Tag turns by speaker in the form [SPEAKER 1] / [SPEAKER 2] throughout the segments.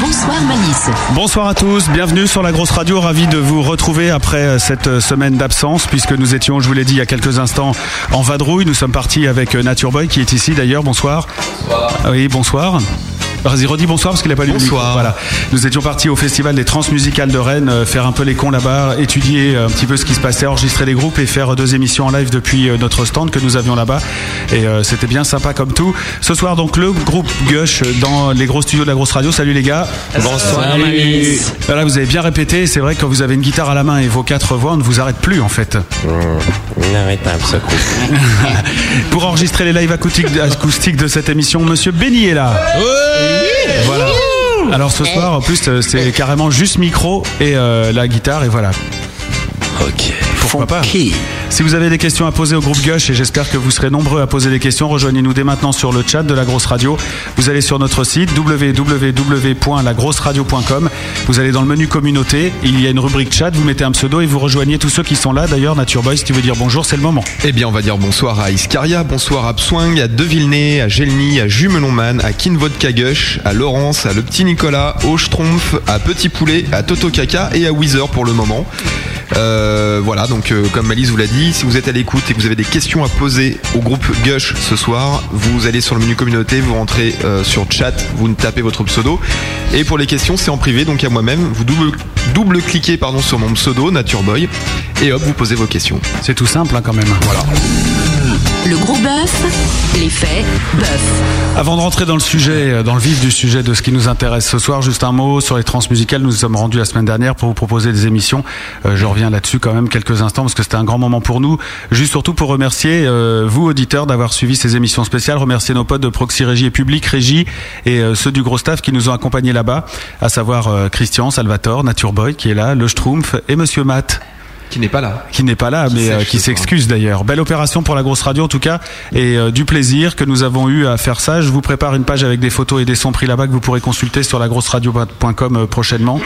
[SPEAKER 1] Bonsoir Malice.
[SPEAKER 2] Bonsoir à tous, bienvenue sur la grosse radio, ravi de vous retrouver après euh, cette euh, semaine d'absence puisque nous étions, je vous l'ai dit il y a quelques instants, en vadrouille. Nous sommes partis avec euh, Nature Boy qui est ici d'ailleurs, bonsoir. Bonsoir. Oui, bonsoir. Vas-y, redis bonsoir parce qu'il n'a pas lu le micro. Voilà. Nous étions partis au festival des transmusicales de Rennes, euh, faire un peu les cons là-bas, étudier euh, un petit peu ce qui se passait, enregistrer des groupes et faire euh, deux émissions en live depuis euh, notre stand que nous avions là-bas. Et euh, c'était bien sympa comme tout. Ce soir, donc, le groupe Gush euh, dans les gros studios de la grosse radio. Salut les gars.
[SPEAKER 3] Bonsoir, Malice.
[SPEAKER 2] Voilà, vous avez bien répété. C'est vrai que quand vous avez une guitare à la main et vos quatre voix, on ne vous arrête plus en fait.
[SPEAKER 3] Hmm. Inarrêtable ce coup.
[SPEAKER 2] Pour enregistrer les lives acoustiques, acoustiques de cette émission, Monsieur Benny est là. voilà. Alors ce soir, en plus, euh, c'est carrément juste micro et euh, la guitare et voilà.
[SPEAKER 3] Ok.
[SPEAKER 2] Pourquoi pas Si vous avez des questions à poser au groupe Gush, et j'espère que vous serez nombreux à poser des questions, rejoignez-nous dès maintenant sur le chat de La Grosse Radio. Vous allez sur notre site www.lagrosseradio.com. Vous allez dans le menu communauté, il y a une rubrique chat, vous mettez un pseudo et vous rejoignez tous ceux qui sont là. D'ailleurs, Nature Boy, si tu veux dire bonjour, c'est le moment.
[SPEAKER 4] Eh bien, on va dire bonsoir à Iscaria, bonsoir à Psoing, à Devilney, à Gelny, à Jumelonman, à Kinvodka Gush, à Laurence, à Le Petit Nicolas, au Schtroumpf, à Petit Poulet, à Toto Kaka et à Weezer pour le moment. Euh, voilà, donc euh, comme Malice vous l'a dit, si vous êtes à l'écoute et que vous avez des questions à poser au groupe Gush ce soir, vous allez sur le menu communauté, vous rentrez euh, sur chat, vous tapez votre pseudo. Et pour les questions, c'est en privé, donc à moi-même, vous double, double cliquez pardon, sur mon pseudo, Natureboy, et hop, vous posez vos questions.
[SPEAKER 2] C'est tout simple hein, quand même. Voilà.
[SPEAKER 1] Le gros bœuf, l'effet bœuf.
[SPEAKER 2] Avant de rentrer dans le sujet, euh, dans le vif du sujet de ce qui nous intéresse ce soir, juste un mot sur les trans musicales. Nous nous sommes rendus la semaine dernière pour vous proposer des émissions. Euh, je reviens là-dessus quand même quelques instants parce que c'était un grand moment pour nous. Juste surtout pour remercier euh, vous auditeurs d'avoir suivi ces émissions spéciales, remercier nos potes de Proxy Régie et Public Régie et euh, ceux du gros staff qui nous ont accompagnés là-bas, à savoir euh, Christian, Salvatore, Nature Boy qui est là, Le Schtroumpf et Monsieur Matt
[SPEAKER 4] Qui n'est pas là.
[SPEAKER 2] qui n'est pas là, mais euh, qui s'excuse d'ailleurs. Belle opération pour la grosse radio en tout cas, et euh, du plaisir que nous avons eu à faire ça. Je vous prépare une page avec des photos et des sons pris là-bas que vous pourrez consulter sur lagrosseradio.com euh, prochainement.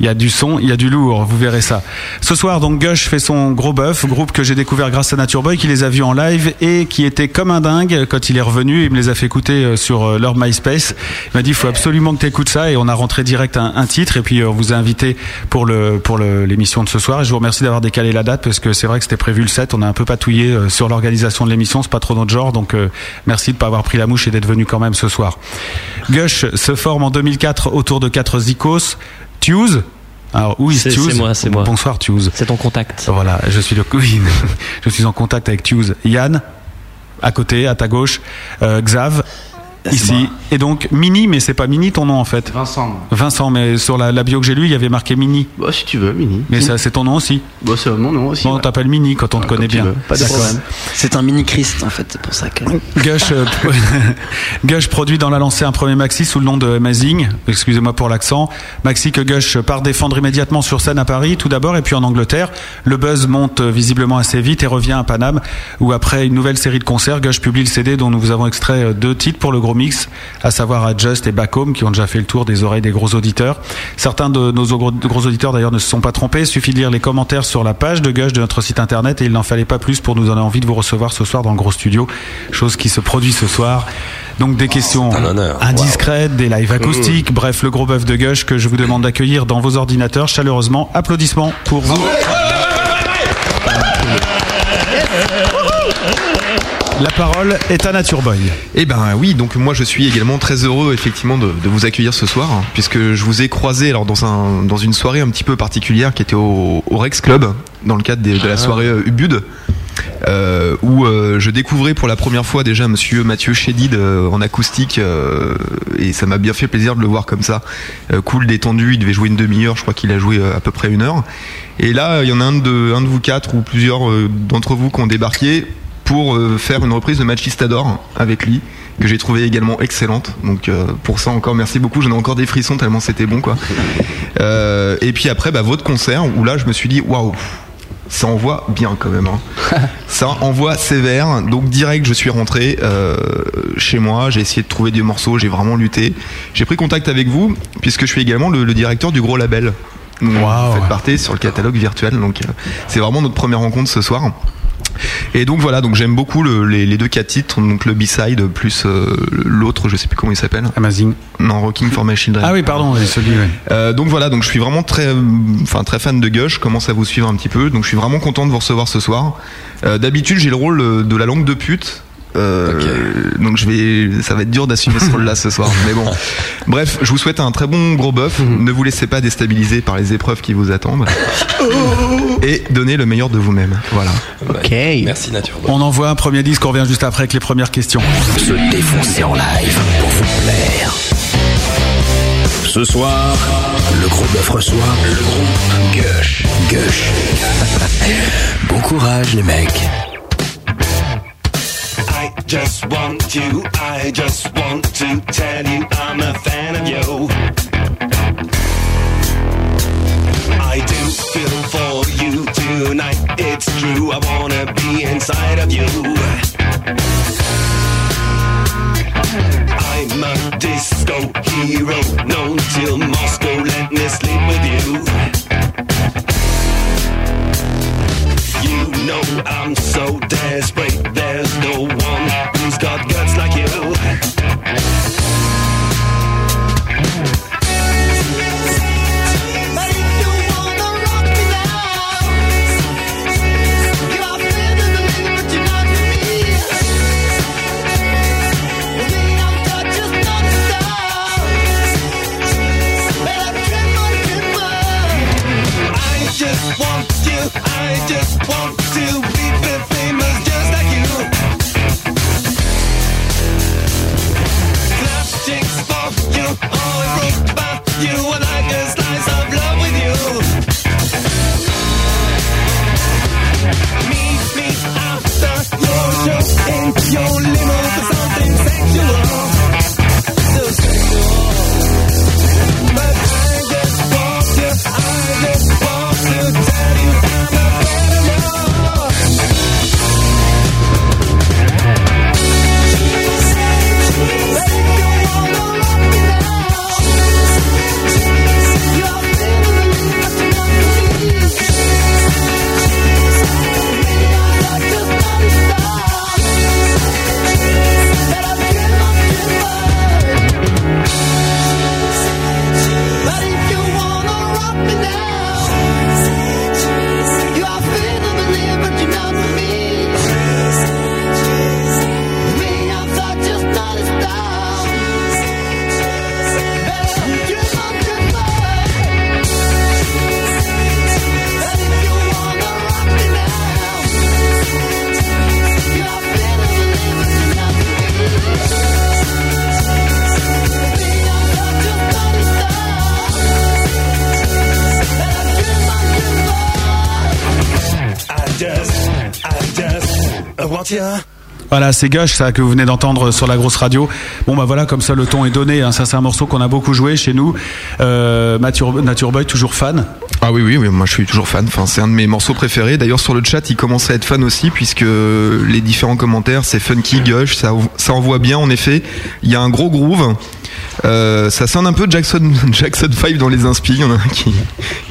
[SPEAKER 2] Il y a du son, il y a du lourd, vous verrez ça. Ce soir, donc, Gush fait son gros bœuf, groupe que j'ai découvert grâce à Nature Boy, qui les a vus en live et qui était comme un dingue quand il est revenu. Il me les a fait écouter euh, sur euh, leur MySpace. Il m'a dit, il faut absolument que tu écoutes ça et on a rentré direct un, un titre et puis euh, on vous a invité pour le pour le- l'émission de ce soir. Et je vous remercie d'avoir décalé la date parce que c'est vrai que c'était prévu le 7. On a un peu patouillé euh, sur l'organisation de l'émission, c'est pas trop notre genre, donc euh, merci de pas avoir pris la mouche et d'être venu quand même ce soir. Gush se forme en 2004 autour de quatre zikos. Tues alors, où is
[SPEAKER 3] C'est-
[SPEAKER 2] Tues
[SPEAKER 3] c'est moi, c'est moi.
[SPEAKER 2] Bonsoir, Tues.
[SPEAKER 3] C'est ton contact.
[SPEAKER 2] Voilà, je suis le Queen. je suis en contact avec Tues. Yann, à côté, à ta gauche. Euh, Xav, ici. Et donc, Mini, mais c'est pas Mini ton nom en fait.
[SPEAKER 5] Vincent.
[SPEAKER 2] Vincent, mais sur la, la bio que j'ai lue, il y avait marqué Mini.
[SPEAKER 5] Bah, si tu veux, Mini.
[SPEAKER 2] Mais ça, c'est ton nom aussi.
[SPEAKER 5] Bah, c'est mon nom aussi.
[SPEAKER 2] Bon, on
[SPEAKER 5] ouais.
[SPEAKER 2] t'appelle Mini quand on te
[SPEAKER 5] Comme
[SPEAKER 2] connaît
[SPEAKER 5] tu
[SPEAKER 2] bien.
[SPEAKER 5] veux, Pas de
[SPEAKER 2] D'accord.
[SPEAKER 5] problème.
[SPEAKER 6] C'est un mini Christ en fait, c'est pour ça que.
[SPEAKER 2] Gush, euh, Gush produit dans la lancée un premier maxi sous le nom de Mazing, excusez-moi pour l'accent. Maxi que Gush part défendre immédiatement sur scène à Paris, tout d'abord, et puis en Angleterre. Le buzz monte euh, visiblement assez vite et revient à Paname, où après une nouvelle série de concerts, Gush publie le CD dont nous vous avons extrait euh, deux titres pour le gros mix, à savoir Adjust et Back Home, qui ont déjà fait le tour des oreilles des gros auditeurs. Certains de nos gros, gros auditeurs d'ailleurs ne se sont pas trompés, suffit de lire les commentaires sur la page de Gush de notre site internet et il n'en fallait pas plus pour nous donner envie de vous recevoir ce soir dans le gros studio, chose qui se produit ce soir. Donc des questions
[SPEAKER 3] Oh, un honneur. Mm.
[SPEAKER 2] indiscrètes, des lives acoustiques, bref le gros bœuf de Gush que je vous demande d'accueillir dans vos ordinateurs chaleureusement. Applaudissements pour vous.
[SPEAKER 3] Ah
[SPEAKER 2] La parole est à Nature Boy.
[SPEAKER 4] Eh ben oui, donc moi je suis également très heureux effectivement de, de vous accueillir ce soir, hein, puisque je vous ai croisé alors dans un dans
[SPEAKER 5] Ah.
[SPEAKER 4] une soirée un petit peu particulière qui était au, au Rex Club dans le cadre des- de la soirée euh, Ubud. euh, où euh, je découvrais pour la première fois déjà Monsieur Mathieu Chédid euh, en acoustique euh, et ça m'a bien fait plaisir de le voir comme ça, Euh, cool, détendu. Il devait jouer une demi-heure, je crois qu'il a joué euh, à peu près une heure. Et là, il y en a un de, un de vous quatre ou plusieurs euh, d'entre vous qui ont débarqué pour euh, faire une reprise de Machistador avec lui que j'ai trouvé également excellente. Donc euh, pour ça encore merci beaucoup. J'en ai encore des frissons tellement c'était bon quoi. Euh, et puis après bah, votre concert où là je me suis dit waouh. Ça envoie bien quand même. hein. Ça envoie sévère. Donc direct, je suis rentré euh, chez moi. J'ai essayé de trouver des morceaux. J'ai vraiment lutté. J'ai pris contact avec vous puisque je suis également le, le directeur du gros label. Donc,
[SPEAKER 2] Waouh.
[SPEAKER 4] Vous faites partie sur le catalogue virtuel. Donc euh, c'est vraiment notre première rencontre ce soir. Et donc voilà, donc j'aime beaucoup le- les, les deux cas titres, donc le B-side plus euh, l'autre, je sais plus comment il s'appelle.
[SPEAKER 2] Amazing.
[SPEAKER 4] Non, Rocking for My Children.
[SPEAKER 2] Ah oui, pardon, oui, celui, oui.
[SPEAKER 4] Euh, donc voilà, donc je suis vraiment très, euh, enfin très fan de Gush. Je commence à vous suivre un petit peu, donc je suis vraiment content de vous recevoir ce soir. Euh, D'habitude, j'ai le rôle euh, de la langue de pute. Euh, Donc je vais, ça va être dur d'assumer ce rôle-là ce soir, mais bon. Bref, je vous souhaite un très bon gros bœuf.
[SPEAKER 2] Mhm.
[SPEAKER 4] Ne vous laissez pas déstabiliser par les épreuves qui vous attendent et donnez le meilleur de vous-même. Voilà.
[SPEAKER 6] Ok.
[SPEAKER 3] Merci Nature Boy.
[SPEAKER 2] On envoie un premier disque, on revient juste après avec les premières questions.
[SPEAKER 5] se défoncer en live pour vous plaire. Ce soir, le groupe bœuf reçoit le groupe Gush. Gush. bon courage les mecs.
[SPEAKER 7] I just want to, I just want to tell you I'm a fan of you. I do feel for you tonight, it's true, I wanna be inside of you. I'm a disco hero, known till Moscow, let me sleep with you. You know I'm so desperate. There's no one who's got guts like you. I just want you. I just want to be famous just like you. Clap chicks for you. All broke by you. And I just slice of love with you. Meet me after your show in your limo for something sexual. So sexual. But I just want to, I just want to tell you I'm a fan of yours. I just, I just uh, want you.
[SPEAKER 2] Voilà, c'est Gush, ça, que vous venez d'entendre sur la grosse radio. Bon, bah voilà, comme ça, le ton est donné. hein. Ça, c'est un morceau qu'on a beaucoup joué chez nous. Euh, Mature- Nature Boy, toujours fan.
[SPEAKER 4] Ah oui, oui, oui, moi je suis toujours fan. Enfin, c'est un de mes morceaux préférés. D'ailleurs, sur le chat, il commence à être fan aussi, puisque les différents commentaires, c'est funky, gush, ça, ça envoie bien en effet. Il y a un gros groove. Euh, ça sonne un peu Jackson, Jackson 5 dans les inspi. Il y en a un qui,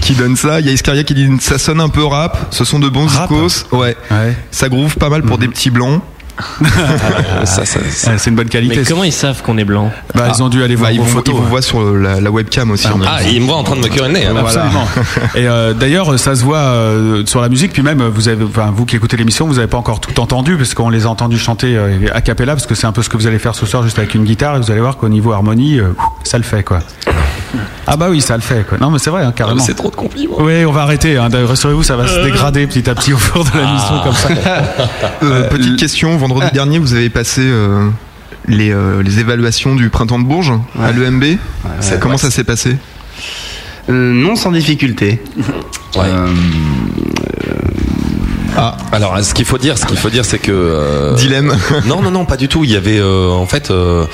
[SPEAKER 4] qui donne ça. Il y a Iscaria qui dit ça sonne un peu rap. Ce sont de bons
[SPEAKER 2] Rap
[SPEAKER 4] zikos. Ouais.
[SPEAKER 2] Ouais. Mhm.
[SPEAKER 4] Ça groove pas mal pour des petits blancs. Euh,
[SPEAKER 3] Ça, ça, ça.
[SPEAKER 2] Ouais, Euh, c'est une bonne qualité.
[SPEAKER 8] Mais comment ils savent qu'on est blanc
[SPEAKER 2] Bah, ils ont dû aller
[SPEAKER 4] Bah,
[SPEAKER 2] voir
[SPEAKER 4] ils,
[SPEAKER 2] vos
[SPEAKER 4] vous,
[SPEAKER 2] photos. hein.
[SPEAKER 4] ils vous voient sur la, la webcam aussi. on a-
[SPEAKER 3] Ah, il me voit en train de me curer le nez. hein.
[SPEAKER 2] Absolument. Et euh, d'ailleurs, ça se voit euh, sur la musique, puis même euh, vous avez, enfin, vous qui écoutez l'émission, vous n'avez pas encore tout entendu parce qu'on les a entendus chanter euh, a cappella, parce que c'est un peu ce que vous allez faire ce soir, juste avec une guitare. Et vous allez voir qu'au niveau harmonie, euh, ça le fait quoi. Ah bah oui, ça le fait. Quoi. Non mais c'est vrai, hein, carrément.
[SPEAKER 3] C'est trop de compliments. Euh.
[SPEAKER 2] Oui, on va arrêter. Hein. D'ailleurs, Rassurez-vous, ça va se dégrader petit à petit au cours de
[SPEAKER 3] Ah.
[SPEAKER 2] la mission comme ça.
[SPEAKER 4] Euh, petite question, vendredi dernier, vous avez passé euh, les, euh, les évaluations du printemps de Bourges à l'EMB. Ça- Comment ça s'est passé
[SPEAKER 6] Euh, non sans difficulté.
[SPEAKER 3] Ouais.
[SPEAKER 6] Euh,
[SPEAKER 3] Euh, Ah, alors ce qu'il faut dire, ce qu'il faut dire, c'est que euh,
[SPEAKER 4] Dilemme.
[SPEAKER 3] non, non, non, pas du tout. Il y avait euh, en fait, euh,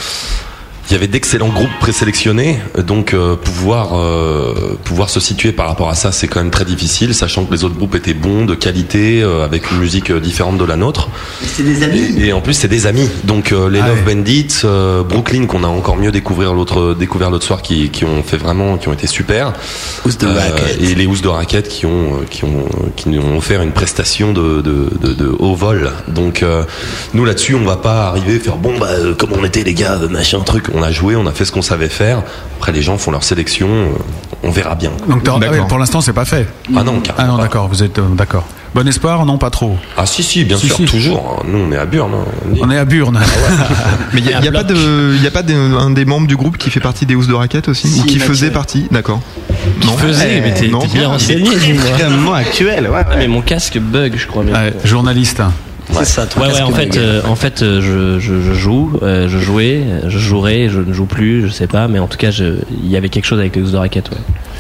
[SPEAKER 3] il y avait d'excellents groupes présélectionnés, donc euh, pouvoir euh, pouvoir se situer par rapport à ça, c'est quand même très difficile, sachant que les autres groupes étaient bons, de qualité, euh, avec une musique euh, différente de la nôtre.
[SPEAKER 6] c'est des amis.
[SPEAKER 3] Et, et en plus, c'est des amis. Donc, euh, les
[SPEAKER 2] Ah
[SPEAKER 3] Love
[SPEAKER 2] ouais.
[SPEAKER 3] Bandits, euh, Brooklyn, qu'on a encore mieux découvert l'autre, découvert l'autre soir, qui, qui ont fait vraiment, qui ont été super. Euh,
[SPEAKER 6] House de Racket.
[SPEAKER 3] Et les housses de raquettes qui ont, euh, qui ont, qui nous ont offert une prestation de, de, de, de haut vol. Donc, euh, nous là-dessus, on va pas arriver faire bon, bah, euh, comme on était les gars, euh, machin truc. On a joué, on a fait ce qu'on savait faire. Après, les gens font leur sélection. euh, On verra bien. quoi.
[SPEAKER 2] Donc t'as- ah
[SPEAKER 4] D'accord.
[SPEAKER 2] ouais, pour l'instant, c'est pas fait.
[SPEAKER 3] Ah non, car-
[SPEAKER 2] Ah non, d'accord. Vous êtes euh, d'accord. Bon espoir, non pas trop.
[SPEAKER 3] Ah si, si, bien
[SPEAKER 2] Si,
[SPEAKER 3] sûr,
[SPEAKER 2] si.
[SPEAKER 3] toujours. Nous, on est à Burne. hein. On est-
[SPEAKER 2] On est à Burne.
[SPEAKER 4] Ah Mais il n'y a, y a pas, de, y a pas de- un des membres du groupe qui fait partie des housses de raquettes aussi
[SPEAKER 6] Si,
[SPEAKER 4] Ou qui
[SPEAKER 6] Mathieu.
[SPEAKER 4] faisait partie D'accord. Non.
[SPEAKER 8] Faisais,
[SPEAKER 6] Eh,
[SPEAKER 8] mais t'es
[SPEAKER 4] non.
[SPEAKER 8] t'es bien renseigné, dis-moi.
[SPEAKER 6] Extrêmement actuel, ouais.
[SPEAKER 8] Ah, mais mon casque bug, je crois bien.
[SPEAKER 2] Ouais, journaliste.
[SPEAKER 6] C'est ça, toi.
[SPEAKER 8] Ouais, ouais, en fait, euh, en fait euh, je, je, je joue, euh, je jouais, euh, je jouerai, je ne joue plus, je sais pas, mais en tout cas, je- il y avait quelque chose avec les housses de raquette, ouais.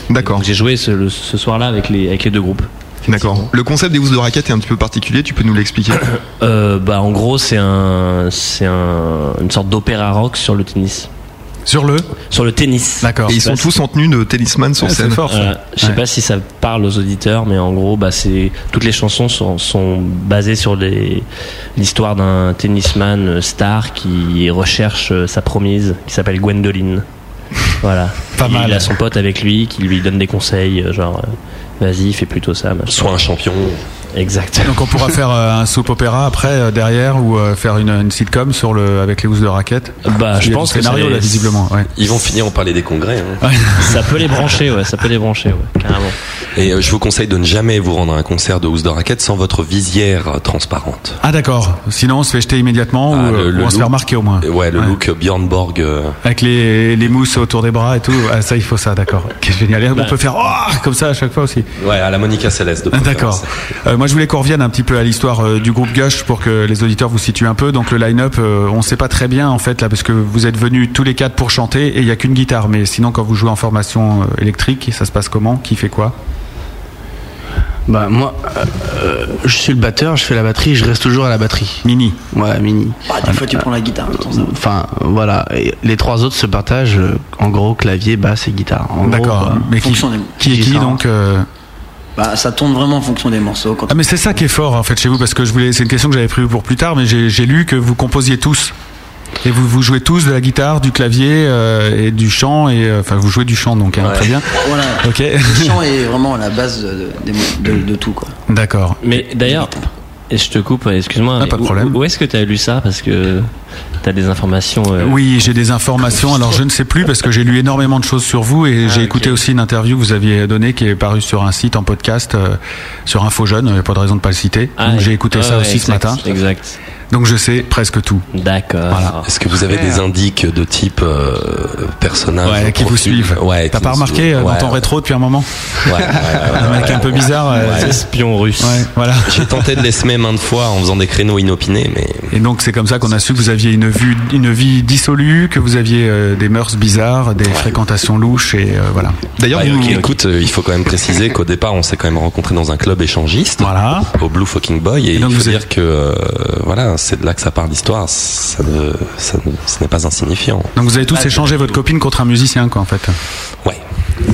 [SPEAKER 4] D'accord.
[SPEAKER 8] Donc, J'ai joué ce, le- ce soir-là avec les, avec les deux groupes.
[SPEAKER 4] D'accord. Le concept des housses de raquettes est un petit peu particulier, tu peux nous l'expliquer
[SPEAKER 8] Euh, bah, en gros, c'est un, c'est un, une sorte d'opéra rock sur le tennis.
[SPEAKER 2] Sur le.
[SPEAKER 8] Sur le tennis. Bah,
[SPEAKER 2] D'accord.
[SPEAKER 4] Et ils sont
[SPEAKER 8] Parce-
[SPEAKER 4] tous en tenue de tennisman sur
[SPEAKER 2] Ouais, Ah, c'est
[SPEAKER 4] scène.
[SPEAKER 2] fort. ça.
[SPEAKER 3] Euh,
[SPEAKER 8] Voilà. Euh, Je sais
[SPEAKER 2] Ouais.
[SPEAKER 8] pas si ça parle aux auditeurs, mais en gros, bah, c'est toutes les chansons sont, sont basées sur les- l'histoire d'un tennisman euh, star qui recherche euh, sa promise, qui s'appelle Gwendoline. Voilà.
[SPEAKER 2] Pas mal.
[SPEAKER 8] Il a son pote avec lui qui lui donne des conseils, euh, genre euh, vas-y, fais plutôt ça. machin.
[SPEAKER 3] Sois un champion.
[SPEAKER 8] Exact.
[SPEAKER 2] Donc on pourra faire euh, un soap opéra après euh, derrière ou euh, faire une, une sitcom sur le avec les housses de raquettes.
[SPEAKER 8] Bah,
[SPEAKER 2] Il y
[SPEAKER 8] je
[SPEAKER 2] a
[SPEAKER 8] pense
[SPEAKER 2] du
[SPEAKER 8] que ça
[SPEAKER 2] scénario
[SPEAKER 8] les-
[SPEAKER 2] là visiblement. Ouais.
[SPEAKER 3] Ils vont finir en parler des congrès. hein.
[SPEAKER 8] Ça peut les brancher, ouais. Ça peut les brancher, ouais. Carrément.
[SPEAKER 3] Et euh, je vous conseille de ne jamais vous rendre à un concert de House de Raquette sans votre visière euh, transparente.
[SPEAKER 2] Ah d'accord. Sinon on se fait jeter immédiatement
[SPEAKER 3] Ah,
[SPEAKER 2] ou, euh,
[SPEAKER 3] le-
[SPEAKER 2] ou
[SPEAKER 3] le
[SPEAKER 2] on se fait
[SPEAKER 3] look.
[SPEAKER 2] remarquer au moins.
[SPEAKER 3] Et ouais, le look euh, Björn Borg. euh,
[SPEAKER 2] Avec les, les mousses autour des bras et tout. Ah, ça il faut ça d'accord. Ok, génial. Et on peut faire oh, comme ça à chaque fois aussi.
[SPEAKER 3] Ouais, à la Monica Seles de
[SPEAKER 2] Ah,
[SPEAKER 3] préférence.
[SPEAKER 2] D'accord. Euh, moi, je voulais qu'on revienne un petit peu à l'histoire euh, du groupe Gush pour que les auditeurs vous situent un peu. Donc, le line-up, euh, on sait pas très bien en fait là, parce que vous êtes venus tous les quatre pour chanter et il y a qu'une guitare. Mais sinon, quand vous jouez en formation euh, électrique, ça se passe comment Qui fait quoi
[SPEAKER 6] Bah, moi, euh, euh, je suis le batteur, je fais la batterie, je reste toujours à la batterie.
[SPEAKER 2] Mini.
[SPEAKER 6] Ouais, mini.
[SPEAKER 7] Ah, des fois tu prends la guitare.
[SPEAKER 6] Enfin, voilà. Et les trois autres se partagent, euh, en gros, clavier, basse et guitare. En gros,
[SPEAKER 2] D'accord.
[SPEAKER 6] quoi. hein.
[SPEAKER 2] Mais qui,
[SPEAKER 7] fonction des-
[SPEAKER 2] qui est qui
[SPEAKER 6] Guitare.
[SPEAKER 2] donc euh,
[SPEAKER 7] Bah, ça tourne vraiment en fonction des morceaux. Quand
[SPEAKER 2] Ah, mais c'est ça qui est fort en fait chez vous parce que je voulais. C'est une question que j'avais prévue pour plus tard, mais j'ai j'ai lu que vous composiez tous. Et vous, vous jouez tous de la guitare, du clavier euh, et du chant. Et euh, enfin, vous jouez du chant, donc hein, très bien.
[SPEAKER 7] Voilà.
[SPEAKER 2] Ok.
[SPEAKER 7] Le chant est vraiment à la base de, de- de- de tout. Quoi.
[SPEAKER 2] D'accord.
[SPEAKER 8] Mais d'ailleurs, et je te coupe, excuse-moi.
[SPEAKER 2] Ah, pas de
[SPEAKER 8] mais où-
[SPEAKER 2] problème.
[SPEAKER 8] Où est-ce que t'as lu ça Parce que t'as des informations. euh,
[SPEAKER 2] Oui, j'ai des informations. Alors, je ne sais plus parce que j'ai lu énormément de choses sur vous et j'ai
[SPEAKER 3] Ah,
[SPEAKER 8] ok.
[SPEAKER 2] écouté aussi une interview que vous aviez donnée qui est parue sur un site en podcast euh, sur Info Jeune. euh, Il n'y a pas de raison de pas le citer.
[SPEAKER 8] Ah,
[SPEAKER 2] Donc, j'ai
[SPEAKER 8] ouais.
[SPEAKER 2] écouté
[SPEAKER 8] Ouais,
[SPEAKER 2] ça
[SPEAKER 8] ouais,
[SPEAKER 2] aussi ce
[SPEAKER 8] exact,
[SPEAKER 2] matin.
[SPEAKER 8] Exact.
[SPEAKER 2] Donc, je sais presque tout.
[SPEAKER 8] D'accord.
[SPEAKER 2] Voilà.
[SPEAKER 3] Est-ce que vous avez des indices de type euh, personnage
[SPEAKER 2] Ouais, qui vous
[SPEAKER 3] profil
[SPEAKER 2] suivent.
[SPEAKER 3] Ouais,
[SPEAKER 2] T'as
[SPEAKER 3] qui
[SPEAKER 2] pas
[SPEAKER 3] nous
[SPEAKER 2] remarqué
[SPEAKER 3] suivent.
[SPEAKER 2] euh, dans
[SPEAKER 3] Ouais,
[SPEAKER 2] ton
[SPEAKER 3] ouais,
[SPEAKER 2] rétro depuis un moment
[SPEAKER 3] ouais, ouais, ouais, ouais,
[SPEAKER 2] Un mec
[SPEAKER 3] ouais,
[SPEAKER 2] un peu
[SPEAKER 3] ouais.
[SPEAKER 2] bizarre. euh,
[SPEAKER 8] Espion
[SPEAKER 2] c'est-
[SPEAKER 8] russe.
[SPEAKER 2] Ouais, voilà.
[SPEAKER 3] J'ai tenté de les semer maintes fois en faisant des créneaux inopinés, mais
[SPEAKER 2] Et donc c'est comme ça qu'on a su que vous aviez une, vue, une vie dissolue, que vous aviez euh, des mœurs bizarres, des fréquentations louches et euh, voilà.
[SPEAKER 4] D'ailleurs,
[SPEAKER 3] Ouais,
[SPEAKER 4] vous-
[SPEAKER 3] ok, écoute, euh, il faut quand même préciser qu'au départ, on s'est quand même rencontré dans un club échangiste.
[SPEAKER 2] Voilà.
[SPEAKER 3] au Blue Fucking Boy et,
[SPEAKER 2] donc
[SPEAKER 3] il faut
[SPEAKER 2] vous
[SPEAKER 3] dire
[SPEAKER 2] êtes-
[SPEAKER 3] que euh, voilà c'est de là que ça part l'histoire ça ne, ça ne- ce n'est pas insignifiant
[SPEAKER 2] Donc vous avez
[SPEAKER 3] Ah,
[SPEAKER 2] tous échangé votre copine contre un musicien quoi en fait.
[SPEAKER 3] ouais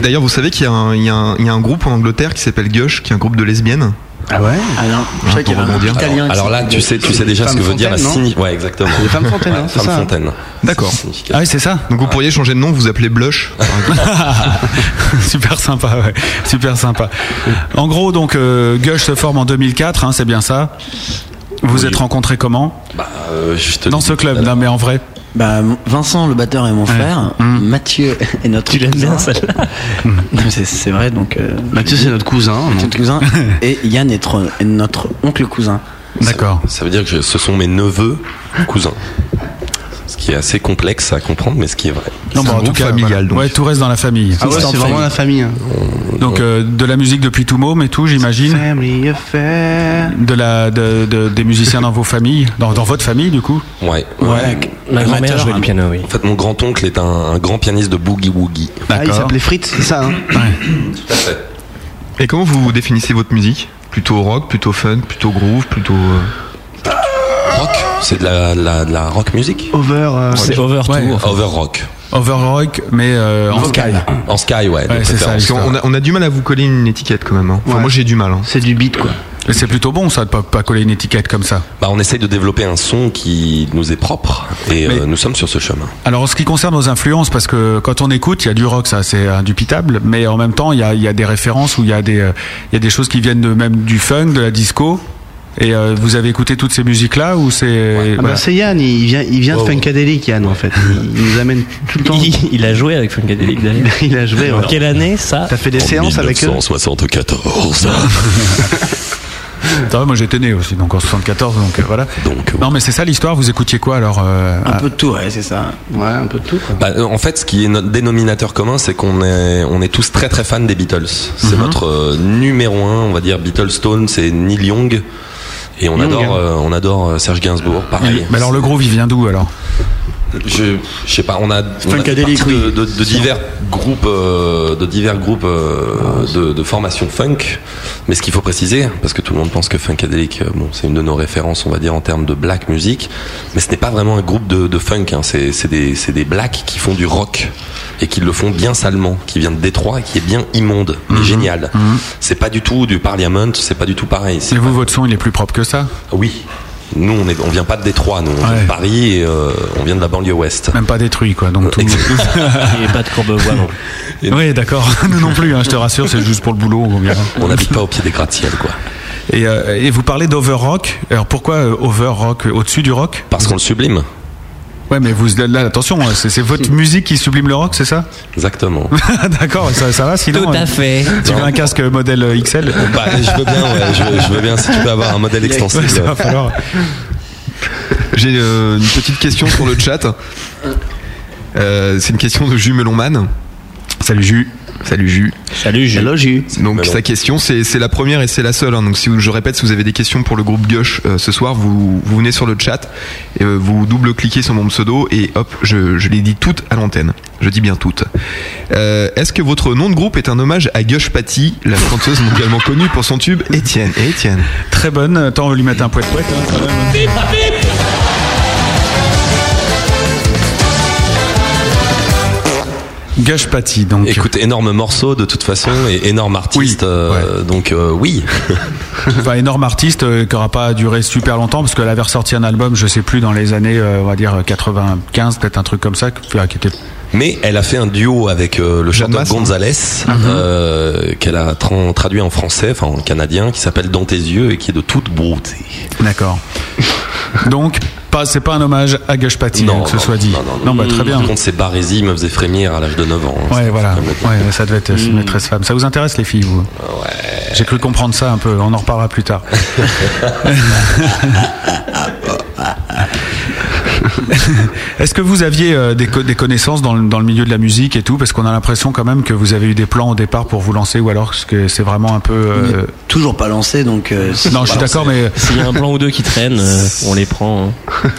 [SPEAKER 4] D'ailleurs, vous savez qu'il y, a un- il y a un il y a un groupe en Angleterre qui s'appelle Gush, qui est un groupe de lesbiennes. Hein,
[SPEAKER 6] Ah ouais
[SPEAKER 7] Alain, je sais qu'il y avait un
[SPEAKER 4] rebondir.
[SPEAKER 7] italien. qui
[SPEAKER 3] alors là
[SPEAKER 7] s'appelait-
[SPEAKER 3] tu sais tu sais déjà ce que veut dire la
[SPEAKER 6] Fontaine,
[SPEAKER 3] signi ouais exactement
[SPEAKER 6] Les femmes fontaines, hein, c'est
[SPEAKER 3] femme
[SPEAKER 6] ça, hein.
[SPEAKER 3] fontaine
[SPEAKER 4] D'accord.
[SPEAKER 3] C'est significatif.
[SPEAKER 2] Ah oui c'est ça.
[SPEAKER 4] Donc vous pourriez changer de nom, vous appelez Blush.
[SPEAKER 2] super sympa, ouais. super sympa. En gros, donc euh, Gush se forme en 2004, hein, c'est bien ça. Vous êtes rencontrés comment
[SPEAKER 3] Bah, euh, je te
[SPEAKER 2] Dans
[SPEAKER 3] dis-
[SPEAKER 2] ce club, non mais en vrai.
[SPEAKER 7] Bah, mon- Vincent, le batteur, est mon frère. Mathieu est notre. Mmh. Tu l'aimes bien celle-là C'est c'est vrai, donc. euh,
[SPEAKER 6] Mathieu, c'est notre cousin.
[SPEAKER 7] Mathieu, notre cousin. Et Yann est tro- est notre oncle cousin.
[SPEAKER 2] D'accord.
[SPEAKER 3] ça veut dire que je- ce sont mes neveux cousins ce qui est assez complexe à comprendre, mais ce qui est vrai.
[SPEAKER 2] Non, bon, en tout cas, voilà. Ouais, tout reste dans la famille.
[SPEAKER 6] Ah ouais, c'est vraiment la famille. hein.
[SPEAKER 2] Donc euh, de la musique depuis tout mot, mais tout, j'imagine.
[SPEAKER 6] Family affair.
[SPEAKER 2] De la, de, de- des musiciens dans vos familles, dans, dans votre famille du coup.
[SPEAKER 3] Ouais.
[SPEAKER 8] Ma grand-mère jouait
[SPEAKER 2] hein.
[SPEAKER 3] un-
[SPEAKER 8] du piano, oui.
[SPEAKER 3] En fait, mon grand-oncle est un, un grand pianiste de boogie-woogie.
[SPEAKER 6] Ah, il s'appelait Fritz, c'est ça. hein
[SPEAKER 3] Tout à fait.
[SPEAKER 4] Et comment vous définissez votre musique Plutôt rock, plutôt fun, plutôt groove, plutôt. euh,
[SPEAKER 3] Rock C'est de la, de la- de la rock music
[SPEAKER 6] Over. euh,
[SPEAKER 8] C'est over tout.
[SPEAKER 2] Ouais.
[SPEAKER 8] en fait.
[SPEAKER 3] Over rock.
[SPEAKER 2] Overrock, mais euh, en
[SPEAKER 3] Mm. En sky, ouais. de
[SPEAKER 2] Ouais, c'est ça.
[SPEAKER 3] préférence.
[SPEAKER 4] Parce qu'on a, on a du mal à vous coller une étiquette quand même. hein. Enfin,
[SPEAKER 6] Ouais.
[SPEAKER 4] moi j'ai du mal. hein.
[SPEAKER 6] C'est du beat, quoi.
[SPEAKER 2] Mais c'est plutôt bon ça de pas, pas coller une étiquette comme ça.
[SPEAKER 3] Bah, on essaye de développer un son qui nous est propre et
[SPEAKER 2] Mais-
[SPEAKER 3] euh, nous sommes sur ce chemin.
[SPEAKER 2] Alors en ce qui concerne nos influences, parce que quand on écoute, il y a du rock, ça c'est indubitable, mais en même temps il y a, il y a des références où il y a des, euh, il y a des choses qui viennent de, même du funk, de la disco. Et euh, vous avez écouté toutes ces musiques là ou c'est
[SPEAKER 6] Ah
[SPEAKER 2] voilà.
[SPEAKER 6] bah, c'est Yann, il vient, il vient
[SPEAKER 2] Oh.
[SPEAKER 3] Wow.
[SPEAKER 6] de Funkadelic, Yann, en fait. Il, il nous amène tout le temps.
[SPEAKER 8] Il, il a joué avec Funkadelic d'ailleurs.
[SPEAKER 6] il a joué. ouais.
[SPEAKER 8] En Quelle année ça
[SPEAKER 6] T'as fait des séances avec eux
[SPEAKER 3] 1974.
[SPEAKER 2] Attends, Moi j'étais né aussi donc en 74 donc euh, voilà.
[SPEAKER 3] Donc,
[SPEAKER 2] Non mais c'est ça l'histoire. Vous écoutiez quoi alors euh,
[SPEAKER 6] Un
[SPEAKER 2] à-
[SPEAKER 6] peu de tout, ouais, c'est ça. Ouais, un peu de tout, quoi.
[SPEAKER 3] Bah, euh, en fait, ce qui est notre dénominateur commun, c'est qu'on est, on est tous très très fans des Beatles. C'est notre euh, numéro un, on va dire. Beatles Stone, c'est Neil Young. Et on
[SPEAKER 6] Young,
[SPEAKER 3] adore,
[SPEAKER 6] hein.
[SPEAKER 3] euh, on adore euh, Serge Gainsbourg, pareil.
[SPEAKER 2] Mais alors le groove il vient d'où alors
[SPEAKER 3] je, je sais pas, on a, on a fait
[SPEAKER 6] Funkadelic,
[SPEAKER 3] partie de,
[SPEAKER 6] oui.
[SPEAKER 3] de- de divers groupes, euh, de divers groupes euh, de, de formation funk. Mais ce qu'il faut préciser, parce que tout le monde pense que Funkadelic, euh, bon, c'est une de nos références, on va dire en termes de black music, mais ce n'est pas vraiment un groupe de, de funk. hein. C'est c'est des, c'est des blacks qui font du rock et qui le font bien salement, qui vient de Détroit et qui est bien immonde,
[SPEAKER 2] Mhm.
[SPEAKER 3] mais génial. C'est pas du tout du Parliament, c'est pas du tout pareil. C'est
[SPEAKER 2] Et vous votre son il est plus propre que ça
[SPEAKER 3] oui. Nous, on, est, on vient pas de Détroit, nous, on vient
[SPEAKER 2] Ouais.
[SPEAKER 3] de Paris et euh, on vient de la banlieue ouest. Euh,
[SPEAKER 2] Même pas détruit quoi donc tout.
[SPEAKER 8] Et pas de Courbevoie non.
[SPEAKER 2] oui d'accord. Nous non plus. hein, je te rassure c'est juste pour le boulot. on verra.
[SPEAKER 3] On n'habite pas au pied des gratte-ciel, quoi.
[SPEAKER 2] Et, euh, et vous parlez d'overrock. Alors pourquoi euh, overrock euh, au-dessus du rock
[SPEAKER 3] Parce qu'on le sublime.
[SPEAKER 2] Ouais, mais vous, là, attention, hein, c'est c'est votre musique qui sublime le rock, c'est ça
[SPEAKER 3] Exactement.
[SPEAKER 2] D'accord, ça, ça va, sinon.
[SPEAKER 8] Tout
[SPEAKER 2] euh,
[SPEAKER 8] à fait.
[SPEAKER 2] Tu veux un casque modèle euh, XL
[SPEAKER 3] Bah, je veux bien, ouais, je, veux, je veux bien si tu peux avoir un modèle extensible.
[SPEAKER 2] Ouais, ça va falloir.
[SPEAKER 4] J'ai euh, une petite question sur le chat. Euh, c'est une question de Jumelonman.
[SPEAKER 2] Salut, Jus.
[SPEAKER 4] Salut Ju.
[SPEAKER 8] Salut Jules.
[SPEAKER 6] Hello, Ju.
[SPEAKER 4] Donc
[SPEAKER 3] Jumelon.
[SPEAKER 4] sa question, c'est c'est la première et c'est la seule. hein. Donc si vous- je répète, si vous avez des questions pour le groupe gauche euh, ce soir, vous, vous venez sur le chat, et, euh, vous double-cliquez sur mon pseudo et hop, je, je les dis toutes à l'antenne. Je dis bien toutes. Euh, Est-ce que votre nom de groupe est un hommage à Gush Patty, la chanteuse mondialement connue pour son tube Étienne et Étienne
[SPEAKER 2] Très bonne. Attends, on va lui mettre un poète-poète. hein, quand même. Gush Patty, donc.
[SPEAKER 3] Écoute, énorme morceau de toute façon et énorme artiste.
[SPEAKER 2] Oui,
[SPEAKER 3] euh, Donc euh, oui,
[SPEAKER 2] Enfin, énorme artiste euh, qui aura pas duré super longtemps parce qu'elle avait ressorti un album, je sais plus, dans les années, euh, on va dire, 95, peut-être un truc comme ça, qui qui était
[SPEAKER 3] mais elle a fait un duo avec euh, le chanteur
[SPEAKER 4] Masse, hein.
[SPEAKER 3] Gonzalez,
[SPEAKER 2] Mhm.
[SPEAKER 3] euh, qu'elle a tra- traduit en français, enfin en canadien, qui s'appelle Dans tes yeux et qui est de toute beauté.
[SPEAKER 2] D'accord. Donc, pas, c'est pas un hommage à Gush Patty, hein, que ce soit dit.
[SPEAKER 3] Non, non, non.
[SPEAKER 2] bah, très bien.
[SPEAKER 3] Par contre, c'est barésie me faisait frémir à l'âge de 9 ans. hein.
[SPEAKER 2] Ouais, voilà.
[SPEAKER 3] C'est complètement- Hmm.
[SPEAKER 2] Ouais, ça devait être euh, une maîtresse femme. Ça vous intéresse, les filles, vous J'ai cru comprendre ça un peu. On en reparlera plus tard. Est-ce que vous aviez euh, des, co- des connaissances dans le, dans le milieu de la musique et tout Parce qu'on a l'impression quand même que vous avez eu des plans au départ pour vous lancer, ou alors que c'est vraiment un peu. euh,
[SPEAKER 9] Toujours pas lancé, donc. euh, c'est-
[SPEAKER 2] Non, je suis
[SPEAKER 9] voilà,
[SPEAKER 2] d'accord, mais
[SPEAKER 8] S'il y a un plan ou deux qui traînent, euh, on les prend. hein.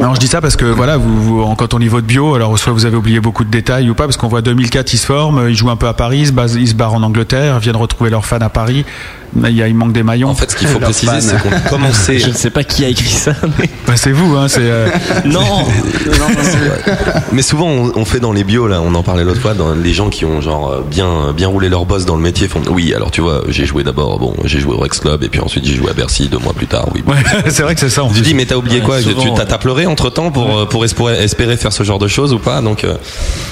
[SPEAKER 2] Non, je dis ça parce que voilà, vous, vous, en- quand on lit votre bio, alors soit vous avez oublié beaucoup de détails ou pas, parce qu'on voit 2004, ils se forment, euh, ils jouent un peu à Paris, ils se, basent- ils se barrent en Angleterre, viennent retrouver leurs fans à Paris. Mais Il, y a, il manque des maillons.
[SPEAKER 3] En fait, ce qu'il faut
[SPEAKER 6] Leur
[SPEAKER 3] préciser,
[SPEAKER 6] fan.
[SPEAKER 3] c'est qu'on a commencé
[SPEAKER 8] Je ne sais pas qui a écrit ça. mais-
[SPEAKER 2] Bah, c'est vous, hein, c'est. euh,
[SPEAKER 8] Non.
[SPEAKER 3] Mais souvent, on, on fait dans les bios, là, on en parlait l'autre fois, dans les gens qui ont genre euh, bien, bien roulé leur boss dans le métier font Oui, alors tu vois, j'ai joué d'abord, bon, j'ai joué au Rex Club, et puis ensuite j'ai joué à Bercy deux mois plus tard, oui.
[SPEAKER 2] ouais, c'est vrai que c'est ça. on
[SPEAKER 3] Tu
[SPEAKER 2] fait-
[SPEAKER 3] dis, mais t'as oublié
[SPEAKER 8] Ouais,
[SPEAKER 3] quoi
[SPEAKER 8] souvent,
[SPEAKER 3] Tu t'as-
[SPEAKER 8] ouais.
[SPEAKER 3] T'as pleuré entre temps pour, euh, pour espérer, espérer faire ce genre de choses ou pas Donc, euh,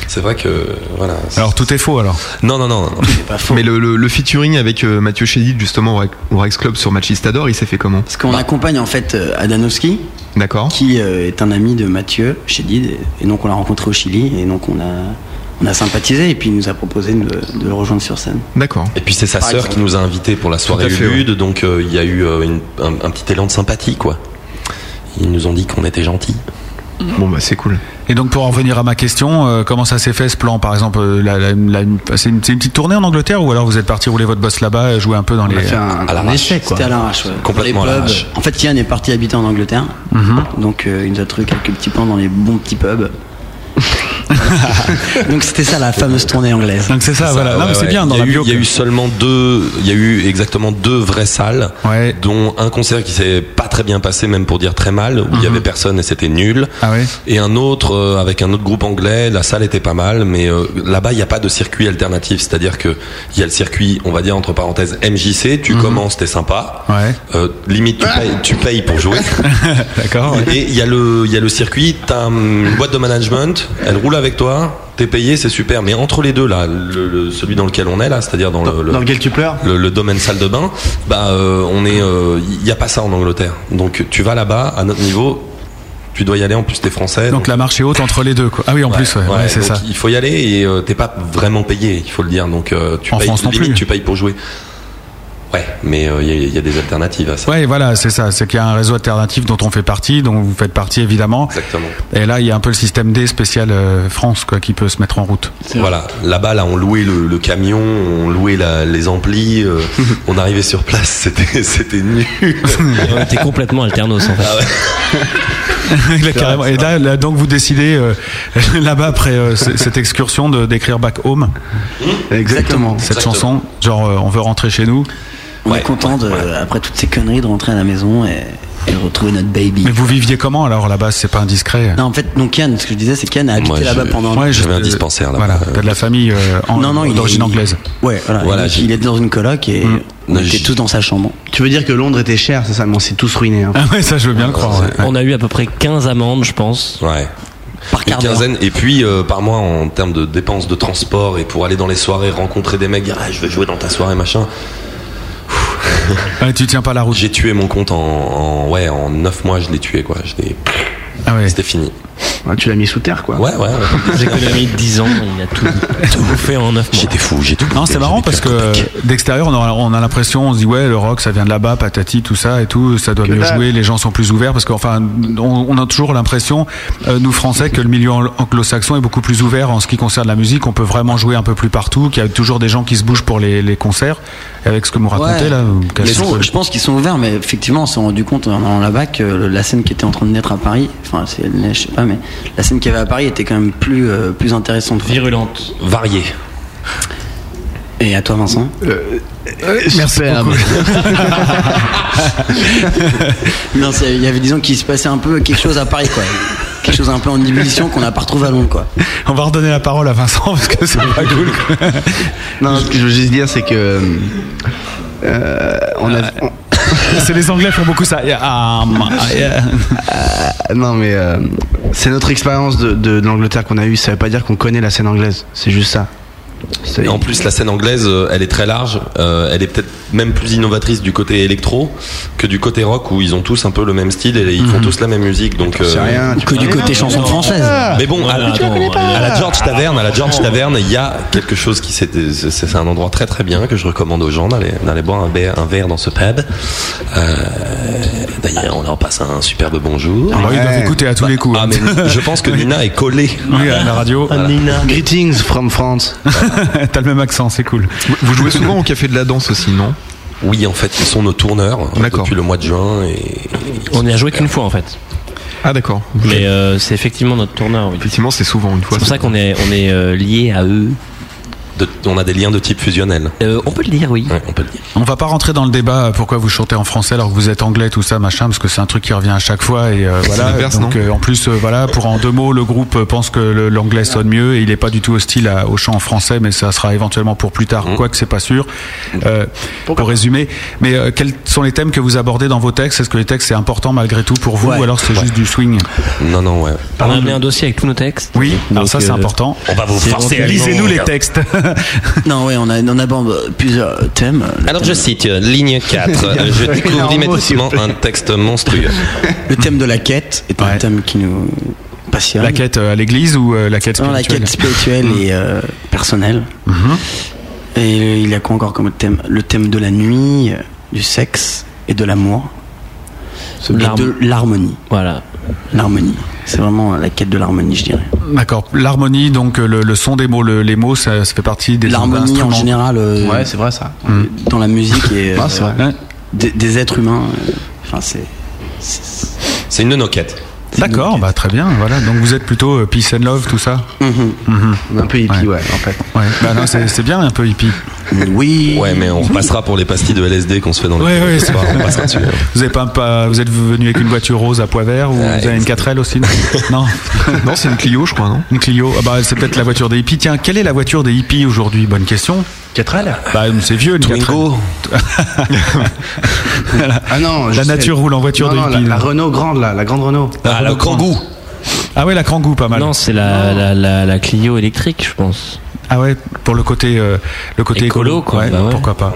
[SPEAKER 3] c'est vrai que. euh, Voilà.
[SPEAKER 2] Alors tout est faux alors.
[SPEAKER 3] Non, non, non, non. non.
[SPEAKER 9] c'est pas faux.
[SPEAKER 4] Mais le, le- le featuring avec euh, Mathieu Chédid justement au Rex- au Rex Club sur Machistador, il s'est fait comment
[SPEAKER 9] Parce qu'on accompagne en fait euh, Adanowski,
[SPEAKER 4] D'accord
[SPEAKER 9] qui euh, est un ami de Mathieu chez Did, et donc on l'a rencontré au Chili, et donc on a, on a sympathisé, et puis il nous a proposé de, de le rejoindre sur scène.
[SPEAKER 4] D'accord.
[SPEAKER 3] Et puis c'est sa
[SPEAKER 9] Par
[SPEAKER 3] sœur
[SPEAKER 9] exemple.
[SPEAKER 3] qui nous a invités pour la soirée
[SPEAKER 4] Tout à fait,
[SPEAKER 3] Lude, donc euh, il y a eu euh, une- un, un petit élan de sympathie, quoi. Ils nous ont dit qu'on était gentils.
[SPEAKER 4] Bon, bah, c'est cool.
[SPEAKER 2] Et donc pour en revenir à ma question, euh, comment ça s'est fait ce plan Par exemple, euh, la- la- la- c'est une, c'est une petite tournée en Angleterre ou alors vous êtes parti rouler votre boss là-bas, jouer un peu dans les...
[SPEAKER 9] C'était à l'arrache, ouais.
[SPEAKER 2] Complètement
[SPEAKER 9] Dans les
[SPEAKER 2] à
[SPEAKER 9] pubs.
[SPEAKER 2] l'arrache.
[SPEAKER 9] En fait, Yann est parti habiter en Angleterre.
[SPEAKER 2] Mhm.
[SPEAKER 9] Donc, euh, il nous a trouvé quelques petits plans dans les bons petits pubs. Donc, c'était ça la fameuse tournée anglaise.
[SPEAKER 2] Donc, c'est ça, Ah, voilà. Non, mais c'est bien dans
[SPEAKER 3] il y,
[SPEAKER 2] la
[SPEAKER 3] a eu,
[SPEAKER 2] bio.
[SPEAKER 3] il y a eu seulement deux, il y a eu exactement deux vraies salles, dont un concert qui s'est pas très bien passé, même pour dire très mal, où il y
[SPEAKER 2] Mhm.
[SPEAKER 3] avait personne et c'était nul.
[SPEAKER 2] Ah
[SPEAKER 3] Et un autre euh, avec un autre groupe anglais, la salle était pas mal, mais euh, là-bas il n'y a pas de circuit alternatif, c'est-à-dire que il y a le circuit, on va dire entre parenthèses MJC,
[SPEAKER 2] Mhm.
[SPEAKER 3] tu commences, t'es sympa,
[SPEAKER 2] Ouais.
[SPEAKER 3] Euh, limite
[SPEAKER 2] Ah.
[SPEAKER 3] tu payes, tu payes pour jouer.
[SPEAKER 2] D'accord.
[SPEAKER 3] Et il y a le, il y a le circuit, t'as hum, une boîte de management, elle roule avec toi, t'es payé, c'est super. Mais entre les deux là, le- le- celui dans lequel on est là, c'est-à-dire dans, le, le-
[SPEAKER 6] Dans lequel tu pleures
[SPEAKER 3] le, le domaine salle de bain, bah euh, on est, euh, il n'y a pas ça en Angleterre. Donc tu vas là-bas à notre niveau. Tu dois y aller, en plus t'es français.
[SPEAKER 2] Donc la marche est haute entre les deux. Quoi. Ah oui, en plus, ouais,
[SPEAKER 3] Ouais,
[SPEAKER 2] ouais, c'est
[SPEAKER 3] donc
[SPEAKER 2] ça.
[SPEAKER 3] Il faut y aller et euh, t'es pas vraiment payé, il faut le dire. Donc euh, tu
[SPEAKER 2] En
[SPEAKER 3] payes,
[SPEAKER 2] France non
[SPEAKER 3] limite,
[SPEAKER 2] plus.
[SPEAKER 3] tu payes pour jouer. Ouais, mais euh, il y, a- il y a des alternatives à ça.
[SPEAKER 2] Ouais, voilà, c'est ça. C'est qu'il y a un réseau alternatif dont on fait partie, dont vous faites partie évidemment.
[SPEAKER 3] Exactement.
[SPEAKER 2] Et là, il y a un peu le système D spécial euh, France quoi, qui peut se mettre en route.
[SPEAKER 3] Voilà, là-bas, là, on louait le, le camion, on louait la- les amplis, euh, on arrivait sur place, c'était, c'était nul.
[SPEAKER 8] On était complètement alternos en fait.
[SPEAKER 2] Il a carrément- Et là, là, donc vous décidez euh, là-bas après euh, c- cette excursion de d'écrire Back Home.
[SPEAKER 9] Exactement.
[SPEAKER 2] Cette
[SPEAKER 9] Exactement.
[SPEAKER 2] chanson, genre euh, on veut rentrer chez nous.
[SPEAKER 9] On est content, de, après toutes ces conneries, de rentrer à la maison et, et de retrouver notre baby.
[SPEAKER 2] Mais vous viviez comment alors là-bas C'est pas indiscret.
[SPEAKER 9] Non, en fait, donc Yann, ce que je disais, c'est qu'Yann a habité là-bas pendant.
[SPEAKER 2] Ouais, je- euh, Voilà, t'as de la famille euh, en-
[SPEAKER 9] Non, non, il-
[SPEAKER 2] d'origine
[SPEAKER 9] il-
[SPEAKER 2] anglaise. Mm.
[SPEAKER 9] Ouais, voilà.
[SPEAKER 2] Voilà,
[SPEAKER 9] il,
[SPEAKER 2] j'ai-
[SPEAKER 9] il est dans une coloc et on était tous dans sa chambre.
[SPEAKER 6] Tu veux dire que Londres était cher, c'est ça mais On s'est tous ruinés. hein.
[SPEAKER 2] Ah ouais, ça je veux bien le croire.
[SPEAKER 8] On a eu à peu près 15 amendes, je pense.
[SPEAKER 3] Ouais.
[SPEAKER 9] Par
[SPEAKER 3] Une quinzaine, et puis euh, par mois en termes de dépenses de transport et pour aller dans les soirées, rencontrer des mecs, dire ah, je vais jouer dans ta soirée, machin.
[SPEAKER 2] Ah, tu tiens pas la route.
[SPEAKER 3] J'ai tué mon compte en, en- ouais, en 9 mois, je l'ai tué, quoi. Je l'ai-
[SPEAKER 2] Ah
[SPEAKER 3] C'était fini.
[SPEAKER 6] Ouais, Ah, tu l'as mis sous terre, quoi.
[SPEAKER 3] Ouais, ouais.
[SPEAKER 8] Des économies de 10 ans, il a tout, tout fait en 9 mois.
[SPEAKER 3] J'étais fou, j'ai tout
[SPEAKER 2] Non, c'est marrant parce que euh, d'extérieur, on a, on a l'impression, on se dit ouais, le rock, ça vient de là-bas, patati, tout ça et tout, ça doit
[SPEAKER 6] Que
[SPEAKER 2] mieux
[SPEAKER 6] dalle.
[SPEAKER 2] jouer, les gens sont plus ouverts parce qu'enfin, on, on a toujours l'impression, euh, nous Français, que le milieu ang- anglo-saxon est beaucoup plus ouvert en ce qui concerne la musique. On peut vraiment jouer un peu plus partout, qu'il y a toujours des gens qui se bougent pour les, les concerts. Et avec ce que vous racontez là, vous
[SPEAKER 9] Mais
[SPEAKER 2] cassez-
[SPEAKER 9] ils sont- je pense qu'ils sont ouverts, mais effectivement, on s'est rendu compte en allant là-bas que le- la scène qui était en train de naître à Paris, enfin, c'est elle naît, je sais pas, mais la scène qu'il y avait à Paris était quand même plus, euh, plus intéressante.
[SPEAKER 8] Virulente.
[SPEAKER 3] Variée.
[SPEAKER 9] Et à toi, Vincent
[SPEAKER 6] Euh,
[SPEAKER 2] Euh,
[SPEAKER 3] Euh,
[SPEAKER 6] Merci beaucoup.
[SPEAKER 9] Non, c'est- il y avait, disons, qu'il se passait un peu quelque chose à Paris, quoi. Quelque chose un peu en ébullition qu'on n'a pas retrouvé à Londres, quoi.
[SPEAKER 2] On va redonner la parole à Vincent parce que c'est pas cool.
[SPEAKER 6] Non, ce que je veux juste dire, c'est que. euh, on a. on-
[SPEAKER 2] c'est les Anglais font beaucoup ça. Yeah, um, yeah.
[SPEAKER 6] Euh, non, mais euh, c'est notre expérience de, de- de l'Angleterre qu'on a eue. Ça veut pas dire qu'on connaît la scène anglaise. C'est juste ça.
[SPEAKER 3] Et en plus, la scène anglaise, euh, elle est très large. euh, elle est peut-être même plus innovatrice du côté électro que du côté rock, où ils ont tous un peu le même style et ils font tous la même musique. Donc, euh,
[SPEAKER 6] sais Mhm. rien, tu Ah, Que du connais côté pas. chanson française.
[SPEAKER 3] Mais bon, à la,
[SPEAKER 6] Ah, Mais tu la connais pas. Ah,
[SPEAKER 3] à la George Taverne, à la George Taverne, il y a quelque chose qui s'est- c'est c'est un endroit très très bien que je recommande aux gens d'aller d'aller boire un verre, un verre dans ce pub. Euh, D'ailleurs, on leur passe un superbe bonjour.
[SPEAKER 2] Ah bah oui, ils doivent écouter à tous les coups. hein.
[SPEAKER 3] Ah, mais je pense que Nina est collée
[SPEAKER 2] Oui, à euh, la radio.
[SPEAKER 6] Greetings from France.
[SPEAKER 2] T'as le même accent, c'est cool.
[SPEAKER 4] Vous jouez souvent au Café de la Danse aussi, non
[SPEAKER 3] Oui, en fait, ils sont nos tourneurs euh, depuis le mois de juin. Et...
[SPEAKER 8] On n'y a joué qu'une fois en fait.
[SPEAKER 4] Ah, d'accord.
[SPEAKER 8] Mais euh, c'est effectivement notre tourneur. oui.
[SPEAKER 4] Effectivement, c'est souvent une fois.
[SPEAKER 8] C'est pour ça qu'on est, on est euh, lié à eux. Euh,
[SPEAKER 3] de- on a des liens de type fusionnel.
[SPEAKER 8] on peut le dire, oui.
[SPEAKER 3] on peut le dire.
[SPEAKER 2] On va pas rentrer dans le débat euh, pourquoi vous chantez en français alors que vous êtes anglais tout ça machin parce que c'est un truc qui revient à chaque fois et euh,
[SPEAKER 4] C'est
[SPEAKER 2] voilà
[SPEAKER 4] l'inverse,
[SPEAKER 2] donc
[SPEAKER 4] non
[SPEAKER 2] euh, en plus euh, voilà pour en deux mots le groupe euh, pense que le- l'anglais sonne mieux et il est pas du tout hostile à- au chant en français mais ça sera éventuellement pour plus
[SPEAKER 4] Mmh.
[SPEAKER 2] tard quoique c'est pas sûr Euh, pour résumer mais euh, quels sont les thèmes que vous abordez dans vos textes est-ce que les textes c'est important malgré tout pour vous ou alors c'est juste du swing
[SPEAKER 3] Non, non, ouais.
[SPEAKER 8] On a amené un dossier avec tous nos textes.
[SPEAKER 2] oui alors
[SPEAKER 8] Donc,
[SPEAKER 2] ça c'est
[SPEAKER 8] euh,
[SPEAKER 2] important
[SPEAKER 3] On va vous
[SPEAKER 8] c'est
[SPEAKER 3] forcer à
[SPEAKER 2] lisez-nous les
[SPEAKER 3] lire.
[SPEAKER 2] textes
[SPEAKER 9] Non, ouais, on, a, on aborde plusieurs thèmes. Le
[SPEAKER 3] Alors je
[SPEAKER 9] thème-
[SPEAKER 3] cite euh, ligne 4, euh, je découvre immédiatement un texte monstrueux.
[SPEAKER 9] Le thème de la quête est un thème qui nous passionne.
[SPEAKER 2] la quête euh, à l'église ou euh, la quête
[SPEAKER 9] Non, la
[SPEAKER 2] spirituelle Hum. Mhm.
[SPEAKER 9] quête spirituelle et euh, personnelle. Et le- il y a quoi encore comme thème Le thème de la nuit, euh, du sexe et de l'amour. Et
[SPEAKER 8] l'harm-
[SPEAKER 9] de l'harmonie.
[SPEAKER 8] Voilà.
[SPEAKER 9] L'harmonie. c'est vraiment la quête de l'harmonie, je dirais.
[SPEAKER 2] D'accord. L'harmonie, donc euh, le, le son des mots, le- les mots, ça, ça fait partie des
[SPEAKER 9] L'harmonie en
[SPEAKER 2] instruments. Mmh.
[SPEAKER 9] général. euh,
[SPEAKER 2] Ouais, c'est vrai, ça.
[SPEAKER 9] Dans la musique et
[SPEAKER 2] Ouais, c'est
[SPEAKER 9] euh,
[SPEAKER 2] vrai.
[SPEAKER 9] des, des êtres humains. euh, Enfin, c'est. c'est-
[SPEAKER 3] C'est une noquette.
[SPEAKER 2] D'accord, bah très bien. Voilà, donc vous êtes plutôt euh, peace and love, tout ça. Mm-hmm.
[SPEAKER 6] Un peu hippie, ouais, en fait.
[SPEAKER 2] Ouais. Bah non, c'est c'est bien un peu hippie.
[SPEAKER 9] Oui.
[SPEAKER 3] Ouais, mais on repassera pour les pastilles de LSD qu'on se fait dans le
[SPEAKER 2] Ouais, ouais,
[SPEAKER 3] ce
[SPEAKER 2] c'est
[SPEAKER 3] soir, on passera dessus.
[SPEAKER 2] Vous êtes pas, pas- vous êtes venu avec une voiture rose à pois vert ou vous avez une 4L aussi Non.
[SPEAKER 4] Non, c'est une Clio, je crois, non
[SPEAKER 2] Une Clio. Ah bah c'est peut-être la voiture des hippies. Tiens, quelle est la voiture des hippies aujourd'hui Bonne question.
[SPEAKER 6] 4L
[SPEAKER 2] Bah c'est vieux une 4L.
[SPEAKER 3] Twingo.
[SPEAKER 6] Ah non,
[SPEAKER 2] La
[SPEAKER 6] je sais.
[SPEAKER 2] nature roule en voiture
[SPEAKER 6] Non,
[SPEAKER 2] de
[SPEAKER 6] non, la,
[SPEAKER 2] hippie,
[SPEAKER 6] la
[SPEAKER 2] là.
[SPEAKER 6] Renault grande, là, la grande Renault.
[SPEAKER 3] Ah, le kangou.
[SPEAKER 2] Ah ouais, la Kangoo pas mal.
[SPEAKER 8] Non, c'est la, la, la, la Clio électrique, je pense.
[SPEAKER 2] Ah ouais, pour le côté euh, le côté
[SPEAKER 8] Écolo, quoi,
[SPEAKER 2] Ouais,
[SPEAKER 8] bah ouais.
[SPEAKER 2] Pourquoi pas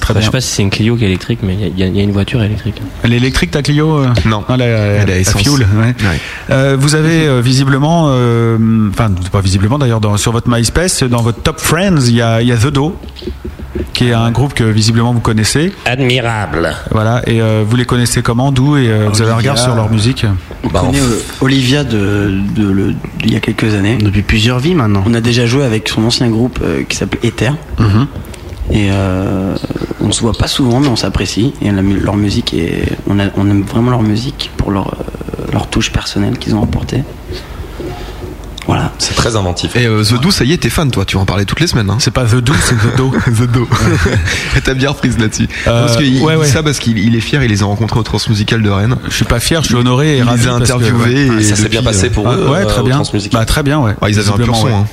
[SPEAKER 2] Très
[SPEAKER 8] Enfin, je
[SPEAKER 2] bien.
[SPEAKER 8] sais pas si c'est une Clio qui est électrique, mais il y a- il y, a- il y a une voiture électrique.
[SPEAKER 2] L'électrique, ta Clio euh,
[SPEAKER 4] Non.
[SPEAKER 2] la,
[SPEAKER 4] Elle est à
[SPEAKER 2] la
[SPEAKER 4] essence.
[SPEAKER 2] fuel, ouais.
[SPEAKER 4] Ouais.
[SPEAKER 2] Euh, vous avez euh, visiblement, euh, enfin pas visiblement d'ailleurs, dans- sur votre MySpace, dans votre Top Friends, il y a, il y a The Do, qui est un groupe que visiblement vous connaissez.
[SPEAKER 5] Admirable.
[SPEAKER 2] Voilà, et euh, vous les connaissez comment, d'où, et euh, vous avez un regard sur leur musique.
[SPEAKER 9] On
[SPEAKER 3] Bah,
[SPEAKER 9] connaît euh, Olivia de, de le- il y a quelques années.
[SPEAKER 6] Depuis plusieurs vies maintenant.
[SPEAKER 9] On a déjà joué avec son ancien groupe euh, qui s'appelait Ether. Et euh, on se voit pas souvent, mais on s'apprécie. Et la mu- leur musique est, on, a- on aime vraiment leur musique pour leur, euh, leur touche personnelle qu'ils ont apportée. Voilà.
[SPEAKER 3] C'est très inventif.
[SPEAKER 4] Et euh, The Do, ça y est, t'es fan, toi, tu en parlais toutes les semaines. Hein.
[SPEAKER 2] C'est pas The Do, c'est The Do.
[SPEAKER 4] The Do. T'as bien reprise là-dessus.
[SPEAKER 2] Euh,
[SPEAKER 4] parce qu'il
[SPEAKER 2] ouais,
[SPEAKER 4] il dit
[SPEAKER 2] ouais.
[SPEAKER 4] ça parce qu'il il est fier, il les a rencontrés au Transmusical de Rennes.
[SPEAKER 2] Je suis pas fier, je suis honoré et
[SPEAKER 4] Il
[SPEAKER 2] ravi
[SPEAKER 4] les a
[SPEAKER 2] parce que, ouais.
[SPEAKER 4] interviewés. et
[SPEAKER 3] ça s'est
[SPEAKER 4] depuis,
[SPEAKER 3] bien passé
[SPEAKER 4] euh,
[SPEAKER 3] pour
[SPEAKER 2] Ah,
[SPEAKER 3] eux.
[SPEAKER 2] ouais,
[SPEAKER 3] euh,
[SPEAKER 2] très
[SPEAKER 3] au
[SPEAKER 2] bien.
[SPEAKER 3] Transmusical.
[SPEAKER 2] Bah, très bien, ouais.
[SPEAKER 4] Ouais, ils avaient un pur
[SPEAKER 2] Visiblement,
[SPEAKER 4] son,
[SPEAKER 2] ouais.
[SPEAKER 4] hein.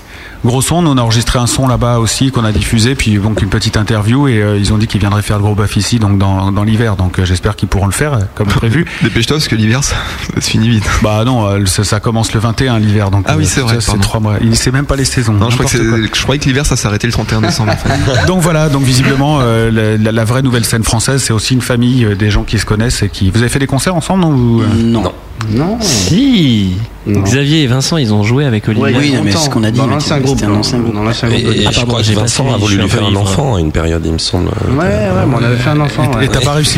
[SPEAKER 2] Gros son, nous, on a enregistré un son là-bas aussi qu'on a diffusé, puis donc une petite interview et euh, ils ont dit qu'ils viendraient faire le gros bœuf ici, donc dans, dans l'hiver. Donc euh, j'espère qu'ils pourront le faire euh, comme prévu.
[SPEAKER 4] Dépêche-toi parce que l'hiver, ça, ça se finit vite.
[SPEAKER 2] bah non, euh, ça, ça commence le 21 l'hiver, donc
[SPEAKER 4] Ah oui,
[SPEAKER 2] euh,
[SPEAKER 4] c'est
[SPEAKER 2] ça,
[SPEAKER 4] vrai,
[SPEAKER 2] c'est
[SPEAKER 4] pardon.
[SPEAKER 2] trois mois. Il sait même pas les saisons.
[SPEAKER 4] Non, je, crois que
[SPEAKER 2] n'importe
[SPEAKER 4] c'est- je croyais que l'hiver, ça s'arrêtait le 31 décembre. en fait.
[SPEAKER 2] quoi. Donc voilà, donc visiblement euh, la, la- la vraie nouvelle scène française, c'est aussi une famille euh, des gens qui se connaissent et qui. Vous avez fait des concerts ensemble, non vous, euh
[SPEAKER 9] Non.
[SPEAKER 3] Non.
[SPEAKER 6] Non.
[SPEAKER 8] Si Xavier et Vincent, ils ont joué avec Olivier.
[SPEAKER 6] Ouais,
[SPEAKER 9] oui,
[SPEAKER 6] longtemps.
[SPEAKER 9] mais c'est ce qu'on a dit,
[SPEAKER 6] Dans
[SPEAKER 9] mais
[SPEAKER 6] l'ancien
[SPEAKER 9] c'était
[SPEAKER 6] groupe.
[SPEAKER 9] un ancien groupe.
[SPEAKER 6] Dans l'ancien
[SPEAKER 3] Et,
[SPEAKER 6] groupe.
[SPEAKER 3] et
[SPEAKER 8] Ah,
[SPEAKER 3] je
[SPEAKER 8] pardon,
[SPEAKER 3] crois que
[SPEAKER 8] j'ai pas
[SPEAKER 3] Vincent
[SPEAKER 8] suivi,
[SPEAKER 3] a voulu
[SPEAKER 8] je suis
[SPEAKER 3] lui
[SPEAKER 8] un
[SPEAKER 3] faire
[SPEAKER 8] peu
[SPEAKER 3] un
[SPEAKER 8] ivre.
[SPEAKER 3] enfant à une période, il me semble.
[SPEAKER 6] Ouais, ouais, mais on avait fait un enfant.
[SPEAKER 2] Et t'as pas réussi.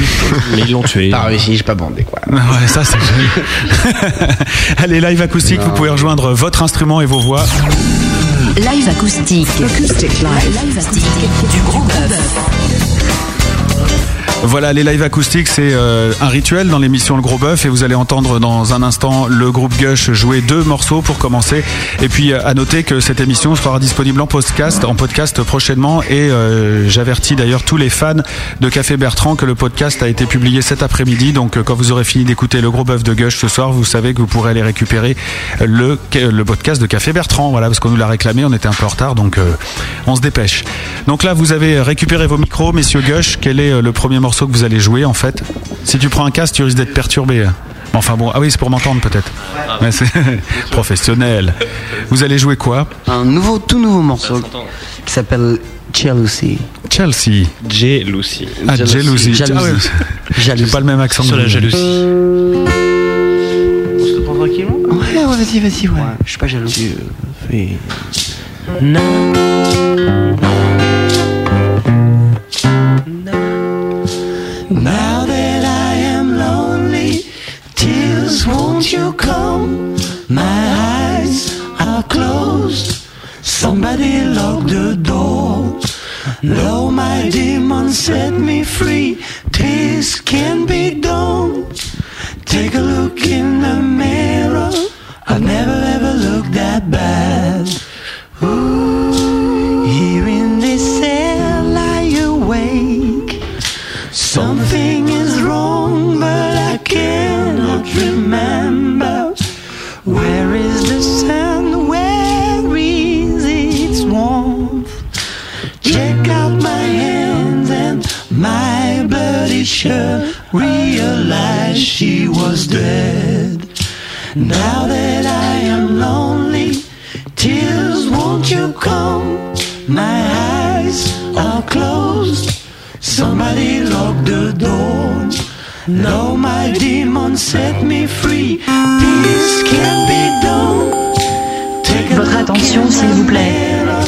[SPEAKER 8] Mais ils l'ont tué.
[SPEAKER 6] réussi, j'ai pas bandé quoi.
[SPEAKER 2] Ouais, ça c'est joli. Allez, live acoustique, vous pouvez rejoindre votre instrument et vos voix.
[SPEAKER 1] Live acoustique. Live, live acoustique du Gros Bœuf.
[SPEAKER 2] Voilà, les lives acoustiques, c'est euh, un rituel dans l'émission Le Gros Bœuf et vous allez entendre dans un instant le groupe Gush jouer deux morceaux pour commencer. Et puis euh, à noter que cette émission sera disponible en podcast, en podcast prochainement et euh, j'avertis d'ailleurs tous les fans de Café Bertrand que le podcast a été publié cet après-midi. Donc euh, quand vous aurez fini d'écouter Le Gros Bœuf de Gush ce soir, vous savez que vous pourrez aller récupérer le, le podcast de Café Bertrand. Voilà, parce qu'on nous l'a réclamé, on était un peu en retard, donc euh, on se dépêche. Donc là, vous avez récupéré vos micros, messieurs Gush. Quel est euh, le premier morceau que vous allez jouer, en fait Si tu prends un casque, tu risques d'être perturbé. Mais Enfin bon, ah oui, c'est pour m'entendre peut-être. Ouais, c'est professionnel. Vous allez jouer quoi
[SPEAKER 9] Un nouveau, tout nouveau morceau qui s'appelle Jealousy.
[SPEAKER 2] Chelsea.
[SPEAKER 8] J'ai Lucy.
[SPEAKER 2] Ah, jalousie. Ah ouais.
[SPEAKER 9] Jalousie.
[SPEAKER 2] J'ai pas le même accent. que vous.
[SPEAKER 8] jalousie.
[SPEAKER 9] Ouais, ouais, vas-y, vas-y, ouais. Je suis pas jaloux.
[SPEAKER 7] Now that I am lonely, tears won't you come? My eyes are closed. Somebody lock the door. Lo, my demon, set me free. This can be done. Take a look in the mirror. I've never ever looked that bad. Ooh, here in this cell, I awake. Something is wrong, but I cannot remember. Where is the sun? Where is its warmth? Check out my hands and my bloody shirt. Realize she was dead. Now that I am lonely, tears won't you come? My eyes are closed. Somebody lock the door. No, my demon set me free. This can be done. Take a
[SPEAKER 10] Votre
[SPEAKER 7] look
[SPEAKER 10] attention,
[SPEAKER 7] in
[SPEAKER 10] s'il vous
[SPEAKER 7] the
[SPEAKER 10] plaît.
[SPEAKER 7] mirror.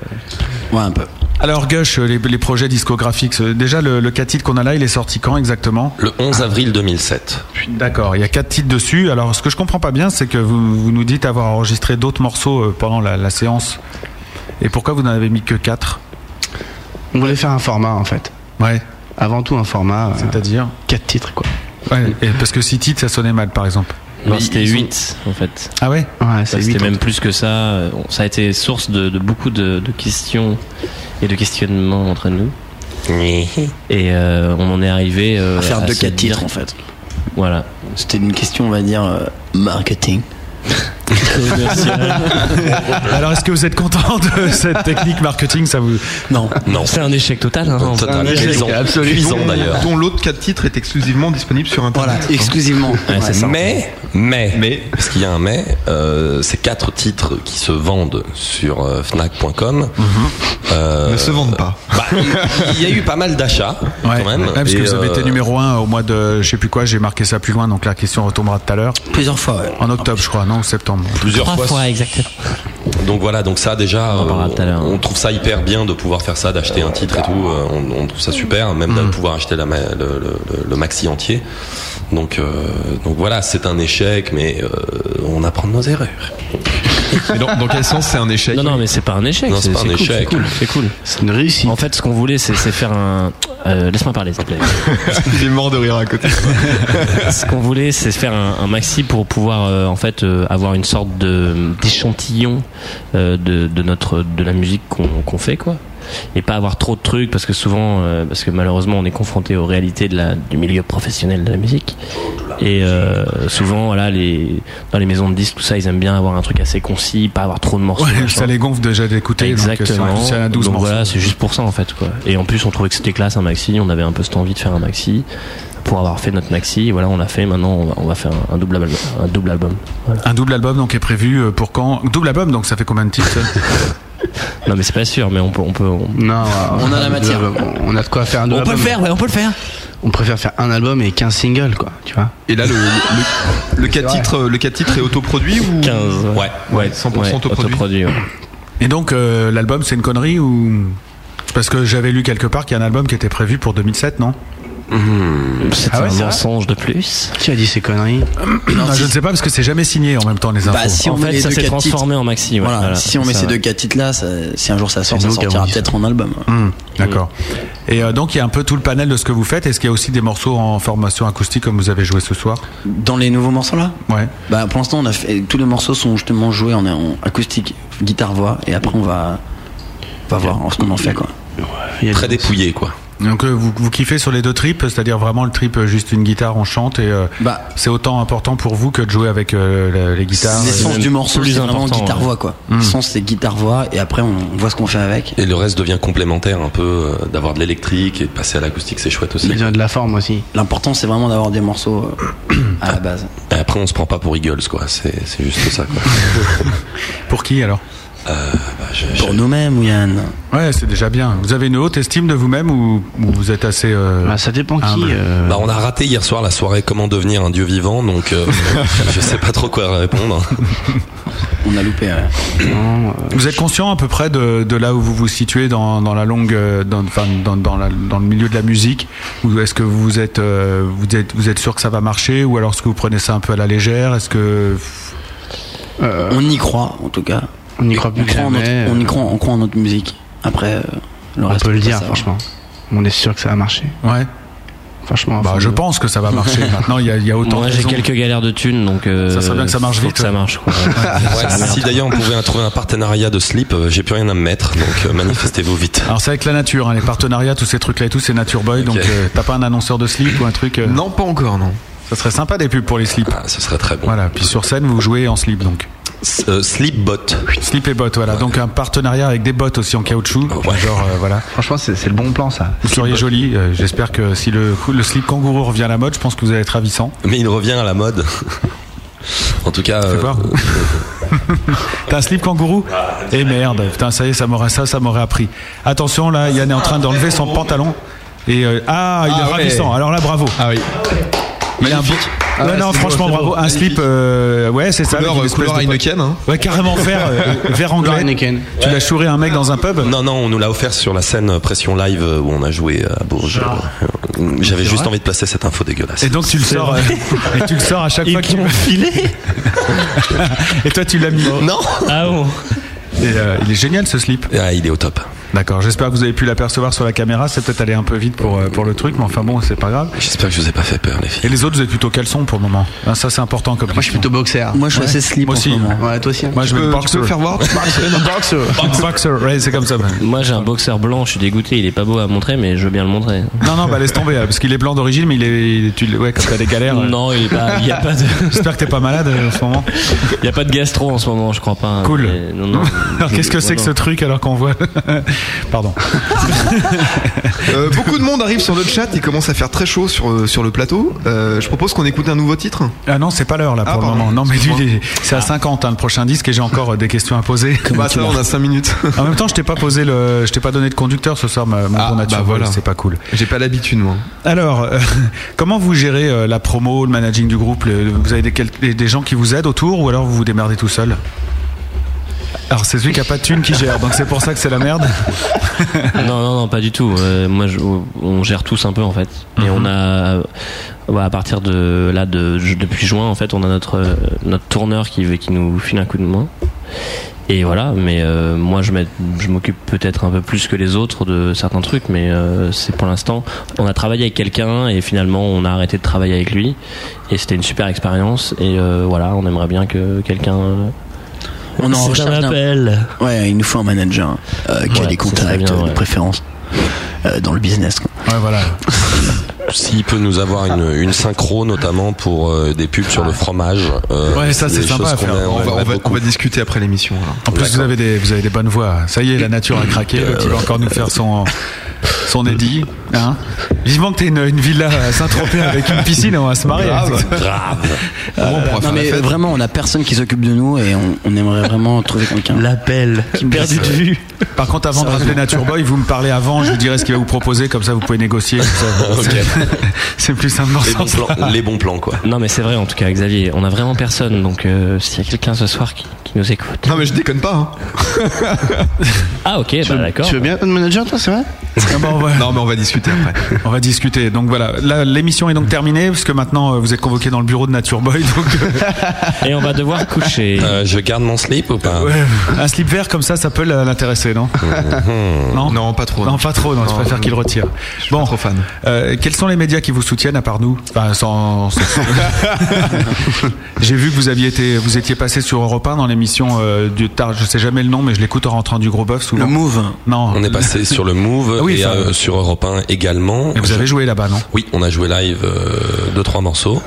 [SPEAKER 8] ouais.
[SPEAKER 9] Ouais, un peu.
[SPEAKER 2] Alors Gush, euh, les, les projets discographiques. euh, Déjà le, le 4 titres qu'on a là, il est sorti quand exactement
[SPEAKER 3] Le 11 avril 2007.
[SPEAKER 2] D'accord, il y a quatre titres dessus. Alors ce que je comprends pas bien, c'est que vous, vous nous dites avoir enregistré d'autres morceaux euh, pendant la, la séance. Et pourquoi vous n'en avez mis que quatre
[SPEAKER 6] On voulait faire un format en fait.
[SPEAKER 2] Ouais,
[SPEAKER 6] Avant tout, un format. euh,
[SPEAKER 2] c'est-à-dire
[SPEAKER 6] Quatre titres quoi.
[SPEAKER 2] Ouais, et parce que six titres, ça sonnait mal par exemple.
[SPEAKER 8] Non,
[SPEAKER 6] Mais
[SPEAKER 8] c'était
[SPEAKER 6] ils sont-
[SPEAKER 8] 8, en fait.
[SPEAKER 2] Ah ouais
[SPEAKER 6] Ouais, c'est
[SPEAKER 8] Ça,
[SPEAKER 6] huit,
[SPEAKER 8] C'était
[SPEAKER 6] en
[SPEAKER 8] même plus que ça. Euh, on- Ça a été source de, de beaucoup de, de questions et de questionnements entre nous. Et euh, on en est arrivé euh,
[SPEAKER 5] À faire deux
[SPEAKER 8] se
[SPEAKER 5] quatre
[SPEAKER 8] dire-
[SPEAKER 5] titres en fait.
[SPEAKER 8] Voilà.
[SPEAKER 5] C'était une question, on va dire, euh, marketing.
[SPEAKER 2] Alors, est-ce que vous êtes content de cette technique marketing Ça vous
[SPEAKER 8] Non,
[SPEAKER 3] non.
[SPEAKER 8] C'est un échec total. hein.
[SPEAKER 3] Total. Cuisant. Cuisant, d'ailleurs.
[SPEAKER 4] Dont l'autre 4 titres est exclusivement disponible sur internet. Voilà,
[SPEAKER 9] exclusivement.
[SPEAKER 3] Mais, mais, parce qu'il y a un mais, euh, ces quatre titres qui se vendent sur euh, Fnac.com
[SPEAKER 2] Mhm.
[SPEAKER 3] euh,
[SPEAKER 4] Ne se vendent pas.
[SPEAKER 3] bah, Il y a eu pas mal d'achats
[SPEAKER 2] Ouais,
[SPEAKER 3] quand même.
[SPEAKER 2] ouais, parce
[SPEAKER 3] Et,
[SPEAKER 2] que vous avez
[SPEAKER 3] euh,
[SPEAKER 2] été numéro 1 au mois de je sais plus quoi, j'ai marqué ça plus loin, donc la question retombera tout à l'heure.
[SPEAKER 9] Plusieurs fois,
[SPEAKER 2] En octobre, je crois, non, en septembre.
[SPEAKER 3] Plusieurs Trois fois, fois,
[SPEAKER 8] exactement.
[SPEAKER 3] Donc voilà, donc ça déjà, euh, on, on trouve ça hyper bien de pouvoir faire ça, d'acheter un titre et tout. euh, on, on trouve ça super, même
[SPEAKER 8] Mm.
[SPEAKER 3] de pouvoir acheter la ma- le, le- le- le maxi entier. Donc, euh, donc voilà, c'est un échec, mais euh, on apprend de nos erreurs.
[SPEAKER 4] dans, quel sens c'est un échec
[SPEAKER 8] Non, non, mais c'est pas un échec.
[SPEAKER 3] Non, c'est pas un
[SPEAKER 8] cool,
[SPEAKER 3] échec.
[SPEAKER 8] C'est cool, c'est cool. C'est une réussite. En fait, ce qu'on voulait, c'est c'est faire un. euh, Laisse-moi parler, s'il te plaît.
[SPEAKER 4] Il est mort de rire à côté.
[SPEAKER 8] ce qu'on voulait, c'est se faire un, un maxi pour pouvoir euh, en fait euh, avoir une sorte de d'échantillon euh, de, de notre de la musique qu'on qu'on fait quoi. Et pas avoir trop de trucs parce que souvent, euh, parce que malheureusement, on est confronté aux réalités de la, du milieu professionnel de la musique. Et euh, souvent, voilà, les dans les maisons de disques, tout ça, ils aiment bien avoir un truc assez concis, pas avoir trop de morceaux.
[SPEAKER 2] Ouais,
[SPEAKER 8] machin.
[SPEAKER 2] ça les gonfle déjà d'écouter. donc, euh,
[SPEAKER 8] Exactement.
[SPEAKER 2] c'est- C'est à 12
[SPEAKER 8] Donc
[SPEAKER 2] morceaux.
[SPEAKER 8] voilà, c'est juste pour ça en fait quoi. Et en plus, on trouvait que c'était classe un maxi. On avait un peu cette envie de faire un maxi pour avoir fait notre maxi. Et voilà, on l'a fait. Maintenant, on va, on va faire un, un double album. Un double album.
[SPEAKER 2] Un double album donc est prévu euh, pour quand Double album, donc ça fait combien de titres
[SPEAKER 8] Non, mais c'est pas sûr. Mais on peut, on peut. on-
[SPEAKER 11] Non,
[SPEAKER 8] On a la
[SPEAKER 11] un
[SPEAKER 8] matière.
[SPEAKER 11] double album. On a de quoi faire un double
[SPEAKER 8] On peut le
[SPEAKER 11] album.
[SPEAKER 8] faire, ouais, on peut le faire.
[SPEAKER 11] On préfère faire un album et 15 singles, quoi, tu vois.
[SPEAKER 4] Et là, le, le, le 4
[SPEAKER 11] vrai.
[SPEAKER 4] titres, le 4 titres est autoproduit ou
[SPEAKER 8] 15, ouais.
[SPEAKER 4] ouais, 100%
[SPEAKER 8] Ouais,
[SPEAKER 4] autoproduit.
[SPEAKER 8] autoproduit, ouais.
[SPEAKER 2] Et donc euh, l'album, c'est une connerie ou Parce que j'avais lu quelque part qu'il y a un album qui était prévu pour 2007, non
[SPEAKER 9] Hmm.
[SPEAKER 8] C'est
[SPEAKER 2] Ah ouais,
[SPEAKER 8] un
[SPEAKER 2] c'est vrai
[SPEAKER 8] mensonge de plus.
[SPEAKER 11] Qui a dit ces conneries
[SPEAKER 2] Non, Je ne sais pas parce que c'est jamais signé en même temps les infos.
[SPEAKER 9] Bah, si on
[SPEAKER 8] En
[SPEAKER 9] met
[SPEAKER 8] fait,
[SPEAKER 9] les
[SPEAKER 8] ça
[SPEAKER 9] deux
[SPEAKER 8] s'est
[SPEAKER 9] quatre titres-
[SPEAKER 8] transformé en maxi, ouais,
[SPEAKER 9] Voilà.
[SPEAKER 8] voilà,
[SPEAKER 9] Si on
[SPEAKER 8] c'est
[SPEAKER 9] met
[SPEAKER 8] ça,
[SPEAKER 9] ces deux
[SPEAKER 8] ouais.
[SPEAKER 9] quatre titres là, si un jour ça sort,
[SPEAKER 2] C'est
[SPEAKER 9] ça
[SPEAKER 2] nous qui avons
[SPEAKER 9] sortira
[SPEAKER 2] dit ça.
[SPEAKER 9] peut-être en album.
[SPEAKER 2] Hmm, D'accord. Et euh, donc il y a un peu tout le panel de ce que vous faites. Est-ce qu'il y a aussi des morceaux en formation acoustique comme vous avez joué ce soir
[SPEAKER 9] Dans les nouveaux morceaux là
[SPEAKER 2] Ouais.
[SPEAKER 9] Bah pour l'instant on a fait, tous les morceaux sont justement joués en, en acoustique, guitare voix et après on va on va voir ce qu'on en fait quoi.
[SPEAKER 3] Très dépouillé, quoi.
[SPEAKER 2] Donc euh, vous, vous kiffez sur les deux trips, c'est-à-dire vraiment le trip euh, juste une guitare, on chante et euh,
[SPEAKER 9] Bah.
[SPEAKER 2] c'est autant important pour vous que de jouer avec euh, la- les guitares.
[SPEAKER 9] L'essence
[SPEAKER 2] euh,
[SPEAKER 9] du morceau c'est vraiment
[SPEAKER 2] important,
[SPEAKER 9] guitare voix quoi. L'essence c'est guitare voix et après on voit ce qu'on fait avec.
[SPEAKER 3] Et le reste devient complémentaire un peu, euh, d'avoir de l'électrique et de passer à l'acoustique, c'est chouette aussi.
[SPEAKER 11] Ils ont de la forme aussi.
[SPEAKER 9] L'important c'est vraiment d'avoir des morceaux euh, à la base.
[SPEAKER 3] Et après, on se prend pas pour Eagles, quoi. C'est c'est juste ça, quoi.
[SPEAKER 2] Pour qui alors
[SPEAKER 9] Euh, Pour nous-mêmes, Yann.
[SPEAKER 2] Ouais, c'est déjà bien. Vous avez une haute estime de vous-même ou, ou vous êtes assez. euh,
[SPEAKER 11] Bah, ça dépend euh,
[SPEAKER 2] humble
[SPEAKER 3] Bah, on a raté hier soir la soirée Comment devenir un dieu vivant, donc euh, je sais pas trop quoi répondre.
[SPEAKER 9] On a loupé. euh,
[SPEAKER 2] Vous êtes conscient à peu près de, de là où vous vous situez dans, dans la longue, euh, dans, enfin, dans, dans la- dans le milieu de la musique Ou est-ce que vous êtes, euh, vous êtes, vous êtes sûr que ça va marcher Ou alors est-ce que vous prenez ça un peu à la légère Est-ce que
[SPEAKER 9] Euh, On y croit en tout cas.
[SPEAKER 11] On y croit plus
[SPEAKER 9] On
[SPEAKER 11] que
[SPEAKER 9] croit, en notre,
[SPEAKER 11] jamais.
[SPEAKER 9] on y croit, on croit en notre musique. Après, euh, le
[SPEAKER 11] On
[SPEAKER 9] reste,
[SPEAKER 11] peut le dire,
[SPEAKER 8] hein.
[SPEAKER 9] savoir.
[SPEAKER 11] franchement. On est sûr que ça va marcher.
[SPEAKER 2] ouais
[SPEAKER 11] Franchement.
[SPEAKER 2] Bah,
[SPEAKER 11] faut-
[SPEAKER 2] je pense que ça va marcher. Maintenant, il y a, il y a autant.
[SPEAKER 8] Moi,
[SPEAKER 2] de
[SPEAKER 8] j'ai
[SPEAKER 2] raisons.
[SPEAKER 8] quelques galères de thunes, donc. euh,
[SPEAKER 2] Ça serait bien que ça marche
[SPEAKER 8] faut
[SPEAKER 2] vite. euh.
[SPEAKER 8] Que ça marche. Quoi.
[SPEAKER 3] Ouais, si d'ailleurs on pouvait trouver un partenariat de slip, euh, j'ai plus rien à me mettre, donc euh, manifestez-vous vite.
[SPEAKER 2] Alors c'est avec la nature, hein, les partenariats, tous ces trucs-là et tout, c'est Nature Boy. Donc euh, t'as pas un annonceur de slip ou un truc euh,
[SPEAKER 4] Non, pas encore, non.
[SPEAKER 2] Ça serait sympa des pubs pour les slips.
[SPEAKER 3] Ah, ce serait très bon.
[SPEAKER 2] Voilà. Puis sur scène, vous jouez en slip donc.
[SPEAKER 3] S- euh, slip bot.
[SPEAKER 2] Slip et bottes, voilà. Donc un partenariat avec des bottes aussi en caoutchouc.
[SPEAKER 3] Oh.
[SPEAKER 2] Genre euh, voilà.
[SPEAKER 11] Franchement, c'est c'est le bon plan, ça.
[SPEAKER 2] Vous seriez joli. euh, J'espère que si le, le slip kangourou revient à la mode, je pense que vous allez être ravissant.
[SPEAKER 3] Mais il revient à la mode. en tout cas. euh,
[SPEAKER 2] T'as un slip kangourou Eh merde, putain, ça y est, ça m'aurait ça, ça m'aurait appris. Attention, là, Yann est en train d'enlever son pantalon. Et euh, ah, il
[SPEAKER 4] Ah
[SPEAKER 2] est
[SPEAKER 4] ouais.
[SPEAKER 2] ravissant. Alors là, bravo.
[SPEAKER 4] Ah oui.
[SPEAKER 2] Il a un beau-
[SPEAKER 4] Ah
[SPEAKER 2] non,
[SPEAKER 4] ouais,
[SPEAKER 2] non,
[SPEAKER 4] c'est beau,
[SPEAKER 2] franchement,
[SPEAKER 4] c'est beau.
[SPEAKER 2] bravo. Un
[SPEAKER 4] Magnifique.
[SPEAKER 2] slip, euh, ouais, c'est ça.
[SPEAKER 4] Couleur-
[SPEAKER 2] avec une espèce
[SPEAKER 4] couleur
[SPEAKER 2] de-
[SPEAKER 4] Heineken, hein.
[SPEAKER 2] Ouais, carrément vert, euh, vert anglais. Tu l'as chouré un mec dans un pub
[SPEAKER 3] Non, non, on nous l'a offert sur la scène euh, Pression Live euh, où on a joué à Bourges. Euh, J'avais juste envie de placer cette info dégueulasse.
[SPEAKER 2] Et donc tu le sors, euh, et tu le sors à chaque fois qu'il
[SPEAKER 8] filé.
[SPEAKER 2] et toi tu l'as mis.
[SPEAKER 3] Non.
[SPEAKER 8] Ah bon.
[SPEAKER 2] Et, euh, il est génial ce slip.
[SPEAKER 3] Ah, il est au top.
[SPEAKER 2] D'accord, j'espère que vous avez pu l'apercevoir sur la caméra. C'est peut-être allé un peu vite pour, euh, pour le truc, mais enfin bon, c'est pas grave.
[SPEAKER 3] J'espère que je vous ai pas fait peur, les filles.
[SPEAKER 2] Et les autres, vous êtes plutôt caleçon pour le moment. Hein, ça, c'est important comme Moi, je suis
[SPEAKER 11] plutôt boxer.
[SPEAKER 9] Moi, je suis assez slip
[SPEAKER 2] Moi
[SPEAKER 9] en ce
[SPEAKER 2] aussi.
[SPEAKER 9] moment. Ouais, toi aussi, hein.
[SPEAKER 2] Moi,
[SPEAKER 9] Tu
[SPEAKER 2] je
[SPEAKER 9] peux-
[SPEAKER 2] mets
[SPEAKER 9] tu
[SPEAKER 2] boxer.
[SPEAKER 9] peux faire voir Boxer, non, boxer.
[SPEAKER 2] Box- boxer, ouais, c'est comme ça. bah.
[SPEAKER 8] Moi j'ai un boxeur blanc, je suis dégoûté, il est pas beau à montrer, mais je veux bien le montrer.
[SPEAKER 2] Non, non, bah laisse tomber, parce qu'il est blanc d'origine, mais il est. il est- tu- ouais, quand t'as des galères.
[SPEAKER 8] Non, il est pas- il y a pas de-
[SPEAKER 2] J'espère que t'es pas malade euh, en ce moment.
[SPEAKER 8] Il n'y a pas de gastro en ce moment, je crois pas.
[SPEAKER 2] Cool.
[SPEAKER 8] Mais non, non.
[SPEAKER 2] Alors, qu'est-ce que c'est que ce
[SPEAKER 8] Voilà.
[SPEAKER 2] truc alors qu'on voit Pardon.
[SPEAKER 4] Euh, beaucoup de monde arrive sur le chat, il commence à faire très chaud sur, euh, sur le plateau. Euh, je propose qu'on écoute un nouveau titre.
[SPEAKER 2] Ah non, c'est pas l'heure là pour le moment. Non, mais lui, il est- c'est à 50 hein, le prochain disque et j'ai encore euh, des questions à poser.
[SPEAKER 4] Bah, ça, on a 5 minutes.
[SPEAKER 2] En même temps, je t'ai pas posé le, je t'ai pas donné de conducteur ce soir, ma- mon
[SPEAKER 4] Ah,
[SPEAKER 2] tour naturel, c'est pas cool.
[SPEAKER 4] Bah, J'ai pas l'habitude, moi.
[SPEAKER 2] Alors, euh, comment vous gérez euh, la promo, le managing du groupe le- Vous avez des, quel- des- des gens qui vous aident autour ou alors vous vous démerdez tout seul Alors, c'est celui qui a pas de thune qui gère, donc c'est pour ça que c'est la merde.
[SPEAKER 8] non, non, non, pas du tout. Euh, moi, je- on gère tous un peu en fait. Et on a, euh, ouais, à partir de là, de, ju- depuis juin, en fait, on a notre euh, notre tourneur qui veut- qui nous file un coup de main. Et voilà, mais euh, moi je m'aide- je m'occupe peut-être un peu plus que les autres de certains trucs, mais euh, c'est pour l'instant. On a travaillé avec quelqu'un et finalement on a arrêté de travailler avec lui. Et c'était une super expérience. Et euh, voilà, on aimerait bien que quelqu'un. euh,
[SPEAKER 9] On est en
[SPEAKER 8] C'est un
[SPEAKER 9] recherche d'un-
[SPEAKER 8] appel.
[SPEAKER 9] Ouais, il nous faut un manager hein, euh, qui a
[SPEAKER 8] Ouais,
[SPEAKER 9] des
[SPEAKER 8] ce serait
[SPEAKER 9] contacts,
[SPEAKER 8] bien,
[SPEAKER 9] euh, de
[SPEAKER 8] ouais.
[SPEAKER 9] préférence, euh, dans le business. quoi. Euh,
[SPEAKER 2] Ouais, voilà.
[SPEAKER 3] S'il peut nous avoir une, une synchro, notamment pour euh, des pubs sur le fromage. euh,
[SPEAKER 2] Ouais, ça, c'est
[SPEAKER 3] des
[SPEAKER 2] sympa
[SPEAKER 3] choses
[SPEAKER 2] à
[SPEAKER 3] qu'on
[SPEAKER 2] faire.
[SPEAKER 3] a-
[SPEAKER 2] On va-
[SPEAKER 3] aimerait
[SPEAKER 2] on va-
[SPEAKER 3] beaucoup.
[SPEAKER 4] On va discuter après l'émission. alors.
[SPEAKER 2] En plus, vous avez, des, vous avez des bonnes voix. Ça y est, la nature a craqué. L'autre, il va encore nous faire son, son édit. Hein Vivement que t'aies une, une villa à Saint-Tropez avec une piscine, on va se marrer. Hein.
[SPEAKER 4] Ah,
[SPEAKER 9] non mais vraiment, on a personne qui s'occupe de nous et on, on aimerait vraiment trouver quelqu'un.
[SPEAKER 8] L'appel.
[SPEAKER 9] Perdu de vue.
[SPEAKER 2] Par contre, avant de rappeler Nature Boy, vous me parlez avant, je vous dirai ce qu'il va vous proposer, comme ça vous pouvez négocier. tout ça.
[SPEAKER 3] Ok.
[SPEAKER 2] C'est plus simple dans ce
[SPEAKER 3] Les bons,
[SPEAKER 2] sens-là.
[SPEAKER 3] plans, les bons plans, quoi.
[SPEAKER 8] Non mais c'est vrai en tout cas Xavier, on a vraiment personne donc euh, s'il y a quelqu'un ce soir qui, qui nous écoute.
[SPEAKER 4] Non, mais je déconne pas. hein.
[SPEAKER 8] Ah ok bah d'accord.
[SPEAKER 11] Tu veux bien être manager, toi, c'est vrai
[SPEAKER 2] Ah bah, on, va,
[SPEAKER 4] Non, mais on va discuter après.
[SPEAKER 2] on va discuter. Donc voilà, Là, l'émission est donc terminée, parce que maintenant euh, vous êtes convoqué dans le bureau de Nature Boy. Donc, euh,
[SPEAKER 8] Et on va devoir coucher.
[SPEAKER 3] Euh, je garde mon slip ou
[SPEAKER 4] Ah.
[SPEAKER 3] pas
[SPEAKER 2] ouais, un slip vert comme ça, ça peut la- l'intéresser, non Non
[SPEAKER 4] Non, pas trop.
[SPEAKER 2] Non, pas trop, non, je
[SPEAKER 4] Non.
[SPEAKER 2] préfère qu'il retire. Bon,
[SPEAKER 4] trop fan.
[SPEAKER 2] euh, quels sont les médias qui vous soutiennent à part nous Enfin, sans. sans- J'ai vu que vous aviez été, vous étiez passé sur Europe 1 dans l'émission euh, du tard. Je sais jamais le nom, mais je l'écoute en rentrant du gros bœuf souvent.
[SPEAKER 9] Le move.
[SPEAKER 2] Non.
[SPEAKER 3] On est passé sur le Move
[SPEAKER 2] Ah oui,
[SPEAKER 3] et
[SPEAKER 2] ça-
[SPEAKER 3] euh, sur Europe 1 également.
[SPEAKER 2] Mais vous avez joué là-bas, non
[SPEAKER 3] Oui, on a joué live euh, deux trois morceaux.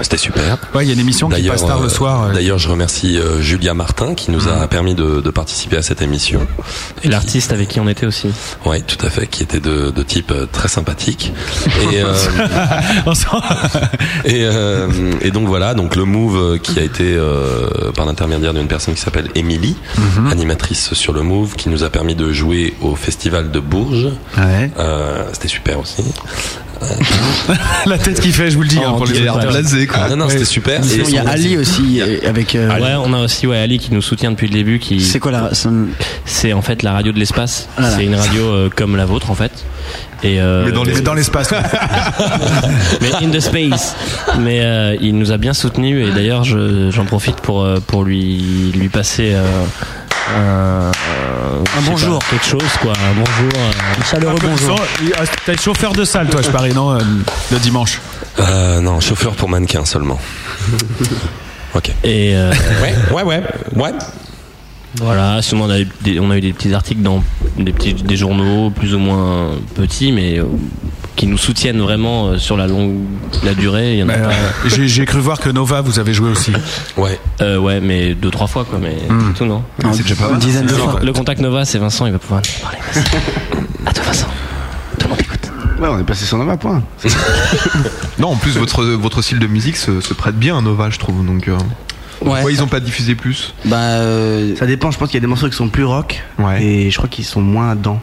[SPEAKER 3] C'était super.
[SPEAKER 2] Ouais, il y a une émission qui
[SPEAKER 3] D'ailleurs,
[SPEAKER 2] passe tard
[SPEAKER 3] euh,
[SPEAKER 2] le soir. euh,
[SPEAKER 3] D'ailleurs, je remercie euh, Julia Martin qui nous a permis de, de participer à cette émission.
[SPEAKER 8] Et l'artiste avec qui on était aussi.
[SPEAKER 3] Oui, tout à fait, qui était de, de type euh, très sympathique. Et, euh,
[SPEAKER 2] on sent-
[SPEAKER 3] et, euh, et donc voilà, donc le move euh, qui a été euh, par l'intermédiaire d'une personne qui s'appelle Émilie,
[SPEAKER 2] Mhm.
[SPEAKER 3] animatrice sur le move, qui nous a permis de jouer au festival de Bourges.
[SPEAKER 2] Ouais.
[SPEAKER 3] Euh, C'était super aussi.
[SPEAKER 2] La tête qui fait, je vous le dis. hein, pour les
[SPEAKER 4] Il a l'air
[SPEAKER 2] auditeurs.
[SPEAKER 4] blasé, quoi.
[SPEAKER 3] Ah, non, non, c'était super. Et
[SPEAKER 9] Oh, Sinon, il y a
[SPEAKER 3] son-
[SPEAKER 9] Ali aussi euh, avec. euh,
[SPEAKER 8] Ouais, on a aussi ouais, Ali qui nous soutient depuis le début qui
[SPEAKER 9] C'est quoi là son-
[SPEAKER 8] c'est en fait la radio de l'espace.
[SPEAKER 9] Voilà.
[SPEAKER 8] C'est une radio euh, comme la vôtre en fait. Et euh,
[SPEAKER 4] Mais dans les-
[SPEAKER 2] Mais dans l'espace. ouais.
[SPEAKER 8] mais in the space. Mais euh, il nous a bien soutenu et d'ailleurs je- j'en profite pour euh, pour lui lui passer euh, un, euh, je sais
[SPEAKER 9] bonjour.
[SPEAKER 8] pas, quelque chose quoi un bonjour euh,
[SPEAKER 9] Chaleureux bonjour.
[SPEAKER 2] Ah, T'es chauffeur de salle, toi, je parie, non euh, Le dimanche.
[SPEAKER 3] Euh, non, chauffeur pour mannequin seulement. ok.
[SPEAKER 8] et euh,
[SPEAKER 3] Ouais, ouais, ouais, ouais.
[SPEAKER 8] Voilà, sûrement on a, eu des, on a eu des petits articles dans des petits des journaux plus ou moins petits, mais euh, qui nous soutiennent vraiment euh, sur la longue la durée. Il y en a
[SPEAKER 2] Mais, euh,
[SPEAKER 8] pas.
[SPEAKER 2] J'ai j'ai cru voir que Nova, vous avez joué aussi. Hmm.
[SPEAKER 3] Ouais.
[SPEAKER 8] Euh, ouais, mais deux trois fois quoi, mais c'est tout non.
[SPEAKER 2] Ah,
[SPEAKER 9] Non, Une dizaine de fois.
[SPEAKER 8] Le contact Nova, c'est Vincent, il va pouvoir nous parler. Vas-y. À toi Vincent. Tout le monde écoute.
[SPEAKER 11] Ouais, on est passé sur Nova, point.
[SPEAKER 4] euh, Non, en plus, votre, votre style de musique se, se prête bien à Nova, je trouve. Donc, euh, pourquoi
[SPEAKER 9] Ouais.
[SPEAKER 4] ils ont pas diffusé plus
[SPEAKER 9] Bah, euh,
[SPEAKER 11] Ça dépend, je pense qu'il y a des morceaux qui sont plus rock
[SPEAKER 4] Ouais.
[SPEAKER 11] et je crois qu'ils sont moins dedans.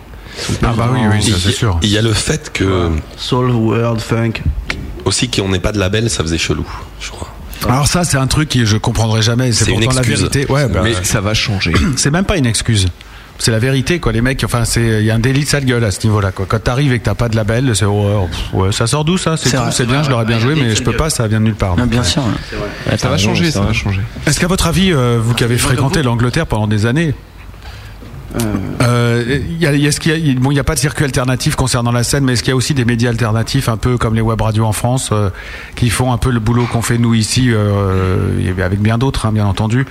[SPEAKER 2] Ah bah oui, oui, ça
[SPEAKER 3] Il y-
[SPEAKER 2] c'est sûr.
[SPEAKER 3] Il y a le fait que
[SPEAKER 11] Soul, world, funk.
[SPEAKER 3] aussi qu'on n'ait pas de label, ça faisait chelou, je crois.
[SPEAKER 2] Alors ça, c'est un truc que je comprendrai jamais. C'est
[SPEAKER 3] C'est une
[SPEAKER 2] pourtant la
[SPEAKER 3] excuse.
[SPEAKER 2] vérité. Ouais, bah,
[SPEAKER 3] Mais-
[SPEAKER 4] Ça va changer.
[SPEAKER 2] c'est même pas une excuse. C'est la vérité, quoi. Les mecs, enfin, c'est il y a un délit de sale gueule à ce niveau-là, quoi. Quand t'arrives et que t'as pas de label, c'est oh, pff, ouais, ça sort d'où ça C'est
[SPEAKER 9] C'est
[SPEAKER 2] tout,
[SPEAKER 9] vrai.
[SPEAKER 2] c'est bien, je l'aurais bien joué, mais je peux pas, ça vient de nulle part.
[SPEAKER 9] non, bien sûr.
[SPEAKER 8] Ouais,
[SPEAKER 4] Ça
[SPEAKER 8] t'as
[SPEAKER 4] va
[SPEAKER 8] raison,
[SPEAKER 4] changer,
[SPEAKER 8] c'est
[SPEAKER 4] ça
[SPEAKER 8] vrai.
[SPEAKER 4] va changer.
[SPEAKER 2] Est-ce qu'à votre avis, euh, vous qui avez fréquenté l'Angleterre pendant des années, Euh, il y a- il y a ce qu'il y a- il- bon, il n'y a, pas de circuit alternatif concernant la scène, mais est-ce qu'il y a aussi des médias alternatifs, un peu comme les web radios en France, euh, qui font un peu le boulot qu'on fait nous ici, euh, il y avait avec bien d'autres, hein, bien entendu.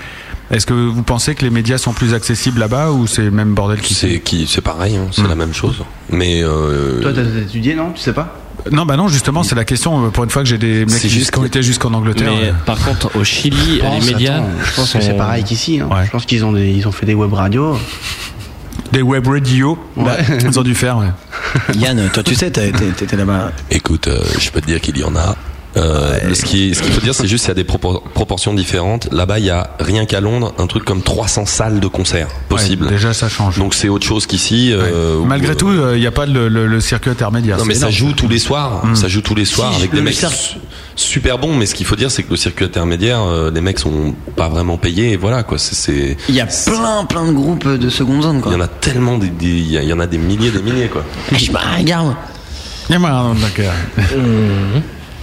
[SPEAKER 2] Est-ce que vous pensez que les médias sont plus accessibles là-bas ou c'est le même bordel qui
[SPEAKER 3] C'est qui, c'est pareil, hein,
[SPEAKER 2] Mm.
[SPEAKER 3] c'est la même chose. Mais euh,
[SPEAKER 11] Toi, t'as t'as étudié, non Tu sais pas
[SPEAKER 2] Non, bah non, justement, c'est la question. euh, Pour une fois que j'ai des mecs qui qui ont été jusqu'en Angleterre.
[SPEAKER 8] Mais
[SPEAKER 2] euh.
[SPEAKER 8] par contre, au Chili,
[SPEAKER 11] Je pense,
[SPEAKER 8] les médias.
[SPEAKER 11] attends, je pense que
[SPEAKER 8] sont-
[SPEAKER 11] c'est pareil qu'ici. hein. Je pense qu'ils ont, des- ils ont fait des web radios.
[SPEAKER 2] Des web radios Ils ont dû faire,
[SPEAKER 9] Yann, toi, tu sais, t'as- t'es- t'étais là-bas.
[SPEAKER 3] Écoute, euh, je peux te dire qu'il y en a. Euh, ce qui- ce qu'il faut dire, c'est juste qu'il y a des propor- proportions différentes. Là-bas, il y a rien qu'à Londres, un truc comme 300 salles de concert possibles.
[SPEAKER 2] déjà, ça change.
[SPEAKER 3] Donc c'est autre chose qu'ici. euh, où-
[SPEAKER 2] Malgré tout, euh, il n'y a pas le, le- le circuit intermédiaire.
[SPEAKER 3] non mais
[SPEAKER 2] C'est
[SPEAKER 3] ça
[SPEAKER 2] énorme.
[SPEAKER 3] joue tous les soirs,
[SPEAKER 2] Mm.
[SPEAKER 3] ça joue tous les soirs
[SPEAKER 2] Si,
[SPEAKER 3] avec
[SPEAKER 2] le
[SPEAKER 3] des mecs
[SPEAKER 2] cirque.
[SPEAKER 3] su- super bons. Mais ce qu'il faut dire, c'est que le circuit intermédiaire, euh, les mecs sont pas vraiment payés. Et voilà quoi, c'est- c'est.
[SPEAKER 9] Il y a plein, plein de groupes de seconde zone,
[SPEAKER 3] Il
[SPEAKER 9] quoi. Ah,
[SPEAKER 3] y en a tellement des, des- il y a- il y en a des milliers, des milliers quoi.
[SPEAKER 9] Je me regarde.
[SPEAKER 2] Il y a marre, donc, euh,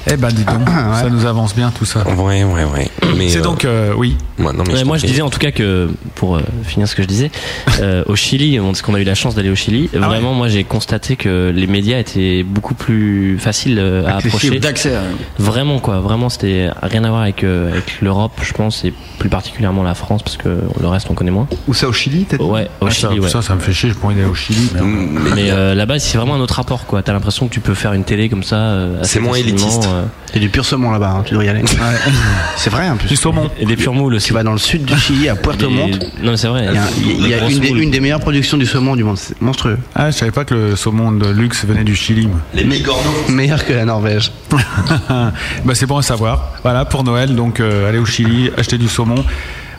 [SPEAKER 2] Eh ben, dis donc, ça nous avance bien tout ça.
[SPEAKER 3] Ah, Ouais, ouais, ouais. Mais,
[SPEAKER 2] C'est
[SPEAKER 3] euh,
[SPEAKER 2] donc, euh, oui.
[SPEAKER 3] Ouais, non, mais
[SPEAKER 8] Ouais,
[SPEAKER 3] je
[SPEAKER 8] moi,
[SPEAKER 3] t'en
[SPEAKER 8] je
[SPEAKER 3] prie.
[SPEAKER 8] disais en tout cas que, pour euh, finir ce que je disais, euh, au Chili, on- parce qu'on a eu la chance d'aller au Chili,
[SPEAKER 2] Ah
[SPEAKER 8] vraiment, moi, j'ai constaté que les médias étaient beaucoup plus faciles euh, à
[SPEAKER 9] Accessible,
[SPEAKER 8] approcher.
[SPEAKER 9] d'accès, hein.
[SPEAKER 11] hein.
[SPEAKER 9] ouais.
[SPEAKER 8] Vraiment, quoi. Vraiment, c'était rien à voir avec, euh, avec l'Europe, je pense, et plus particulièrement la France, parce que le reste, on connaît moins.
[SPEAKER 4] Ou ça au Chili, peut-être
[SPEAKER 8] Ouais, au
[SPEAKER 2] Ah, ça,
[SPEAKER 8] Chili, ouais.
[SPEAKER 2] ça, ça me fait chier, je pourrais aller au Chili. merde.
[SPEAKER 8] Mais euh, là-bas, c'est vraiment un autre rapport, quoi. T'as l'impression que tu peux faire une télé comme ça. euh, assez
[SPEAKER 11] C'est moins
[SPEAKER 8] facilement,
[SPEAKER 11] élitiste.
[SPEAKER 8] euh.
[SPEAKER 11] T'es du pur saumon là-bas, hein, tu devrais y aller. C'est vrai en plus. Du
[SPEAKER 2] saumon.
[SPEAKER 8] Et des purs moules aussi.
[SPEAKER 11] Tu vas dans le sud du Chili, à Puerto
[SPEAKER 8] Des-
[SPEAKER 11] Montt.
[SPEAKER 8] Non, mais c'est vrai.
[SPEAKER 11] Il y a, il y a
[SPEAKER 8] Des grosses
[SPEAKER 11] une, des,
[SPEAKER 8] moules.
[SPEAKER 11] une des meilleures productions du saumon du monde. C'est monstrueux.
[SPEAKER 2] Ah, je savais pas que le saumon de luxe venait du Chili. moi.
[SPEAKER 3] Les bigorneaux.
[SPEAKER 11] Meilleur que la Norvège.
[SPEAKER 2] bah, c'est bon à savoir. Voilà, pour Noël, donc euh, allez au Chili, achetez du saumon.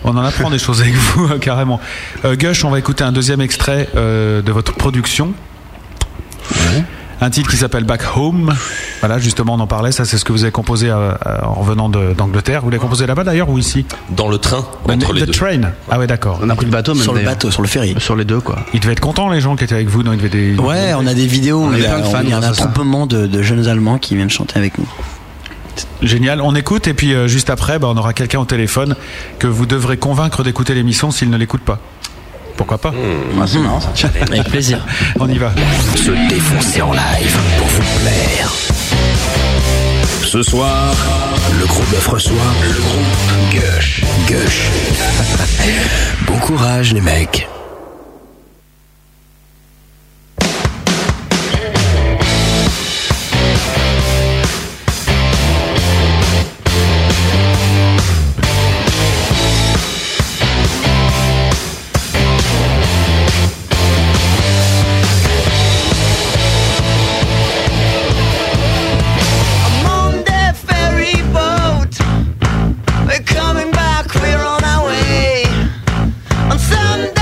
[SPEAKER 2] On en apprend des choses avec vous, euh, carrément. Euh, Gush, on va écouter un deuxième extrait euh, de votre production. Un titre qui s'appelle Back Home. Voilà, justement, on en parlait. Ça, c'est ce que vous avez composé euh, euh, en revenant de- d'Angleterre. Vous l'avez composé là-bas d'ailleurs ou ici Bah,
[SPEAKER 3] Dans le train entre les
[SPEAKER 2] The
[SPEAKER 3] deux.
[SPEAKER 2] Train. Ah ouais, d'accord.
[SPEAKER 11] On a pris le bateau, même,
[SPEAKER 9] Sur le
[SPEAKER 11] d'ailleurs.
[SPEAKER 9] bateau, sur le ferry.
[SPEAKER 11] Sur les deux, quoi.
[SPEAKER 2] Ils devaient être contents, les gens qui étaient avec vous. Non, ils devaient des...
[SPEAKER 9] Ouais, on a des vidéos,
[SPEAKER 2] On
[SPEAKER 9] on,
[SPEAKER 2] est
[SPEAKER 9] il y a-
[SPEAKER 2] plein de fans
[SPEAKER 9] il y a un
[SPEAKER 2] grâce à ça.
[SPEAKER 9] attroupement de, de jeunes Allemands qui viennent chanter avec nous.
[SPEAKER 2] Génial, on écoute et puis euh, juste après, bah, on aura quelqu'un au téléphone que vous devrez convaincre d'écouter l'émission s'il ne l'écoute pas. Pourquoi pas
[SPEAKER 11] C'est marrant ça.
[SPEAKER 8] Avec plaisir.
[SPEAKER 2] On y va.
[SPEAKER 5] Se défoncer en live pour vous plaire. Ce soir, le gros bœuf reçoit le gros gush, gush. bon courage les mecs.
[SPEAKER 7] I'm on that ferry boat. We're coming back, we're on our way. On Sunday,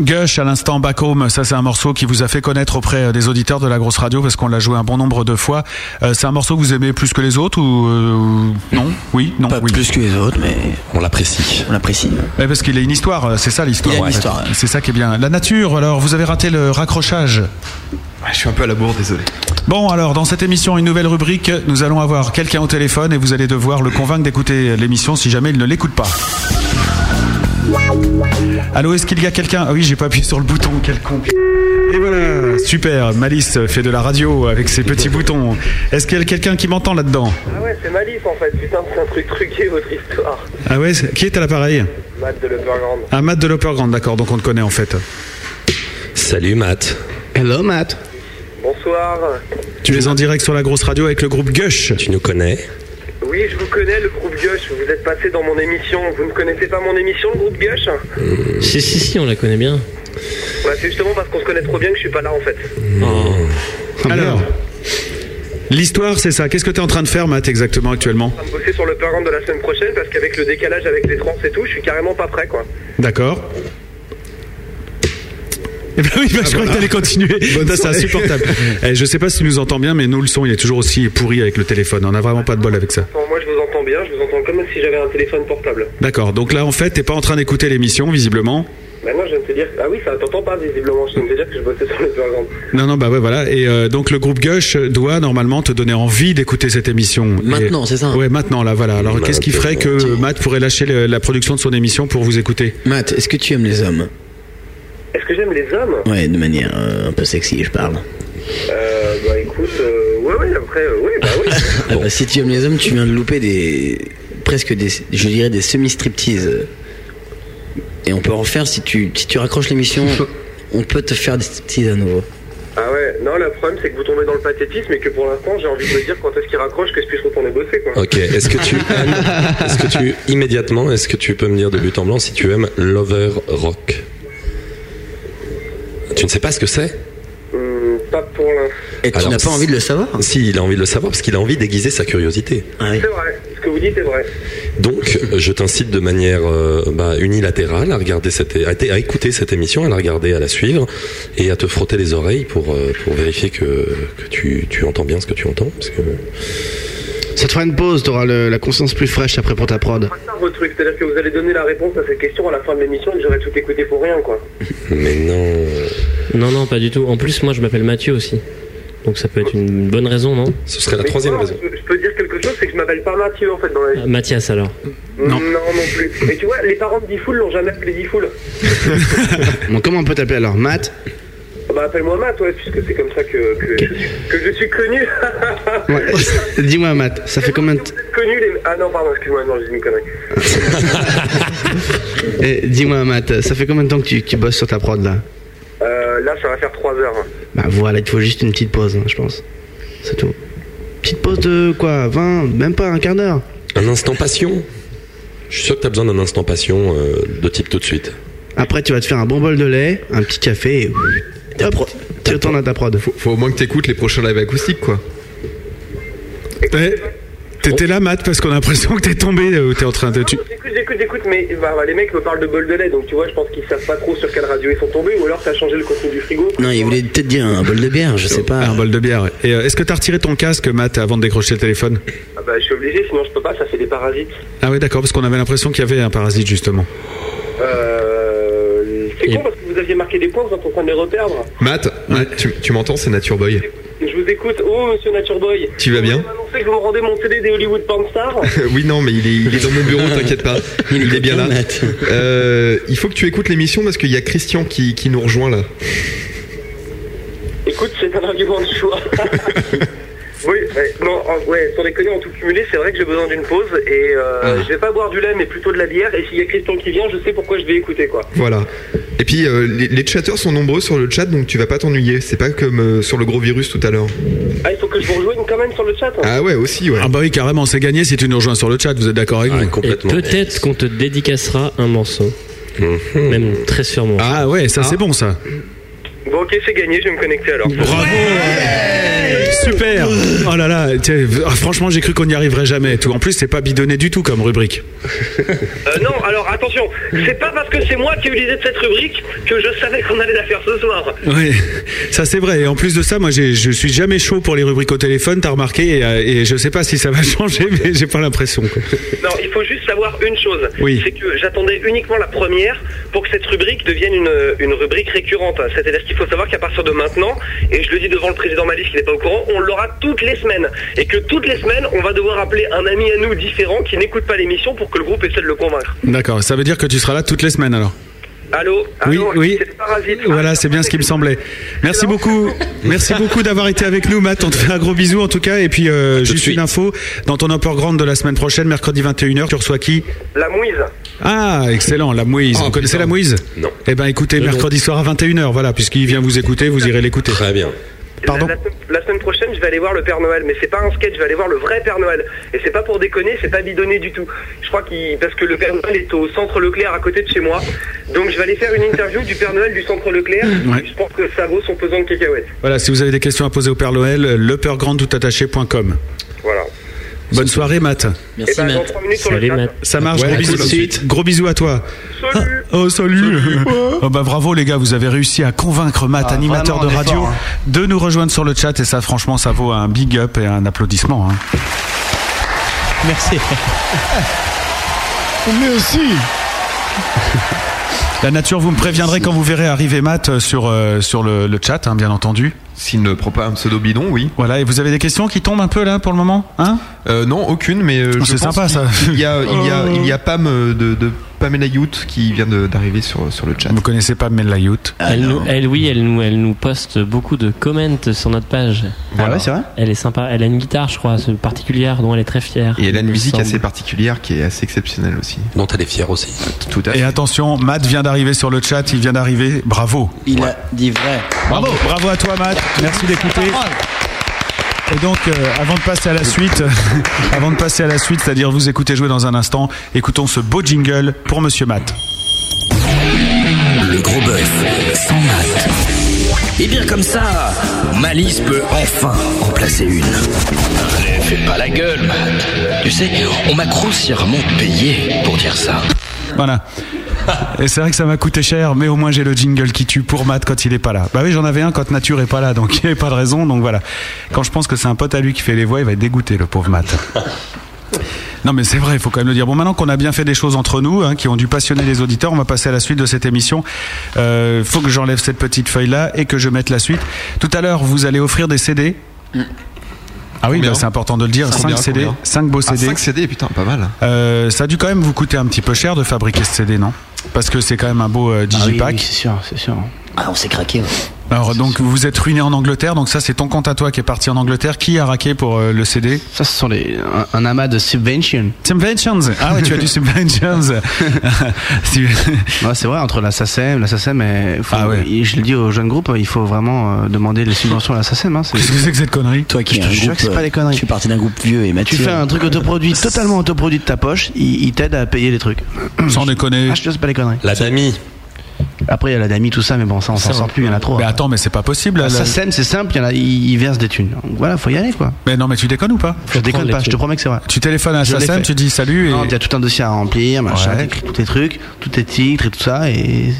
[SPEAKER 2] Gush, à l'instant Back Home, ça c'est un morceau qui vous a fait connaître auprès euh, des auditeurs de la grosse radio parce qu'on l'a joué un bon nombre de fois. Euh, c'est un morceau que vous aimez plus que les autres ou euh, non Oui, non
[SPEAKER 9] Pas
[SPEAKER 2] oui.
[SPEAKER 9] plus que les autres, mais
[SPEAKER 3] on l'apprécie.
[SPEAKER 9] On l'apprécie.
[SPEAKER 2] Ouais, parce qu'il a une histoire, euh, c'est ça l'histoire.
[SPEAKER 9] Il a une
[SPEAKER 2] en fait.
[SPEAKER 9] histoire, ouais.
[SPEAKER 2] C'est ça qui est bien. La nature, alors vous avez raté le raccrochage.
[SPEAKER 4] Je suis un peu à la bourre, désolé.
[SPEAKER 2] Bon, alors dans cette émission, une nouvelle rubrique. Nous allons avoir quelqu'un au téléphone et vous allez devoir le convaincre d'écouter l'émission si jamais il ne l'écoute pas. Allô, est-ce qu'il y a quelqu'un Ah oui, j'ai pas appuyé sur le bouton, quel con. Et voilà, super, Malice fait de la radio avec ses petits boutons. Est-ce qu'il y a quelqu'un qui m'entend là-dedans
[SPEAKER 12] Ah ouais, c'est Malice en fait, putain, c'est un truc truqué votre histoire.
[SPEAKER 2] Ah ouais, c'est- qui est à l'appareil
[SPEAKER 12] Matt de l'Upperground.
[SPEAKER 2] Ah, Matt de l'Opper Grande, d'accord, donc on te connaît en fait.
[SPEAKER 3] Salut Matt.
[SPEAKER 2] Hello Matt.
[SPEAKER 12] Bonsoir.
[SPEAKER 2] Tu es en direct sur la grosse radio avec le groupe Gush.
[SPEAKER 3] Tu nous connais
[SPEAKER 12] Oui, je vous connais, le groupe Gush, vous êtes passé dans mon émission. Vous ne connaissez pas mon émission, le groupe Gush
[SPEAKER 13] Si, si, si, on la connaît bien.
[SPEAKER 12] Bah, c'est justement parce qu'on se connaît trop bien que je suis pas là en fait.
[SPEAKER 2] Oh. Alors, l'histoire c'est ça. Qu'est-ce que tu es en train de faire Matt exactement actuellement
[SPEAKER 12] Je vais bosser sur le programme de la semaine prochaine parce qu'avec le décalage avec les trans et tout, je suis carrément pas prêt quoi.
[SPEAKER 2] D'accord. Eh ben oui, bah, je crois que t'allais continuer. Putain, c'est
[SPEAKER 12] soirée.
[SPEAKER 2] insupportable. Eh, je sais pas si tu nous entends bien, mais nous, le son, il est toujours aussi pourri avec le téléphone. On a vraiment pas de bol avec ça.
[SPEAKER 12] Bon, moi je vous entends bien, je vous entends comme si j'avais un téléphone portable.
[SPEAKER 2] D'accord. Donc là, en fait, t'es pas en train d'écouter l'émission, visiblement.
[SPEAKER 12] Maintenant, je viens de te dire. Ah oui, ça t'entend pas visiblement, je viens de te dire que je bossais sur le programme.
[SPEAKER 2] Non, non, bah ouais, voilà. Et euh, donc, le groupe Gush doit normalement te donner envie d'écouter cette émission.
[SPEAKER 14] Maintenant,
[SPEAKER 2] Et-
[SPEAKER 14] c'est ça
[SPEAKER 2] Ouais, maintenant, là, voilà.
[SPEAKER 4] Bah,
[SPEAKER 2] Alors, qu'est-ce qui ferait que Matt pourrait lâcher le- la production de son émission pour vous écouter
[SPEAKER 14] Matt, est-ce que tu aimes les hommes
[SPEAKER 12] Est-ce que j'aime les hommes
[SPEAKER 14] Ouais, de manière euh, un peu sexy, je parle.
[SPEAKER 12] Euh, bah écoute, euh, ouais, ouais, après, euh, ouais, bah ouais.
[SPEAKER 14] Ah bah, si tu aimes les hommes, tu viens de louper des. presque des. je dirais des semi-striptease. Et on peut en faire si tu, si tu raccroches l'émission, on peut te faire des striptease à nouveau.
[SPEAKER 12] Ah ouais, non, le problème c'est que vous tombez dans le pathétisme et que pour l'instant j'ai envie de me dire quand est-ce qu'il raccroche que je puisse retourner bosser quoi.
[SPEAKER 3] Ok, est-ce que tu aimes, est-ce que tu, immédiatement, est-ce que tu peux me dire de but en blanc si tu aimes Lover Rock Tu ne sais pas ce que c'est
[SPEAKER 12] Hum, pas pour l'instant.
[SPEAKER 3] Alors, Si, il a envie de le savoir parce qu'il a envie d'aiguiser sa curiosité.
[SPEAKER 12] C'est vrai, ce que vous dites est vrai.
[SPEAKER 3] Donc, je t'incite de manière euh, bah, unilatérale à regarder cette, à, t- à écouter cette émission, à la regarder, à la suivre, et à te frotter les oreilles pour euh, pour vérifier que, que tu, tu entends bien ce que tu entends, parce que
[SPEAKER 11] Ça te fera une pause, t'auras le- la conscience plus fraîche après pour ta prod.
[SPEAKER 12] C'est ça votre truc, c'est-à-dire que vous allez donner la réponse à cette question à la fin de l'émission et que j'aurai tout écouté pour rien quoi.
[SPEAKER 3] Mais non.
[SPEAKER 13] Non, non, pas du tout. En plus, moi, je m'appelle Mathieu aussi. Donc ça peut être une bonne raison, non
[SPEAKER 3] Ce serait
[SPEAKER 12] Mais non, Je, je peux dire quelque chose, c'est que je m'appelle pas Mathieu en fait dans la vie.
[SPEAKER 13] Euh, Mathias, alors.
[SPEAKER 12] Non. non plus. Mais tu vois, les parents de Difool l'ont jamais appelé Difool.
[SPEAKER 11] bon, comment on peut t'appeler alors Matt
[SPEAKER 12] Bah appelle-moi Matt, ouais, puisque c'est comme ça que, que, je, suis, que je suis connu.
[SPEAKER 11] Ouais. Dis-moi Matt, ça fait combien de temps
[SPEAKER 12] connu les. Ah non, pardon, excuse-moi, non, j'ai dit une connerie.
[SPEAKER 11] Eh, Dis-moi Matt, ça fait combien de temps que tu, que tu bosses sur ta prod là
[SPEAKER 12] Euh, là, ça va faire 3 heures.
[SPEAKER 11] Bah voilà, il te faut juste une petite pause, hein, je pense. C'est tout. Petite pause de quoi 20, même pas un quart d'heure
[SPEAKER 3] un instant passion. Je suis sûr que t'as besoin d'un instant passion euh, de type tout de suite.
[SPEAKER 11] Après, tu vas te faire un bon bol de lait, un petit café et. Hop, tu retournes à ta prod.
[SPEAKER 4] Faut, faut au moins que t'écoutes les prochains lives acoustiques, quoi.
[SPEAKER 2] Eh, T'étais là, Matt, parce qu'on a l'impression que t'es tombé euh, ou t'es en train de. tu-
[SPEAKER 12] Écoute, j'écoute, j'écoute, mais bah, bah, les mecs me parlent de bol de lait, donc tu vois, je pense qu'ils savent pas trop sur quelle radio ils sont tombés, ou alors t'as changé le contenu du frigo.
[SPEAKER 14] Non, il voulait peut-être dire un bol de bière, je sais pas.
[SPEAKER 2] Un bol de bière. ouais. Et euh, est-ce que t'as retiré ton casque, Matt, avant de décrocher le téléphone
[SPEAKER 12] Ah bah, je suis obligé, sinon je peux pas, ça fait des parasites.
[SPEAKER 2] Ah oui, d'accord, parce qu'on avait l'impression qu'il y avait un parasite justement.
[SPEAKER 12] Euh. C'est con parce que vous aviez marqué des points, vous êtes en train de les reperdre.
[SPEAKER 4] Matt, Matt, tu, tu m'entends, c'est Nature Boy.
[SPEAKER 12] Je vous écoute, oh monsieur Nature Boy.
[SPEAKER 4] Tu vas bien
[SPEAKER 12] Vous pensez que vous me rendez mon CD des Hollywood Porn Stars
[SPEAKER 4] Oui, non, mais il est, il est dans mon bureau, t'inquiète pas. Il, est bien là. Euh, il faut que tu écoutes l'émission parce qu'il y a Christian qui, qui nous rejoint là.
[SPEAKER 12] Écoute, c'est un argument de choix. Oui, ouais, non, en- ouais, sans déconner, en tout cumulé, c'est vrai que j'ai besoin d'une pause et euh, je vais pas boire du lait mais plutôt de la bière. Et s'il y a Christian qui vient, je sais pourquoi je vais écouter quoi.
[SPEAKER 4] Voilà. Et puis euh, les, les chatteurs sont nombreux sur le chat, donc tu vas pas t'ennuyer. C'est pas comme euh, sur le gros virus tout à l'heure.
[SPEAKER 12] Ah, il faut que je vous rejoigne quand même sur le chat. hein
[SPEAKER 4] Ah ouais, aussi, ouais. Ah,
[SPEAKER 2] Ah bah oui, carrément, c'est gagné si tu nous rejoins sur le chat, vous êtes d'accord avec nous
[SPEAKER 3] Complètement.
[SPEAKER 13] Peut-être qu'on te dédicacera un morceau.
[SPEAKER 4] Mhm.
[SPEAKER 13] Même très sûrement. Ah.
[SPEAKER 2] Ah ouais, ça c'est bon ça.
[SPEAKER 12] Bon, ok, c'est gagné, je vais me connecter alors.
[SPEAKER 2] Bravo Super Oh là là, tiens, ah, franchement, j'ai cru qu'on n'y arriverait jamais. et Tout. En plus, c'est pas bidonné du tout comme rubrique.
[SPEAKER 12] Euh, non, alors attention, c'est pas parce que c'est moi qui ai eu l'idée de cette rubrique que je savais qu'on allait la faire ce soir.
[SPEAKER 2] Oui, ça c'est vrai. Et en plus de ça, moi, j'ai- je suis jamais chaud pour les rubriques au téléphone, t'as remarqué, et, euh, et je sais pas si ça va changer, mais j'ai pas l'impression. quoi.
[SPEAKER 12] Non, il faut juste savoir une chose.
[SPEAKER 2] Oui.
[SPEAKER 12] C'est que j'attendais uniquement la première pour que cette rubrique devienne une, une rubrique récurrente. C'est-à-dire qu'il faut savoir qu'à partir de maintenant, et je le dis devant le président Malif qui n'est pas au courant, on l'aura toutes les semaines. Et que toutes les semaines, on va devoir appeler un ami à nous différent qui n'écoute pas l'émission pour que le groupe essaie de le convaincre.
[SPEAKER 2] D'accord, ça veut dire que tu seras là toutes les semaines alors
[SPEAKER 12] Allô
[SPEAKER 2] Oui,
[SPEAKER 12] Allô
[SPEAKER 2] oui.
[SPEAKER 12] C'est des parasites.
[SPEAKER 2] Voilà, c'est bien ce qui me semblait. Merci beaucoup. Merci beaucoup d'avoir été avec nous, Matt. On te fait un gros bisou en tout cas. Et puis, euh, juste une info, dans ton Underground de la semaine prochaine, mercredi 21h, tu reçois qui
[SPEAKER 12] La mouise.
[SPEAKER 2] Ah, excellent, la Mouise. vous connaissez la Mouise
[SPEAKER 3] Oh, Non.
[SPEAKER 2] Eh ben écoutez,
[SPEAKER 3] Non, non.
[SPEAKER 2] mercredi soir à 21h, voilà, puisqu'il vient vous écouter, vous irez l'écouter.
[SPEAKER 3] Très bien.
[SPEAKER 2] Pardon
[SPEAKER 12] la, la semaine- la semaine prochaine, je vais aller voir le Père Noël, mais c'est pas un sketch, je vais aller voir le vrai Père Noël. Et c'est pas pour déconner, c'est pas bidonné du tout. Je crois qu'il. Parce que le Père Noël est au centre Leclerc à côté de chez moi. Donc je vais aller faire une interview du Père Noël du centre Leclerc.
[SPEAKER 2] Ouais.
[SPEAKER 12] Je pense que ça vaut son pesant de cacahuètes.
[SPEAKER 2] Voilà, si vous avez des questions à poser au Père Noël, lepeurgrandtoutattaché.com.
[SPEAKER 12] Voilà.
[SPEAKER 2] Bonne soirée, Matt.
[SPEAKER 12] Merci, Eh ben, dans Matt. trois minutes, on le tape.
[SPEAKER 2] Ça marche,
[SPEAKER 12] Ouais,
[SPEAKER 2] gros
[SPEAKER 12] à
[SPEAKER 2] bisous.
[SPEAKER 12] tout de suite.
[SPEAKER 2] Gros bisous à toi. Oh, salut. Oh, bah, bravo, les gars, vous avez réussi à convaincre Matt,
[SPEAKER 4] Ah,
[SPEAKER 2] animateur
[SPEAKER 4] vraiment, on
[SPEAKER 2] de
[SPEAKER 4] est
[SPEAKER 2] radio,
[SPEAKER 4] fort, hein.
[SPEAKER 2] de nous rejoindre sur le chat. Et ça, franchement, ça vaut un big up et un applaudissement. hein.
[SPEAKER 15] Merci. Merci.
[SPEAKER 2] La nature, vous me préviendrez quand vous verrez arriver Matt euh, sur, euh, sur le, le chat, hein, bien entendu.
[SPEAKER 4] S'il ne prend pas un pseudo bidon, oui.
[SPEAKER 2] Voilà, et vous avez des questions qui tombent un peu là pour le moment hein
[SPEAKER 4] Euh, non, aucune, mais euh,
[SPEAKER 2] Oh,
[SPEAKER 4] je
[SPEAKER 2] c'est
[SPEAKER 4] pense
[SPEAKER 2] sympa,
[SPEAKER 4] qu'il-
[SPEAKER 2] ça.
[SPEAKER 4] Il y a, il y a,
[SPEAKER 2] Oh.
[SPEAKER 4] il y a Pam euh, de, de Pamela Youth qui vient de- d'arriver sur, sur le chat. Vous
[SPEAKER 2] connaissez Pamela Youth
[SPEAKER 8] Elle, nous- elle, oui, elle nous, elle nous poste beaucoup de comments sur notre page.
[SPEAKER 4] Ah ouais, c'est vrai
[SPEAKER 8] Elle est sympa. Elle a une guitare, je crois, particulière, dont elle est très fière.
[SPEAKER 4] Et elle a une
[SPEAKER 8] il me
[SPEAKER 4] musique
[SPEAKER 8] semble.
[SPEAKER 4] assez particulière qui est assez exceptionnelle aussi.
[SPEAKER 3] Dont elle est fière aussi.
[SPEAKER 4] Tout à fait.
[SPEAKER 2] Et attention, Matt vient d'arriver sur le chat, il vient d'arriver, bravo.
[SPEAKER 14] Il a dit vrai.
[SPEAKER 2] Bravo, bravo à toi Matt, merci d'écouter. Et donc, euh, avant de passer à la suite, avant de passer à la suite, c'est-à-dire vous écoutez jouer dans un instant, écoutons ce beau jingle pour Monsieur Matt.
[SPEAKER 5] Le gros bœuf sans mat. Et bien comme ça, Malice peut enfin en placer une. Allez, fais pas la gueule, Matt. Tu sais, on m'a grossièrement payé pour dire ça.
[SPEAKER 2] Voilà. Et c'est vrai que ça m'a coûté cher, mais au moins j'ai le jingle qui tue pour Matt quand il est pas là. Bah oui, j'en avais un quand Nature est pas là, donc il n'y avait pas de raison. Donc voilà. Quand je pense que c'est un pote à lui qui fait les voix, il va être dégoûté, le pauvre Matt. Non mais c'est vrai, il faut quand même le dire. Bon, maintenant qu'on a bien fait des choses entre nous, hein, qui ont dû passionner les auditeurs, on va passer à la suite de cette émission. Euh, faut que j'enlève cette petite feuille-là et que je mette la suite. Tout à l'heure, vous allez offrir des CD. Ah oui,
[SPEAKER 4] Mm. Combien
[SPEAKER 2] bah, c'est important de le dire. 5
[SPEAKER 4] Combien,
[SPEAKER 2] CD,
[SPEAKER 4] combien
[SPEAKER 2] 5 beaux
[SPEAKER 4] Ah,
[SPEAKER 2] CD.
[SPEAKER 4] cinq CD, putain, pas mal. hein.
[SPEAKER 2] Euh, ça a dû quand même vous coûter un petit peu cher de fabriquer ce CD, non Parce que c'est quand même un beau euh, digipack.
[SPEAKER 9] Ah oui, c'est sûr, c'est sûr.
[SPEAKER 14] Ah, on s'est craqué. ouais.
[SPEAKER 2] Alors donc vous vous êtes ruiné en Angleterre, donc ça c'est ton compte à toi qui est parti en Angleterre. Qui a raqué pour euh, le CD
[SPEAKER 9] Ça, ce sont les, un, un amas de subventions.
[SPEAKER 2] Subventions Ah ouais, tu as du subventions.
[SPEAKER 9] ouais, c'est vrai, entre la SACEM, la SACEM, et- faut-
[SPEAKER 2] Ah
[SPEAKER 9] et je le dis aux jeunes groupes, il faut vraiment euh, demander les subventions à la SACEM. Hein,
[SPEAKER 2] Qu'est-ce que c'est que cette connerie
[SPEAKER 9] Toi
[SPEAKER 14] qui
[SPEAKER 9] je
[SPEAKER 14] as
[SPEAKER 9] te
[SPEAKER 14] un
[SPEAKER 9] jure
[SPEAKER 14] groupe,
[SPEAKER 9] que c'est pas
[SPEAKER 14] euh,
[SPEAKER 9] des conneries.
[SPEAKER 14] tu fais partie d'un groupe vieux et
[SPEAKER 9] Tu
[SPEAKER 14] mature.
[SPEAKER 9] fais un truc autoproduit, totalement autoproduit de ta poche, il, il t'aide à payer les trucs.
[SPEAKER 2] Sans déconner.
[SPEAKER 9] Ah, je te dis, c'est pas des conneries.
[SPEAKER 3] La Dami.
[SPEAKER 9] Après, il y a la Dami, tout ça, mais bon, ça, on s'en sort plus, il y en a trop. hein.
[SPEAKER 2] Mais attends, mais c'est pas bah, possible.
[SPEAKER 9] La
[SPEAKER 2] là, là.
[SPEAKER 9] SACEM, c'est simple, il y en a- il il verse des thunes. Donc voilà, faut y aller, quoi.
[SPEAKER 2] Mais non, mais tu déconnes ou pas
[SPEAKER 9] Je déconne pas, je te promets que c'est vrai.
[SPEAKER 2] Tu téléphones à
[SPEAKER 9] Je l'ai
[SPEAKER 2] Sassam,
[SPEAKER 9] fait.
[SPEAKER 2] tu dis salut.
[SPEAKER 9] Non,
[SPEAKER 2] Et...
[SPEAKER 9] t'as tout un dossier à remplir, machin,
[SPEAKER 2] Ouais.
[SPEAKER 9] t'écris tous tes trucs, tous tes titres et tout ça, et.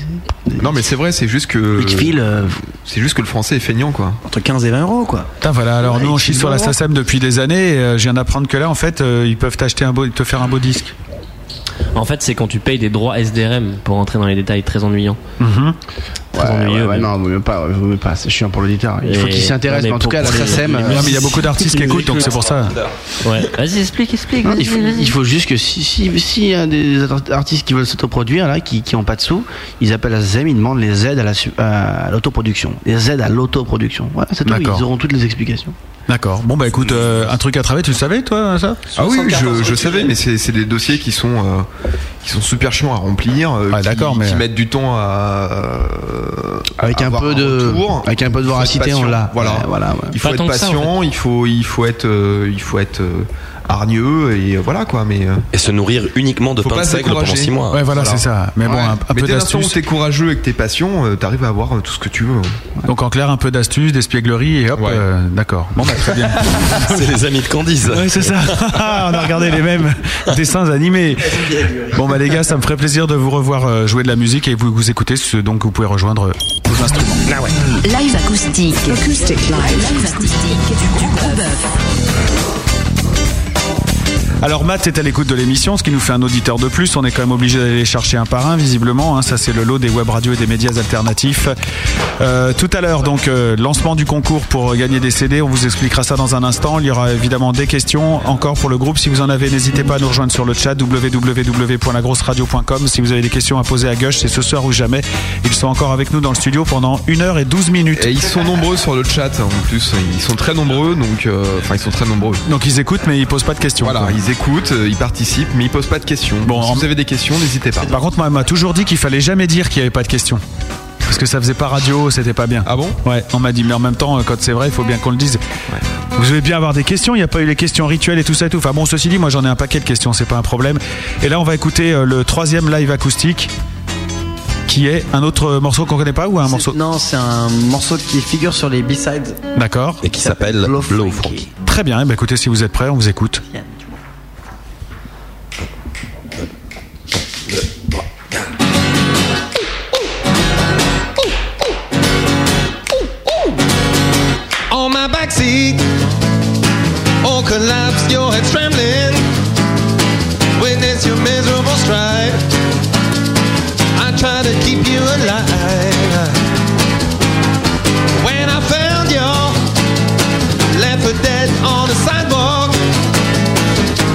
[SPEAKER 4] Non, mais c'est vrai, c'est juste que.
[SPEAKER 9] Il te file, euh,
[SPEAKER 4] C'est juste que le français est feignant, quoi.
[SPEAKER 9] Entre 15 et 20 euros, quoi.
[SPEAKER 2] Putain, voilà, alors nous on chie
[SPEAKER 4] tu
[SPEAKER 2] sur la
[SPEAKER 4] dois avoir.
[SPEAKER 2] SACEM depuis des années. Et, euh, je viens d'apprendre que là en fait euh, ils peuvent t'acheter un beau, te faire un beau disque.
[SPEAKER 8] En fait, c'est quand tu payes des droits SDRM pour entrer dans les détails très ennuyants.
[SPEAKER 9] Mhm. Ouais, ouais, ouais, non, vaut mieux pas, ouais, vaut mieux pas, c'est chiant pour l'auditeur. Il faut
[SPEAKER 8] Et-
[SPEAKER 9] qu'il s'intéresse,
[SPEAKER 8] non,
[SPEAKER 9] mais
[SPEAKER 8] mais
[SPEAKER 9] en tout
[SPEAKER 8] pour-
[SPEAKER 9] cas, la
[SPEAKER 8] pour les-
[SPEAKER 9] SACEM.
[SPEAKER 8] les-
[SPEAKER 9] euh,
[SPEAKER 8] Non, mais il y a beaucoup
[SPEAKER 2] d'artistes qui écoutent, donc c'est pour ça.
[SPEAKER 8] Ouais. Vas-y, explique, explique.
[SPEAKER 9] Non,
[SPEAKER 8] vas-y,
[SPEAKER 9] il, faut,
[SPEAKER 8] vas-y.
[SPEAKER 9] il faut juste que si, si, si y a des art- artistes qui veulent s'autoproduire, là, qui n'ont pas de sous, ils appellent la SACEM, ils demandent les aides à la su- à l'autoproduction. Les aides à l'autoproduction. Voilà, c'est tout,
[SPEAKER 2] D'accord.
[SPEAKER 9] ils auront toutes les explications.
[SPEAKER 2] D'accord. Bon bah écoute, euh, un truc à travailler, tu le savais toi ça
[SPEAKER 4] Ah oui, je, je savais, mais c'est c'est des dossiers qui sont, euh, qui sont super chiants à remplir, euh, qui,
[SPEAKER 2] d'accord, mais-
[SPEAKER 4] qui mettent du temps à. euh,
[SPEAKER 9] Avec
[SPEAKER 4] à
[SPEAKER 9] un
[SPEAKER 4] avoir
[SPEAKER 9] peu de-
[SPEAKER 4] retour.
[SPEAKER 9] avec un peu de
[SPEAKER 4] Il faut être
[SPEAKER 9] voracité, on
[SPEAKER 4] patient.
[SPEAKER 9] l'a.
[SPEAKER 4] Voilà.
[SPEAKER 9] Ouais, voilà, ouais.
[SPEAKER 4] Il faut
[SPEAKER 9] Pas
[SPEAKER 4] être
[SPEAKER 9] tant que ça,
[SPEAKER 4] patient, il, faut, il faut être, euh, il faut être euh, hargneux et euh, voilà quoi. Mais euh,
[SPEAKER 3] Et se nourrir uniquement de
[SPEAKER 4] faut
[SPEAKER 3] pain de
[SPEAKER 4] pas
[SPEAKER 3] seigle pendant
[SPEAKER 4] s'encourager.
[SPEAKER 3] 6 mois.
[SPEAKER 4] Ouais. Mais dès l'instant où t'es courageux et que t'es patient, euh, t'arrives à avoir euh, tout ce que tu veux.
[SPEAKER 2] Donc en clair, un peu d'astuce, d'espièglerie et hop, euh, d'accord. Bon, bah, très bien.
[SPEAKER 3] C'est les amis de Candice.
[SPEAKER 2] Oui, c'est ça. Ah, On a regardé les mêmes dessins animés. Bon, bah, les gars, ça me ferait plaisir de vous revoir euh, jouer de la musique et vous, vous écouter. ce- Donc, vous pouvez rejoindre euh, vos instruments.
[SPEAKER 1] Live acoustique. Acoustic live. Live acoustique du Gros Bœuf.
[SPEAKER 2] Alors, Matt est à l'écoute de l'émission, ce qui nous fait un auditeur de plus. On est quand même obligé d'aller les chercher un par un, visiblement. hein. Ça, c'est le lot des web radios et des médias alternatifs. Euh, tout à l'heure, donc, euh, lancement du concours pour euh, gagner des CD. On vous expliquera ça dans un instant. Il y aura évidemment des questions encore pour le groupe. Si vous en avez, n'hésitez pas à nous rejoindre sur le chat www.lagrosseradio.com. Si vous avez des questions à poser à gauche, c'est ce soir ou jamais. Ils sont encore avec nous dans le studio pendant 1 heure et 12 minutes.
[SPEAKER 4] Et ils sont nombreux sur le chat hein, en plus, ils sont très nombreux donc euh, enfin ils sont très nombreux.
[SPEAKER 2] Donc ils écoutent mais ils posent pas de questions.
[SPEAKER 4] Voilà, ils écoutent, euh, ils participent mais ils posent pas de questions. Bon, si vous avez des questions, n'hésitez pas.
[SPEAKER 2] Par contre, moi, elle m'a toujours dit qu'il fallait jamais dire qu'il n'y avait pas de questions. Parce que ça faisait pas radio, c'était pas bien.
[SPEAKER 4] Ah bon
[SPEAKER 2] Ouais, on m'a dit, mais en même temps, quand c'est vrai, il faut bien qu'on le dise. Vous devez bien avoir des questions, il n'y a pas eu les questions rituelles et tout ça et tout. Enfin bon, ceci dit, moi j'en ai un paquet de questions, c'est pas un problème. Et là, on va écouter euh, le troisième live acoustique, qui est un autre morceau qu'on connaît pas ou un morceau
[SPEAKER 9] Non, c'est un morceau qui figure sur les B-sides.
[SPEAKER 2] D'accord.
[SPEAKER 3] Et qui s'appelle Low Frankie.
[SPEAKER 2] Très bien, eh ben, écoutez, si vous êtes prêts, on vous écoute.
[SPEAKER 7] on my backseat. All collapse, your head's trembling. Witness your miserable stride. I try to keep you alive. When I found you, left for dead on the sidewalk.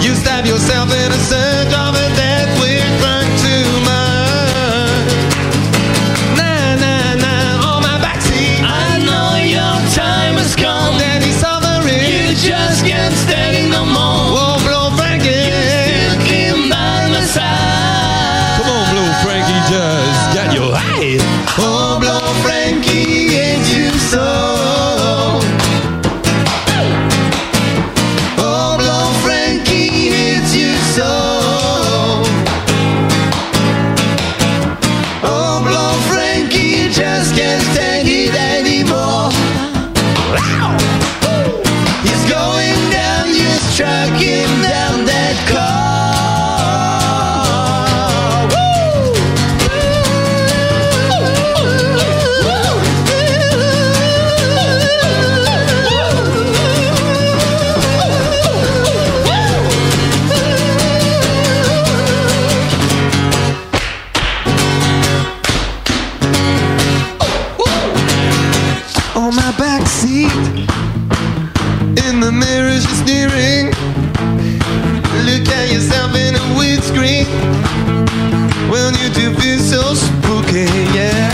[SPEAKER 7] You stabbed yourself in a surge of a death which burned to mine. Nah, nah, nah, on my backseat. I know your time has come. Daddy sovereign. You just can't stand it no more. Whoa, blow Frankie. You still came by my side. Come on, blow Frankie, just got your eye. Oh, blow Frankie, ain't you so? Oh, blow Frankie, it's you so. Oh, blow Frankie, you just can't stand it anymore. He's going down, you struck him down that car. Woo! on my back seat. In the mirror, just sneering. Look at yourself in the windscreen. When you do feel so spooky, yeah.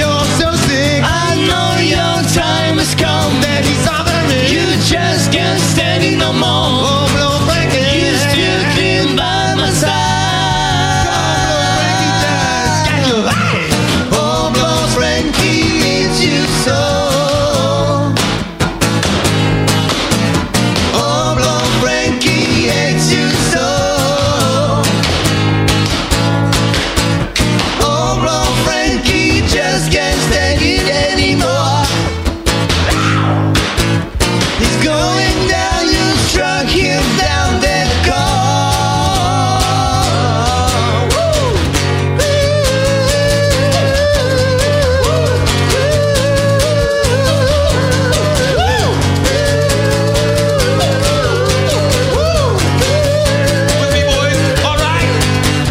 [SPEAKER 7] You're so sick. I know your time has come. That he's offering. You just can't stand it no more. Oh, blow back You still came by my side. Come on, blow back just got your Oh, blow Frankie needs you so. Oh, blow Frankie hates you so. Oh, blow Frankie just can't stand it anymore. He's going down, you struck him down that car. Woo!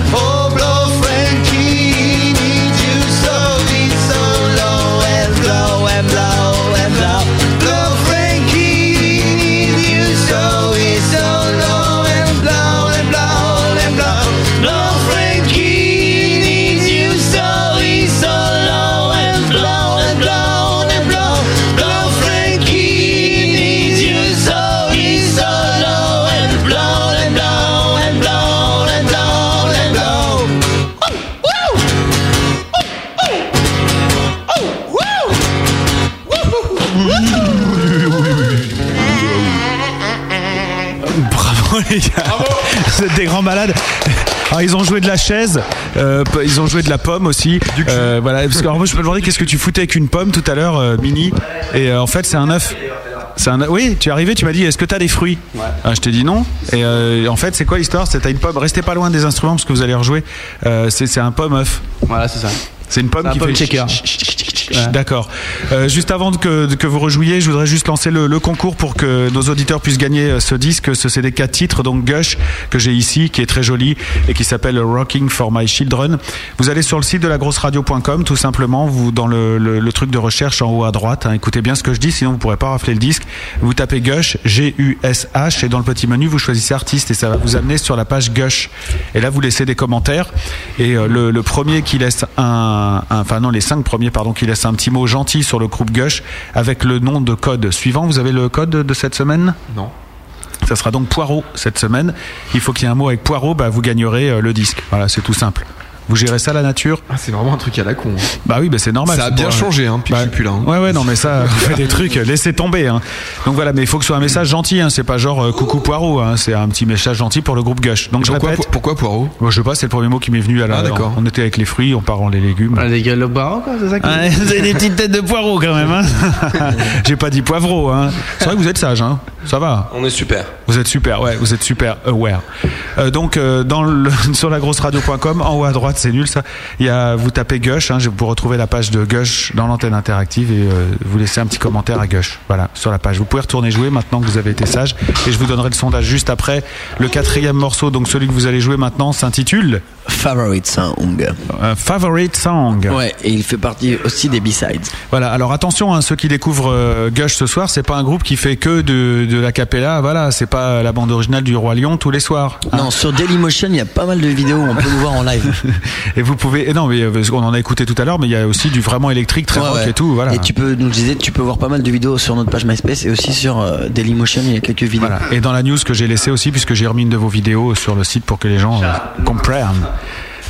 [SPEAKER 7] Oh, blow Frankie, need you so, need so low and blow and blow and blow. Blow Frankie, need you so, he's so low and blow and blow and blow. Blow Frankie, need you so, he's so low and blow and blow and blow. Blow Frankie, need you so, he's so low and blow and blow and blow and blow and blow.
[SPEAKER 2] les gars. Vous êtes des grands malades. Alors, ils ont joué de la chaise, euh, p- ils ont joué de la pomme aussi. Euh, voilà, parce que alors, moi je me demandais qu'est-ce que tu foutais avec une pomme tout à l'heure, euh, Mini. Et euh, en fait, c'est un œuf. C'est un... Oui, tu es arrivé, tu m'as dit est-ce que tu as des fruits Ah, Je t'ai dit non. Et euh, en fait, c'est quoi l'histoire C'est t'as une pomme. Restez pas loin des instruments parce que vous allez rejouer. Euh, c'est c'est un pomme œuf.
[SPEAKER 15] Voilà, c'est ça.
[SPEAKER 2] C'est une pomme
[SPEAKER 15] C'est un
[SPEAKER 2] qui
[SPEAKER 15] pomme
[SPEAKER 2] fait.
[SPEAKER 15] shaker.
[SPEAKER 2] chut, chut, chut, chut, chut. D'accord. Euh, juste avant que, que vous rejouiez, je voudrais juste lancer le, le concours pour que nos auditeurs puissent gagner euh, ce disque, ce CD 4 titres, donc Gush, que j'ai ici, qui est très joli et qui s'appelle Rocking for My Children. Vous allez sur le site de lagrosseradio.com, tout simplement, vous dans le, le- le truc de recherche en haut à droite, hein, écoutez bien ce que je dis, sinon vous pourrez pas rafler le disque. Vous tapez Gush, G-U-S-H, et dans le petit menu, vous choisissez artiste et ça va vous amener sur la page Gush. Et là, vous laissez des commentaires. Et euh, le, le premier qui laisse un, un- enfin non, les cinq premiers, pardon, qui laissent un petit mot gentil sur le groupe Gush avec le nom de code suivant. Vous avez le code de cette semaine
[SPEAKER 4] Non.
[SPEAKER 2] Ça sera donc poireau cette semaine. Il faut qu'il y ait un mot avec poireau, bah, vous gagnerez euh, le disque. Voilà, c'est tout simple. Vous gérez ça la nature
[SPEAKER 4] Ah, C'est vraiment un truc à la con. hein.
[SPEAKER 2] Bah oui, bah c'est normal.
[SPEAKER 4] Ça a
[SPEAKER 2] c'est
[SPEAKER 4] bien
[SPEAKER 2] pour, euh,
[SPEAKER 4] changé, hein, depuis que je suis plus là. hein.
[SPEAKER 2] Ouais, ouais, non, mais ça, on fait des trucs, laissez tomber. hein. Donc voilà, mais il faut que ce soit un message gentil, hein, c'est pas genre euh, coucou poireau, hein, c'est un petit message gentil pour le groupe Gush. Donc je
[SPEAKER 4] Pourquoi
[SPEAKER 2] répète.
[SPEAKER 4] po- pourquoi poireau
[SPEAKER 2] Bon, je sais pas, c'est le premier mot qui m'est venu à la.
[SPEAKER 4] Ah, d'accord.
[SPEAKER 2] On était avec les fruits, on parle en les légumes.
[SPEAKER 15] Ah, les galops barons, quoi, c'est ça que-
[SPEAKER 2] Ouais, vous avez des petites têtes de poireaux quand même. Hein J'ai pas dit poivreau. Hein. C'est vrai que vous êtes sage, hein. ça va.
[SPEAKER 3] On est super.
[SPEAKER 2] Vous êtes super, ouais, vous êtes super aware. Euh, donc, euh, dans le, sur lagrosseradio.com, en haut à droite, c'est nul ça. Il y a, vous tapez Gush, hein, je- vous retrouvez la page de Gush dans l'antenne interactive et euh, vous laissez un petit commentaire à Gush. Voilà, sur la page. Vous pouvez retourner jouer maintenant que vous avez été sage et je vous donnerai le sondage juste après. Le quatrième morceau, donc celui que vous allez jouer maintenant, s'intitule Euh,
[SPEAKER 14] Favorite Song.
[SPEAKER 2] favorite Song.
[SPEAKER 14] Ouais, et il fait partie aussi des B-sides.
[SPEAKER 2] Voilà, alors attention, hein, ceux qui découvrent euh, Gush ce soir, c'est pas un groupe qui fait que de, de la cappella, voilà, c'est pas la bande originale du Roi Lion tous les soirs. hein.
[SPEAKER 14] Non, sur Dailymotion, il y a pas mal de vidéos où on peut nous voir en live.
[SPEAKER 2] Et vous pouvez, et non, mais euh, on en a écouté tout à l'heure, mais il y a aussi du vraiment électrique, très
[SPEAKER 14] Ouais,
[SPEAKER 2] rock
[SPEAKER 14] ouais.
[SPEAKER 2] et tout, voilà.
[SPEAKER 14] Et tu peux, donc je disais, tu peux voir pas mal de vidéos sur notre page MySpace et aussi sur euh, Dailymotion, il y a quelques vidéos.
[SPEAKER 2] Et dans la news que j'ai laissée aussi, puisque j'ai remis une de vos vidéos sur le site pour que les gens euh, comprennent.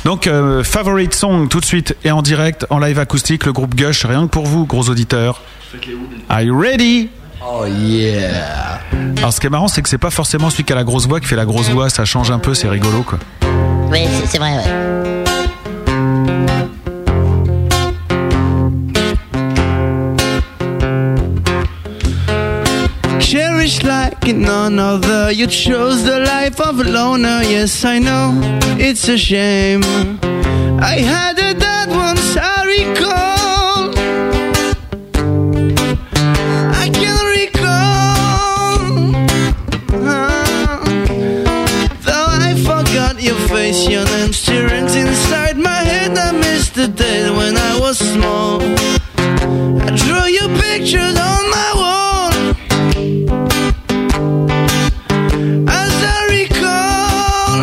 [SPEAKER 2] Donc, euh, favorite song tout de suite et en direct, en live acoustique, le groupe Gush, rien que pour vous, gros auditeurs. Are you ready?
[SPEAKER 14] Oh yeah!
[SPEAKER 2] Alors, ce qui est marrant, c'est que c'est pas forcément celui qui a la grosse voix qui fait la grosse voix, ça change un peu, c'est rigolo quoi.
[SPEAKER 16] Oui, c'est- c'est vrai, ouais.
[SPEAKER 15] Cherish like none other. You chose the life of a loner. Yes, I know it's a shame. I had a dad once I recall. I can recall. Ah. Though I forgot your face, your name still rings inside my head. I missed the day when I was small. I drew your pictures on my wall. As I recall,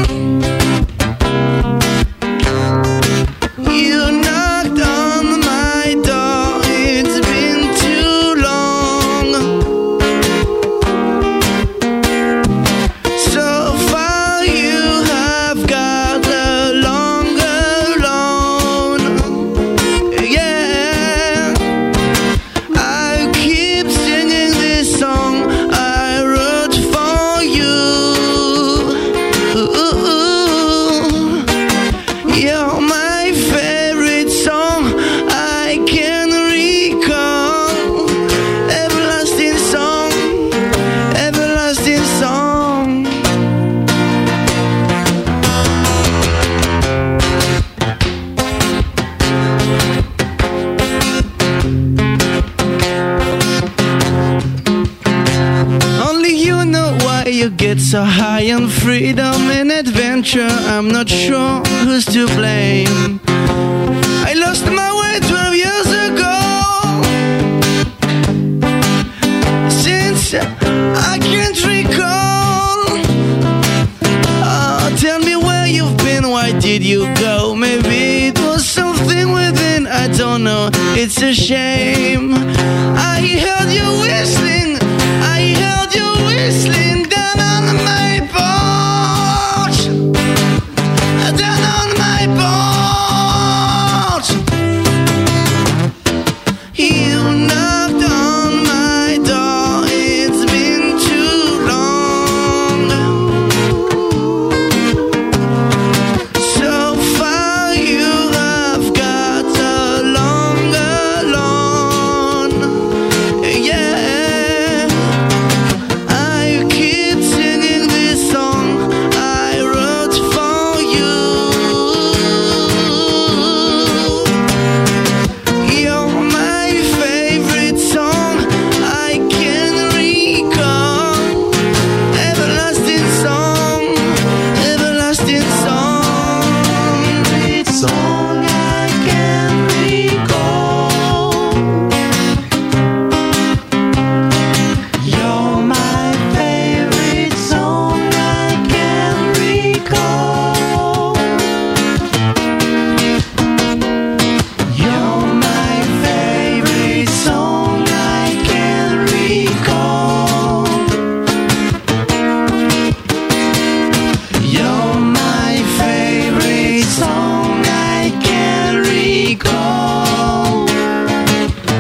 [SPEAKER 15] you knocked on my door. It's been too long. So far, you have got along alone. Yeah. I keep singing this song I wrote for you. You're my favorite song I can recall. Everlasting song, everlasting song. Only you know why you get so high on freedom and adventure. I'm not sure who's to blame. I lost my way 12 years ago. Since I can't recall. Oh, tell me where you've been, why did you go? Maybe it was something within, I don't know. It's a shame. I heard you whistling, I heard you whistling down on my porch. Down on my porch. You knocked on my door, it's been too long.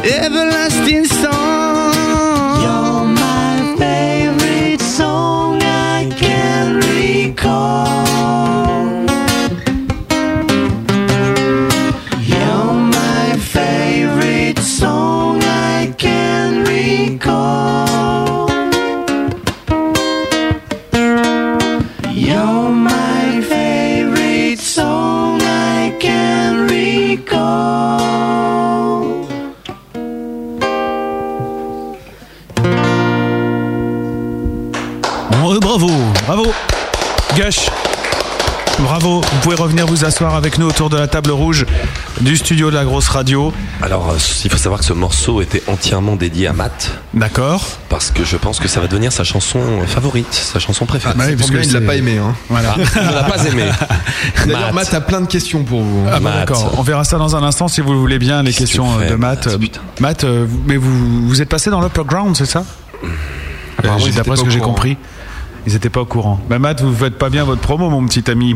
[SPEAKER 15] everlasting song. You're my favorite song I can recall. You're my favorite song I can recall. You're my favorite song I can recall.
[SPEAKER 2] Bon, euh, bravo, bravo. Gush. Bravo, vous pouvez revenir vous asseoir avec nous autour de la table rouge du studio de la grosse radio.
[SPEAKER 3] Alors, euh, il faut savoir que ce morceau était entièrement dédié à Matt.
[SPEAKER 2] D'accord.
[SPEAKER 3] Parce que je pense que ça va devenir sa chanson euh, favorite, sa chanson préférée.
[SPEAKER 4] Ah, bah oui, Ça parce tombe que bien, il l'a c'est- pas aimé, hein.
[SPEAKER 3] Ah, il ne l'a pas aimé.
[SPEAKER 4] D'ailleurs, Matt a plein de questions pour vous. Euh,
[SPEAKER 2] Ah bah d'accord, on verra ça dans un instant si vous le voulez bien, les questions euh, de Matt. Matt, euh, vous- mais vous, vous êtes passé dans l'upperground, c'est ça Euh,
[SPEAKER 4] Apparemment, ils étaient
[SPEAKER 2] D'après
[SPEAKER 4] pas
[SPEAKER 2] ce
[SPEAKER 4] au
[SPEAKER 2] que j'ai
[SPEAKER 4] courant.
[SPEAKER 2] compris. Ils n'étaient pas au courant. Bah, Matt, vous faites pas bien votre promo, mon petit ami.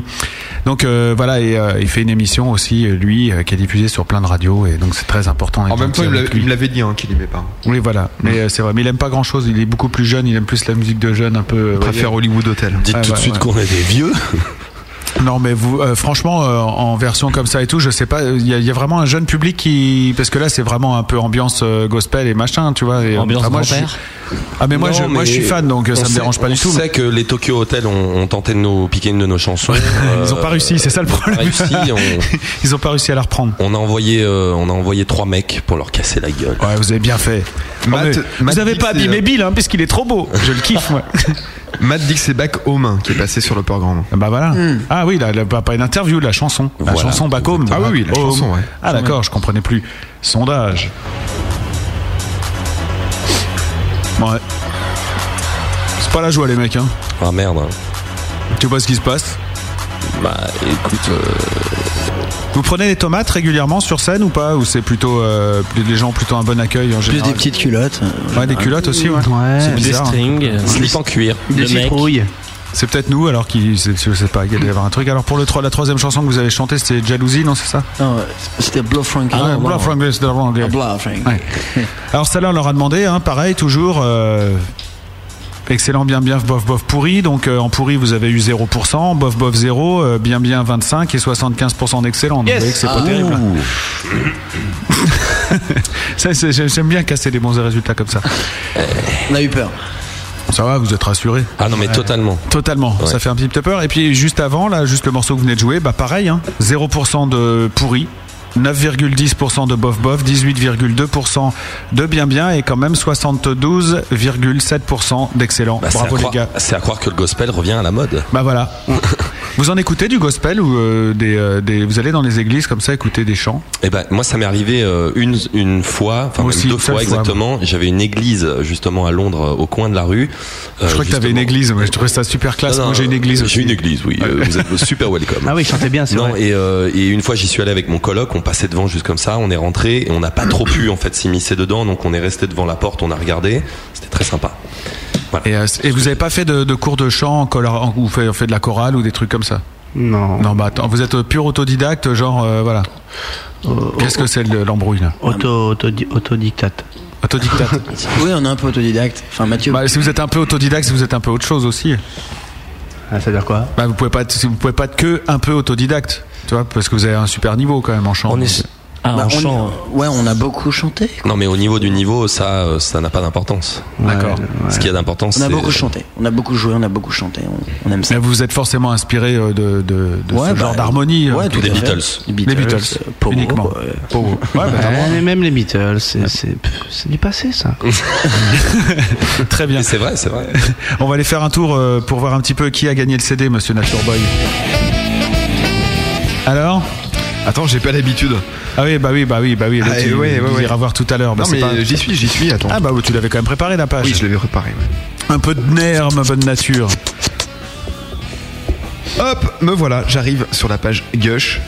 [SPEAKER 2] Donc euh, voilà, et euh, il fait une émission aussi, euh, lui, euh, qui est diffusée sur plein de radios, et donc euh, c'est très important.
[SPEAKER 4] En même temps, il me l'a- il me l'avait dit hein, qu'il aimait pas.
[SPEAKER 2] Oui, voilà. Mais euh, c'est vrai. Mais il aime pas grand chose. Il est beaucoup plus jeune. Il aime plus la musique de jeune, un peu. Ah,
[SPEAKER 4] Il préfère Hollywood Hotel.
[SPEAKER 3] Dites tout de suite qu'on est des vieux.
[SPEAKER 2] Non mais vous, euh, franchement, euh, en version comme ça et tout, je sais pas. Il y, a- il y a vraiment un jeune public qui, parce que là, c'est vraiment un peu ambiance euh, gospel et machin, tu vois. Et,
[SPEAKER 3] Ambiance
[SPEAKER 2] moi, je suis-
[SPEAKER 3] grand-père.
[SPEAKER 2] Ah mais moi,
[SPEAKER 3] Non,
[SPEAKER 2] je, moi, je
[SPEAKER 3] mais
[SPEAKER 2] suis fan, donc euh,
[SPEAKER 3] on
[SPEAKER 2] ça me
[SPEAKER 3] sait-
[SPEAKER 2] dérange pas du tout.
[SPEAKER 3] On sait que les Tokyo Hotel ont, ont tenté de nous piquer une de nos chansons. Euh,
[SPEAKER 2] Ils ont pas réussi, c'est ça le problème. Ils ont pas réussi à la reprendre.
[SPEAKER 3] On a envoyé, euh, on a envoyé trois mecs pour leur casser la gueule.
[SPEAKER 2] Ouais, vous avez bien fait.
[SPEAKER 4] Matt-
[SPEAKER 2] vous
[SPEAKER 4] Matt euh,
[SPEAKER 2] avez
[SPEAKER 4] dit
[SPEAKER 2] pas
[SPEAKER 4] que c'est-
[SPEAKER 3] euh,
[SPEAKER 2] abîmé Bill, hein, puisqu'il est trop beau. Je le kiffe, moi.
[SPEAKER 4] Matt dit que c'est Back Home hein, qui est passé sur le port grand.
[SPEAKER 2] Bah voilà.
[SPEAKER 15] Hmm.
[SPEAKER 2] Ah oui, la, la- pas une interview, la chanson. La
[SPEAKER 4] Voilà,
[SPEAKER 2] chanson Back Home.
[SPEAKER 4] exactement. Ah oui, oui, la
[SPEAKER 2] Home.
[SPEAKER 4] chanson, ouais.
[SPEAKER 2] Ah d'accord, je comprenais plus. Sondage. Ouais. C'est pas la joie, les mecs, hein.
[SPEAKER 3] Ah merde.
[SPEAKER 2] Tu vois ce qui se passe
[SPEAKER 3] Bah écoute.
[SPEAKER 2] Vous prenez des tomates régulièrement sur scène ou pas Ou c'est plutôt. euh, les gens ont plutôt un bon accueil en général
[SPEAKER 9] des petites culottes. euh,
[SPEAKER 2] Ouais, des culottes aussi, ouais. C'est bizarre. hein.
[SPEAKER 3] Slip en cuir.
[SPEAKER 2] Des
[SPEAKER 3] Le mec.
[SPEAKER 2] citrouilles. C'est peut-être nous, alors qu'il. c'est- Je sais pas, il doit y avoir un truc. Alors pour le trois- la troisième chanson que vous avez chantée, c'était Jalousie, non, c'est ça
[SPEAKER 9] Non, c'était Bluff Frankie.
[SPEAKER 14] hein,
[SPEAKER 2] Ah, ouais,
[SPEAKER 9] Bluff
[SPEAKER 2] Bluff Frankie, c'était vraiment bien.
[SPEAKER 9] Bluff Frankie.
[SPEAKER 2] Ouais. Alors celle-là, on leur a demandé, hein, pareil, toujours. euh, Excellent, bien, bien, bof, bof, pourri. Donc euh, en pourri, vous avez eu 0%, bof, bof, 0, euh, bien, bien, 25 et 75% d'excellent. Donc, Vous voyez que c'est pas
[SPEAKER 7] Ah,
[SPEAKER 2] terrible.
[SPEAKER 7] ouh.
[SPEAKER 2] Ça, c'est- j'ai- J'aime bien casser les bons résultats comme ça.
[SPEAKER 9] On a eu peur.
[SPEAKER 2] Ça va, vous êtes rassurés
[SPEAKER 3] Ah non, mais
[SPEAKER 2] Ouais.
[SPEAKER 3] totalement.
[SPEAKER 2] Totalement,
[SPEAKER 3] Ouais.
[SPEAKER 2] ça fait un petit peu peur. Et puis juste avant, là, juste le morceau que vous venez de jouer, bah pareil, hein, 0% de pourri, 9,10% de bof bof, 18,2% de bien bien et quand même 72,7% d'excellent.
[SPEAKER 3] Bah, c'est à
[SPEAKER 2] Bravo les
[SPEAKER 3] croire-
[SPEAKER 2] gars.
[SPEAKER 3] C'est à croire que le gospel revient à la mode.
[SPEAKER 2] Bah voilà. vous en écoutez du gospel ou euh, des, euh, des- vous allez dans les églises comme ça écouter des chants
[SPEAKER 3] Eh ben, moi, ça m'est arrivé euh, une, une fois, enfin
[SPEAKER 2] Moi
[SPEAKER 3] même
[SPEAKER 2] aussi,
[SPEAKER 3] deux
[SPEAKER 2] une seule fois,
[SPEAKER 3] fois exactement. J'avais une église justement à Londres, euh, au coin de la rue. Euh,
[SPEAKER 2] Je crois que t'avais une église, moi je trouvais ça super classe.
[SPEAKER 3] Ah Non, non,
[SPEAKER 2] moi j'ai une église.
[SPEAKER 3] J'ai une église, oui. Euh, vous êtes super welcome.
[SPEAKER 2] Ah oui, je chantais bien, c'est
[SPEAKER 3] Non,
[SPEAKER 2] vrai.
[SPEAKER 3] et, euh, et une fois j'y suis allé avec mon coloc, on passait devant juste comme ça, on est rentré et on n'a pas trop pu en fait s'immiscer dedans, donc on est resté devant la porte, on a regardé, c'était très sympa.
[SPEAKER 2] Et, euh, et vous avez pas fait de, de cours de chant en chora- en- ou fait, fait de la chorale ou des trucs comme ça
[SPEAKER 11] Non.
[SPEAKER 2] Non, bah attends, vous êtes euh, pur autodidacte, genre, euh, voilà. Qu'est-ce que c'est le- l'embrouille là
[SPEAKER 9] Auto, autodictate.
[SPEAKER 2] Autodictate.
[SPEAKER 9] oui, on est un peu autodidacte. Enfin, Mathieu.
[SPEAKER 2] Bah, si vous êtes un peu autodidacte, si vous êtes un peu autre chose aussi.
[SPEAKER 11] Ah, ça veut dire quoi
[SPEAKER 2] Bah, vous pouvez pas être, vous pouvez pas être que un peu autodidacte, tu vois, parce que vous avez un super niveau quand même en chant.
[SPEAKER 9] Bah, on- Ouais, on a beaucoup chanté.
[SPEAKER 3] Non, mais au niveau du niveau, ça, euh, ça n'a pas d'importance.
[SPEAKER 2] D'accord.
[SPEAKER 3] Ce qui a d'importance,
[SPEAKER 9] On a
[SPEAKER 3] c'est-
[SPEAKER 9] beaucoup chanté. On a beaucoup joué, on a beaucoup chanté. On, on aime ça.
[SPEAKER 2] Là, vous vous êtes forcément inspiré euh, de, de, de
[SPEAKER 9] Ouais,
[SPEAKER 2] ce
[SPEAKER 9] bah,
[SPEAKER 2] genre d'harmonie. euh,
[SPEAKER 9] ouais,
[SPEAKER 2] que-
[SPEAKER 9] tout à fait. Les Beatles,
[SPEAKER 2] Les Beatles,
[SPEAKER 9] euh, Pogo,
[SPEAKER 2] uniquement. Pogo. Ouais, bah,
[SPEAKER 11] Ouais,
[SPEAKER 2] vraiment.
[SPEAKER 11] mais même les Beatles, c'est c'est- pff, c'est du passé ça.
[SPEAKER 2] Très bien.
[SPEAKER 3] C'est vrai, c'est vrai.
[SPEAKER 2] On va aller faire un tour euh, pour voir un petit peu qui a gagné le CD, monsieur Nature Boy. Alors
[SPEAKER 4] Attends, j'ai pas l'habitude.
[SPEAKER 2] Ah oui, bah oui, bah oui, bah oui. l'autre,
[SPEAKER 4] Ah,
[SPEAKER 2] il-
[SPEAKER 4] ouais, ouais,
[SPEAKER 2] il
[SPEAKER 4] ouais.
[SPEAKER 2] ira voir tout à l'heure. Bah,
[SPEAKER 4] Non,
[SPEAKER 2] c'est
[SPEAKER 4] mais
[SPEAKER 2] pas-
[SPEAKER 4] j'y suis, j'y suis, attends.
[SPEAKER 2] Ah bah oui, tu l'avais quand même préparé la page.
[SPEAKER 4] Oui, je l'avais préparé.
[SPEAKER 2] Un peu de nerf, ma bonne nature.
[SPEAKER 4] Hop, me voilà, j'arrive sur la page gauche.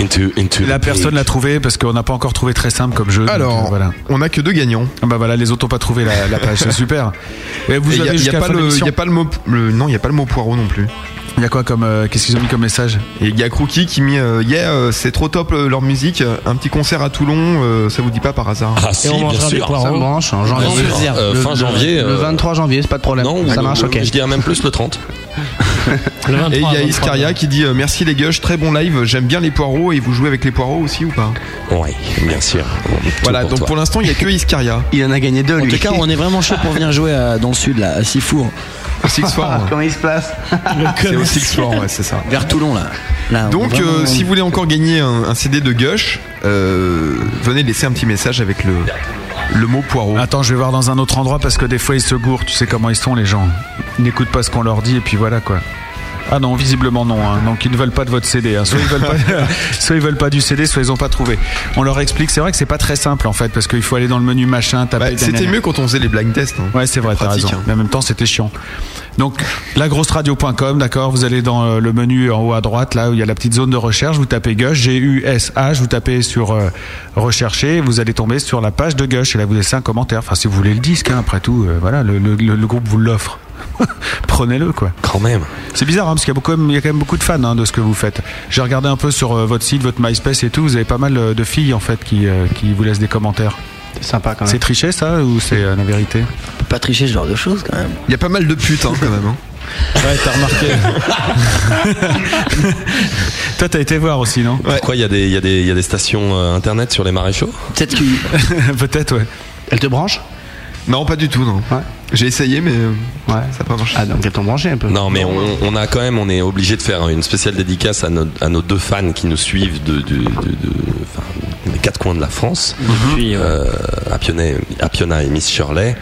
[SPEAKER 3] Into, into
[SPEAKER 2] La personne l'a trouvé parce qu'on n'a pas encore trouvé très simple comme jeu. donc,
[SPEAKER 4] Alors,
[SPEAKER 2] euh, voilà.
[SPEAKER 4] on a que deux gagnants.
[SPEAKER 2] Ah bah voilà, les autres n'ont pas trouvé la, la page, c'est super. Et vous
[SPEAKER 4] Et y a-
[SPEAKER 2] avez
[SPEAKER 4] y a
[SPEAKER 2] jusqu'à la
[SPEAKER 4] pas
[SPEAKER 2] fin de
[SPEAKER 4] le,
[SPEAKER 2] l'émission.
[SPEAKER 4] y a pas le mot, le- non, il y a pas le mot poireau non plus.
[SPEAKER 2] Il y a quoi comme. euh, Qu'est-ce qu'ils ont mis comme message
[SPEAKER 4] Et il y a Crookie qui met euh, Yeah, euh, c'est trop top euh, leur musique. Un petit concert à Toulon, euh, ça vous dit pas par hasard
[SPEAKER 3] Ah, si, bien sûr.
[SPEAKER 4] Ça me branche,
[SPEAKER 2] hein,
[SPEAKER 4] en janvier.
[SPEAKER 3] Bien sûr. Euh,
[SPEAKER 4] Le-
[SPEAKER 3] fin
[SPEAKER 4] le-
[SPEAKER 3] janvier.
[SPEAKER 4] le
[SPEAKER 3] 23
[SPEAKER 11] janvier, c'est pas de problème.
[SPEAKER 3] Non,
[SPEAKER 4] Ça
[SPEAKER 3] ou-
[SPEAKER 4] marche,
[SPEAKER 3] ou-
[SPEAKER 4] ok.
[SPEAKER 3] Je dirais même plus le 30.
[SPEAKER 4] et il y a
[SPEAKER 3] 23,
[SPEAKER 4] Iscaria qui dit euh, Merci les gueuches, très bon live, j'aime bien les poireaux et vous jouez avec les poireaux aussi ou pas
[SPEAKER 3] Ouais, bien sûr.
[SPEAKER 4] Voilà,
[SPEAKER 3] pour
[SPEAKER 4] donc
[SPEAKER 3] toi.
[SPEAKER 4] pour l'instant il y a que Iscaria.
[SPEAKER 11] Il en a gagné deux,
[SPEAKER 4] lui.
[SPEAKER 17] En tout cas, on est vraiment chaud pour venir jouer
[SPEAKER 14] euh,
[SPEAKER 17] à- dans le sud, là, à Sifour.
[SPEAKER 11] Ah, Comment il se place
[SPEAKER 4] C'est au Six Four, ouais, c'est ça.
[SPEAKER 17] Vers Toulon, là. Là, on
[SPEAKER 4] Donc
[SPEAKER 17] est
[SPEAKER 4] euh,
[SPEAKER 17] vraiment-
[SPEAKER 4] si vous voulez encore gagner un, un CD de gueuche, euh, venez laisser un petit message avec le, le mot poireau.
[SPEAKER 2] Attends, je vais voir dans un autre endroit parce que des fois ils se gourrent, tu sais comment ils sont les gens. Ils n'écoutent pas ce qu'on leur dit et puis voilà quoi. Ah non, visiblement non. hein. Donc ils ne veulent pas de votre CD. hein. Soit ils veulent pas, soit ils veulent pas du CD, soit ils ont pas trouvé. On leur explique. C'est vrai que c'est pas très simple en fait parce qu'il faut aller dans le menu machin. Taper.
[SPEAKER 4] Bah, c'était mieux quand on faisait les blind tests.
[SPEAKER 2] Ouais, c'est vrai, t'as
[SPEAKER 4] pratique,
[SPEAKER 2] raison.
[SPEAKER 4] hein.
[SPEAKER 2] Mais en même temps, c'était chiant. Donc, lagrosseradio.com, d'accord Vous allez dans euh, le menu en haut à droite, là où il y a la petite zone de recherche. Vous tapez Gush, G-U-S-H, vous tapez sur euh, Rechercher, vous allez tomber sur la page de Gush. Et là, vous laissez un commentaire. Enfin, si vous voulez le disque, hein, après tout, euh, voilà, le, le- le- le groupe vous l'offre. Prenez-le, quoi.
[SPEAKER 3] Quand même.
[SPEAKER 2] C'est bizarre, hein, parce qu'il y, a beaucoup- il y a quand même beaucoup de fans hein, de ce que vous faites. J'ai regardé un peu sur euh, votre site, votre MySpace et tout. Vous avez pas mal euh, de filles, en fait, qui, euh, qui vous laissent des commentaires.
[SPEAKER 9] C'est sympa quand même.
[SPEAKER 2] C'est triché, ça, ou c'est euh, la vérité
[SPEAKER 17] Pas tricher ce genre de choses quand même.
[SPEAKER 4] Il y a pas mal de putes hein, quand même. hein.
[SPEAKER 2] Ouais, t'as remarqué. Toi, t'as été voir aussi, non
[SPEAKER 3] Pourquoi il y, a des- il y a des il y a des stations euh, internet sur les maréchaux
[SPEAKER 17] Peut-être
[SPEAKER 2] Peut-être, ouais.
[SPEAKER 11] Elle te branche
[SPEAKER 4] Non, pas du tout, non. J'ai essayé, mais euh, ça n'a pas marché.
[SPEAKER 11] Ah, donc elle t'en branchait un peu.
[SPEAKER 3] Non, mais on, on a quand même, on est obligé de faire une spéciale dédicace à nos, à nos deux fans qui nous suivent de, de- de- de- enfin, des quatre coins de la France, Euh, Appiona, Appiona et Miss Shirley,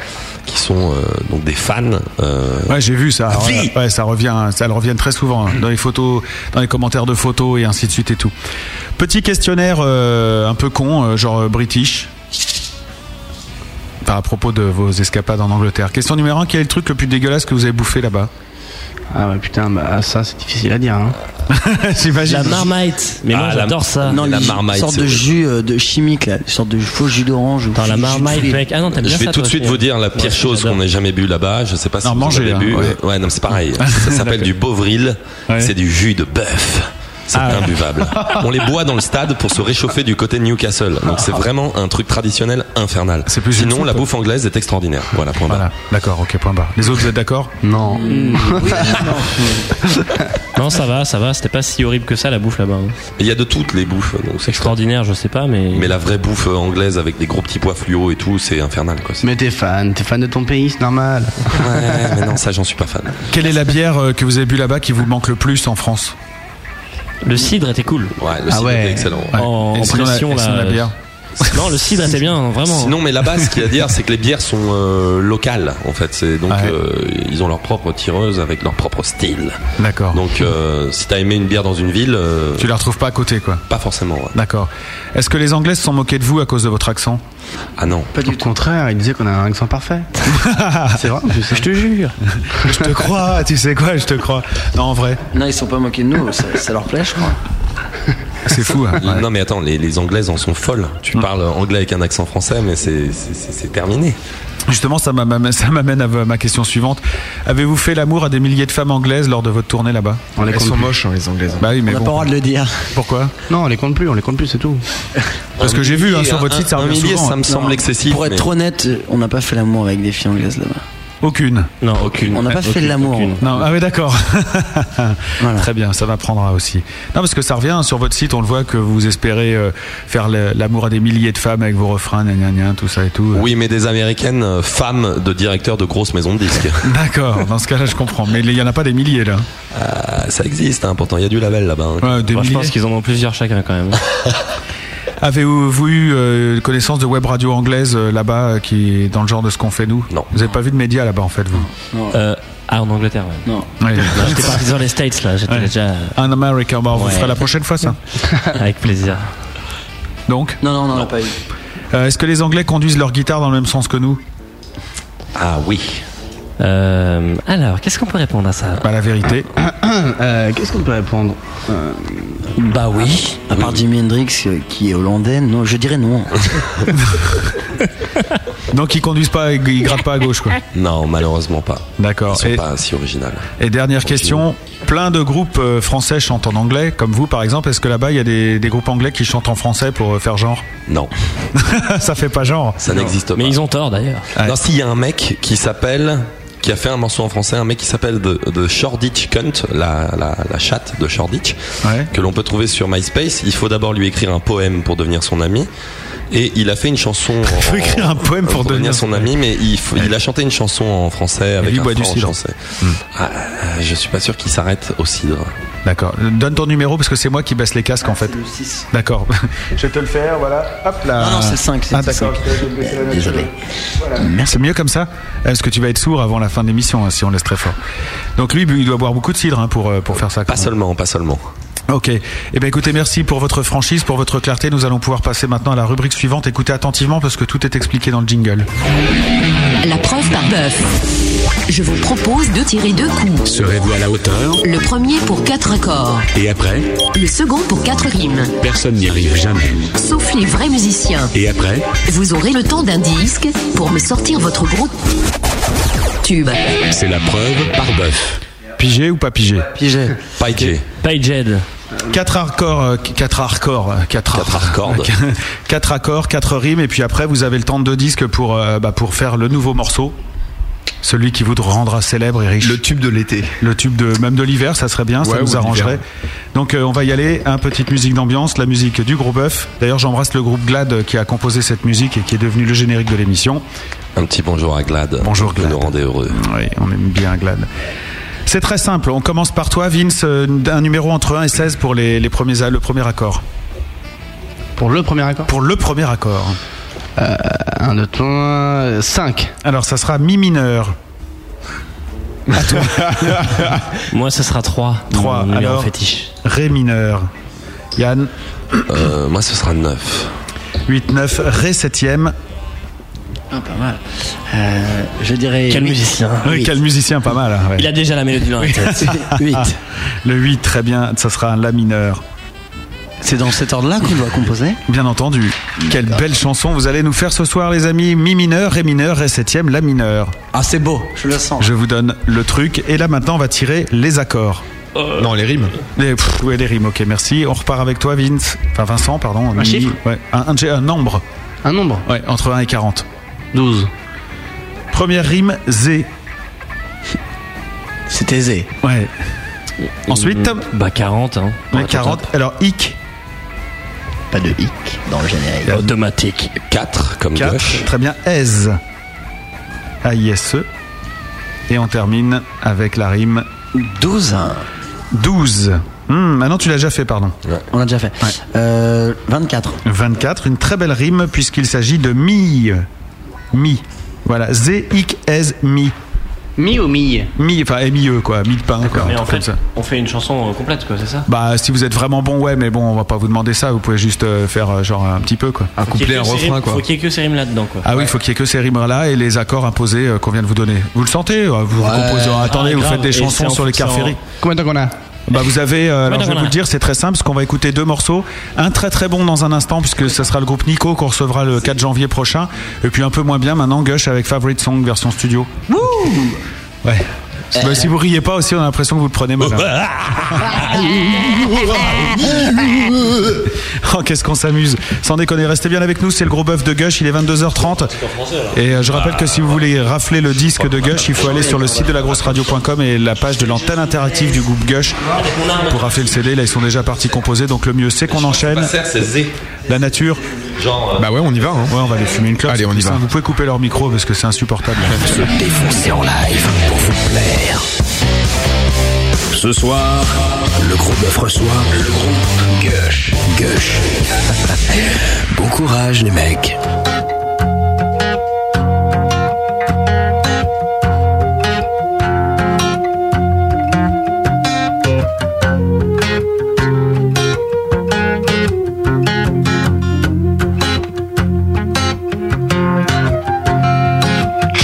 [SPEAKER 3] qui sont euh, donc des fans. euh,
[SPEAKER 2] Ouais, j'ai vu ça.
[SPEAKER 3] Ah,
[SPEAKER 2] Ouais,
[SPEAKER 3] oui.
[SPEAKER 2] ouais, ça revient, ça le revient très souvent hein, dans les photos, dans les commentaires de photos et ainsi de suite et tout. Petit questionnaire euh, un peu con, euh, genre euh, british. Enfin, à propos de vos escapades en Angleterre. Question numéro 1, quel est le truc le plus dégueulasse que vous avez bouffé là-bas
[SPEAKER 11] Ah ouais, putain, bah ça c'est difficile à dire. Hein.
[SPEAKER 2] J'imagine.
[SPEAKER 11] La
[SPEAKER 8] marmite.
[SPEAKER 11] Mais moi, j'adore ça.
[SPEAKER 17] Non,
[SPEAKER 11] La
[SPEAKER 17] les jus-
[SPEAKER 11] marmite,
[SPEAKER 17] Sorte
[SPEAKER 11] c'est
[SPEAKER 17] de
[SPEAKER 11] horrible.
[SPEAKER 17] jus euh, de chimique, là. Une sorte de faux jus d'orange. Dans la
[SPEAKER 8] marmite, mec. Ah non, t'aimes
[SPEAKER 3] je vais tout de suite vous dire la pire chose qu'on ait jamais bu là-bas. Je sais pas si
[SPEAKER 2] Non,
[SPEAKER 3] vous
[SPEAKER 2] manger,
[SPEAKER 3] avez
[SPEAKER 2] hein,
[SPEAKER 3] bu.
[SPEAKER 2] ouais.
[SPEAKER 3] Ouais, non, mais c'est pareil. Ça s'appelle du bovril. C'est du jus de bœuf. C'est
[SPEAKER 2] Ah ouais.
[SPEAKER 3] imbuvable. On les boit dans le stade pour se réchauffer du côté de Newcastle. Donc c'est vraiment un truc traditionnel infernal.
[SPEAKER 2] plus une
[SPEAKER 3] Sinon,
[SPEAKER 2] soupe.
[SPEAKER 3] la bouffe anglaise est extraordinaire. Voilà, point barre.
[SPEAKER 2] Voilà, d'accord, ok, point barre. Les autres, vous êtes d'accord
[SPEAKER 11] Non.
[SPEAKER 8] Non, ça va, ça va. C'était pas si horrible que ça la bouffe là-bas. hein.
[SPEAKER 3] Il y a de toutes les bouffes. donc c'est
[SPEAKER 8] extraordinaire, je sais pas, mais.
[SPEAKER 3] Mais la vraie bouffe euh, anglaise avec des gros petits pois fluo et tout, c'est infernal quoi.
[SPEAKER 11] Mais t'es fan, t'es fan de ton pays, c'est normal.
[SPEAKER 3] Ouais, mais non, ça j'en suis pas fan.
[SPEAKER 2] Quelle est la bière euh, que vous avez bu là-bas qui vous manque le plus en France
[SPEAKER 8] Le cidre était cool.
[SPEAKER 3] Ouais,
[SPEAKER 2] le Ah cidre ouais. était excellent. Ouais.
[SPEAKER 8] En,
[SPEAKER 2] Et
[SPEAKER 8] en
[SPEAKER 2] sinon, la-
[SPEAKER 8] pression,
[SPEAKER 2] et sinon,
[SPEAKER 8] là. euh,
[SPEAKER 2] la bière.
[SPEAKER 8] Non, le cidre était bien,
[SPEAKER 2] hein.
[SPEAKER 8] vraiment. hein.
[SPEAKER 3] Sinon, mais là-bas, ce qu'il y a à dire, c'est que les bières sont euh, locales, en fait. C'est donc euh, ils ont leur propre tireuse avec leur propre style.
[SPEAKER 2] D'accord.
[SPEAKER 3] Donc, euh, si t'as aimé une bière dans une ville, euh,
[SPEAKER 2] Tu la retrouves pas à côté, quoi
[SPEAKER 3] pas forcément. ouais.
[SPEAKER 2] D'accord. Est-ce que les Anglais se sont moqués de vous à cause de votre accent
[SPEAKER 3] Ah non.
[SPEAKER 11] Pas du contraire, il disait qu'on a un accent parfait. c'est vrai, hein. je te
[SPEAKER 8] jure.
[SPEAKER 2] je te crois, tu sais quoi, je te crois. Non, en vrai.
[SPEAKER 17] Non, ils sont pas moqués de nous. Ça, ça leur plaît, je crois.
[SPEAKER 2] C'est fou. hein. Mm.
[SPEAKER 3] Non, mais attends, les, les Anglaises en sont folles. Tu parles anglais avec un accent français, mais c'est- c'est c'est- c'est terminé.
[SPEAKER 2] Justement, ça m'amène ça m'amène à ma question suivante. Avez-vous fait l'amour à des milliers de femmes anglaises lors de votre tournée là-bas
[SPEAKER 11] On les
[SPEAKER 2] Elles
[SPEAKER 11] compte
[SPEAKER 2] sont
[SPEAKER 11] plus.
[SPEAKER 2] moches, hein, les anglaises. Bah oui, mais bon.
[SPEAKER 17] le dire.
[SPEAKER 2] Pourquoi
[SPEAKER 11] Non, on les compte plus, on les compte plus, c'est tout.
[SPEAKER 2] Parce que j'ai vu hein, sur votre site, ça revient souvent. hein.
[SPEAKER 17] Non, Pour être trop honnête, on n'a pas fait l'amour avec des filles anglaises là-bas.
[SPEAKER 2] Aucune.
[SPEAKER 8] Non, aucune.
[SPEAKER 17] On n'a pas fait de l'amour.
[SPEAKER 2] Non, ah oui, d'accord. Très bien, ça m'apprendra aussi. Non, parce que ça revient sur votre site, on le voit que vous espérez euh, faire le- l'amour à des milliers de femmes avec vos refrains, gna gna gna, tout ça et tout.
[SPEAKER 3] Oui, mais des américaines, euh, femmes de directeurs de grosses maisons de disques.
[SPEAKER 2] D'accord, dans ce cas-là, je comprends. Mais il n'y en a pas des milliers là.
[SPEAKER 3] Ah, ça existe, hein, pourtant, il y a du label là-bas. hein.
[SPEAKER 2] Ouais, des
[SPEAKER 8] Moi, je
[SPEAKER 2] milliers.
[SPEAKER 8] pense qu'ils en ont plusieurs chacun quand même.
[SPEAKER 2] Avez-vous eu euh, connaissance de web radio anglaise euh, là-bas euh, qui est dans le genre de ce qu'on fait nous
[SPEAKER 3] Non.
[SPEAKER 2] Vous n'avez pas vu de médias là-bas en fait vous
[SPEAKER 8] Euh, ah, en Angleterre, ouais.
[SPEAKER 17] Non.
[SPEAKER 2] Ouais.
[SPEAKER 8] Non, J'étais parti dans les States là, j'étais
[SPEAKER 2] Ouais.
[SPEAKER 8] déjà. euh,
[SPEAKER 2] Un America, bah, on vous
[SPEAKER 8] Ouais.
[SPEAKER 2] fera la prochaine fois ça.
[SPEAKER 8] Avec plaisir.
[SPEAKER 2] Donc
[SPEAKER 17] Non, non, on n'en a pas eu.
[SPEAKER 2] Euh, Est-ce que les Anglais conduisent leur guitare dans le même sens que nous
[SPEAKER 3] Ah oui.
[SPEAKER 8] Euh, alors, qu'est-ce qu'on peut répondre à ça
[SPEAKER 2] Bah la vérité.
[SPEAKER 11] Euh, Qu'est-ce qu'on peut répondre Euh,
[SPEAKER 17] Bah oui.
[SPEAKER 9] Ah,
[SPEAKER 17] À part Jimi Hendrix euh, qui est hollandais, non, je dirais non.
[SPEAKER 2] Donc ils conduisent pas, ils grattent pas à gauche quoi.
[SPEAKER 3] Non, malheureusement pas.
[SPEAKER 2] D'accord.
[SPEAKER 3] Ils sont pas si original.
[SPEAKER 2] Et dernière question, plein de groupes euh, français chantent en anglais, comme vous par exemple. Est-ce que là-bas il y a des, des groupes anglais qui chantent en français pour euh, faire genre
[SPEAKER 3] Non.
[SPEAKER 2] Ça fait pas genre.
[SPEAKER 3] Ça n'existe pas.
[SPEAKER 8] Mais ils ont tort d'ailleurs.
[SPEAKER 3] Non, s'il y a un mec qui s'appelle qui a fait un morceau en français, un mec qui s'appelle The, The Shoreditch Cunt, la, la, la chatte de Shoreditch,
[SPEAKER 2] Ouais.
[SPEAKER 3] que l'on peut trouver sur MySpace. Il faut d'abord lui écrire un poème pour devenir son ami. Et il a fait une chanson. Il
[SPEAKER 2] faut écrire un poème pour devenir
[SPEAKER 3] son ami, mais il, faut- il a chanté une chanson en français avec
[SPEAKER 2] lui
[SPEAKER 3] un
[SPEAKER 2] boit du
[SPEAKER 3] franc
[SPEAKER 2] cidre. Hmm.
[SPEAKER 3] français. Ah, je suis pas sûr qu'il s'arrête au cidre.
[SPEAKER 2] D'accord. Donne ton numéro parce que c'est moi qui baisse les casques en fait. D'accord. Je vais te le faire, voilà. Hop là.
[SPEAKER 9] Non, non, c'est le cinq, c'est
[SPEAKER 2] Ah
[SPEAKER 9] le
[SPEAKER 2] d'accord.
[SPEAKER 9] cinq.
[SPEAKER 2] je vais baisser la note.
[SPEAKER 9] Désolé.
[SPEAKER 2] Voilà. C'est mieux comme ça Eh, Parce que tu vas être sourd avant la fin de l'émission hein, si on laisse très fort. Donc lui, il doit boire beaucoup de cidre hein, pour, euh, pour faire ça. Pas
[SPEAKER 3] seulement, pas seulement.
[SPEAKER 2] Ok. Eh bien écoutez, merci pour votre franchise, pour votre clarté. Nous allons pouvoir passer maintenant à la rubrique suivante. Écoutez attentivement parce que tout est expliqué dans le jingle.
[SPEAKER 1] La preuve par bœuf. Je vous propose de tirer deux coups.
[SPEAKER 18] Serez-vous à la hauteur
[SPEAKER 1] Le premier pour quatre accords,
[SPEAKER 18] Et après
[SPEAKER 1] le second pour quatre rimes.
[SPEAKER 18] Personne n'y arrive jamais.
[SPEAKER 1] Sauf les vrais musiciens.
[SPEAKER 18] Et après
[SPEAKER 1] Vous aurez le temps d'un disque pour me sortir votre gros tube.
[SPEAKER 18] C'est la preuve par bœuf.
[SPEAKER 2] Pigé ou pas pigé
[SPEAKER 9] Pigé.
[SPEAKER 3] Pigé.
[SPEAKER 8] Paged.
[SPEAKER 2] 4 accords, 4 accords, 4 accords, 4 accords, 4 rimes, et puis après vous avez le temps de deux disques pour, euh, bah, pour faire le nouveau morceau, celui qui vous rendra célèbre et riche. Le
[SPEAKER 4] tube de l'été.
[SPEAKER 2] Le tube de même de l'hiver, ça serait bien,
[SPEAKER 4] Ouais,
[SPEAKER 2] ça
[SPEAKER 4] ou de
[SPEAKER 2] nous arrangerait.
[SPEAKER 4] l'hiver.
[SPEAKER 2] Donc euh, on va y aller, un petite musique d'ambiance, la musique du gros bœuf. D'ailleurs j'embrasse le groupe Glad euh, qui a composé cette musique et qui est devenu le générique de l'émission.
[SPEAKER 3] Un petit bonjour à Glad. Bonjour Glad. nous rendez heureux.
[SPEAKER 2] Oui, on aime bien Glad. C'est très simple, on commence par toi Vince, euh, un numéro entre 1 et 16 pour les, les premiers, a- le premier accord.
[SPEAKER 9] Pour le premier accord Euh,
[SPEAKER 2] Pour le premier accord.
[SPEAKER 9] Un de ton 5.
[SPEAKER 2] Alors ça sera mi mineur.
[SPEAKER 8] Moi, ça sera 3.
[SPEAKER 2] 3.
[SPEAKER 8] numéro
[SPEAKER 2] Alors
[SPEAKER 8] fétiche.
[SPEAKER 2] ré mineur. Yann.
[SPEAKER 3] Euh, moi ce sera 9.
[SPEAKER 2] 8 9 ré septième.
[SPEAKER 9] Ah, pas mal. Euh, je dirais.
[SPEAKER 8] Quel
[SPEAKER 9] huit.
[SPEAKER 8] musicien.
[SPEAKER 2] Oui,
[SPEAKER 9] Huit.
[SPEAKER 2] quel musicien pas mal. hein, ouais. Ah.
[SPEAKER 8] Il a déjà la mélodie dans la tête.
[SPEAKER 2] Le 8 très bien, ça sera un la mineur.
[SPEAKER 9] C'est dans cet ordre-là qu'on doit composer
[SPEAKER 2] Bien entendu. Quelle belle chanson vous allez nous faire ce soir les amis, mi mineur, ré mineur, ré septième, la mineur.
[SPEAKER 9] Ah, c'est beau, je le sens.
[SPEAKER 2] Je vous donne le truc et là maintenant on va tirer les accords.
[SPEAKER 4] Non, les rimes.
[SPEAKER 2] Les, pff, ouais, les rimes, ok, merci. On repart avec toi, Vince. Enfin, Vincent, pardon. Mi-
[SPEAKER 9] chiffre
[SPEAKER 2] ouais, un, un- un nombre.
[SPEAKER 9] Un nombre
[SPEAKER 2] Ouais, entre 1 et 40.
[SPEAKER 9] 12.
[SPEAKER 2] Première rime, Z.
[SPEAKER 9] C'était Z.
[SPEAKER 2] Ouais. Ensuite,
[SPEAKER 8] Bah 40. Hein,
[SPEAKER 2] Ouais, 40. Alors, hic.
[SPEAKER 9] Pas de hic dans le générique.
[SPEAKER 8] Automatique.
[SPEAKER 3] 4 comme
[SPEAKER 2] 4.
[SPEAKER 3] gauche.
[SPEAKER 2] Très bien, aise. A-I-S-E. E. Et on termine avec la rime
[SPEAKER 9] 12.
[SPEAKER 2] 12. Hmm, maintenant, tu l'as déjà fait, pardon.
[SPEAKER 9] On l'a déjà fait. Euh, 24.
[SPEAKER 2] 24. Une très belle rime puisqu'il s'agit de mi. Mi. Voilà, Z, hic, aise, mi.
[SPEAKER 9] Mi ou mille
[SPEAKER 2] Mi, euh. enfin, MIE, quoi. Mi de pain, quoi. un
[SPEAKER 8] Mais
[SPEAKER 2] truc comme
[SPEAKER 8] en fait,
[SPEAKER 2] ça.
[SPEAKER 8] on fait une chanson euh, complète, quoi, c'est ça
[SPEAKER 2] Bah, si vous êtes vraiment bon, ouais, mais bon, on va pas vous demander ça. Vous pouvez juste euh, faire euh, genre un petit peu, quoi. Un
[SPEAKER 8] Faut qu'il y ait que ces rimes- Faut qu'il y ait que ces rimes là-dedans, quoi.
[SPEAKER 2] Ah oui, il faut qu'il y ait que ces rimes-là et les accords imposés euh, qu'on vient de vous donner. Vous le sentez euh, Vous vous composez.
[SPEAKER 8] Ah,
[SPEAKER 2] Attendez, vous
[SPEAKER 8] grave,
[SPEAKER 2] faites des
[SPEAKER 8] et c'est
[SPEAKER 2] chansons
[SPEAKER 8] en
[SPEAKER 2] sur les
[SPEAKER 8] fonction-
[SPEAKER 2] cars ferrés.
[SPEAKER 9] Combien de temps qu'on a
[SPEAKER 2] Bah vous avez, euh, alors je
[SPEAKER 9] donc
[SPEAKER 2] vais
[SPEAKER 9] on a-
[SPEAKER 2] vous le dire, c'est très simple, parce qu'on va écouter deux morceaux, un très très bon dans un instant, puisque ce sera le groupe Nico qu'on recevra le 4 janvier prochain, et puis un peu moins bien maintenant, Gush avec Favorite Song version studio. Ouais. Bah, si vous riez pas aussi, on a l'impression que vous le prenez mal. hein. Oh, qu'est-ce qu'on s'amuse. Sans déconner, restez bien avec nous, c'est le gros bœuf de Gush, il est 22h30. Et euh, je rappelle que si vous voulez rafler le disque de Gush, il faut aller sur le site de lagrosseradio.com et la page de l'antenne interactive du groupe Gush pour rafler le CD. Là, ils sont déjà partis composer, donc le mieux c'est qu'on enchaîne.
[SPEAKER 3] c'est Z.
[SPEAKER 2] La nature.
[SPEAKER 3] Genre. euh,
[SPEAKER 4] Bah ouais, on y va.
[SPEAKER 2] Ouais, on va aller fumer une clope.
[SPEAKER 4] Allez, on y
[SPEAKER 2] Putain,
[SPEAKER 4] va.
[SPEAKER 2] Vous pouvez couper leur micro parce que c'est insupportable.
[SPEAKER 5] Se défoncer en live pour vous plaire. Ce soir, le gros bœuf reçoit le groupe Gush. Gush. bon courage, les mecs.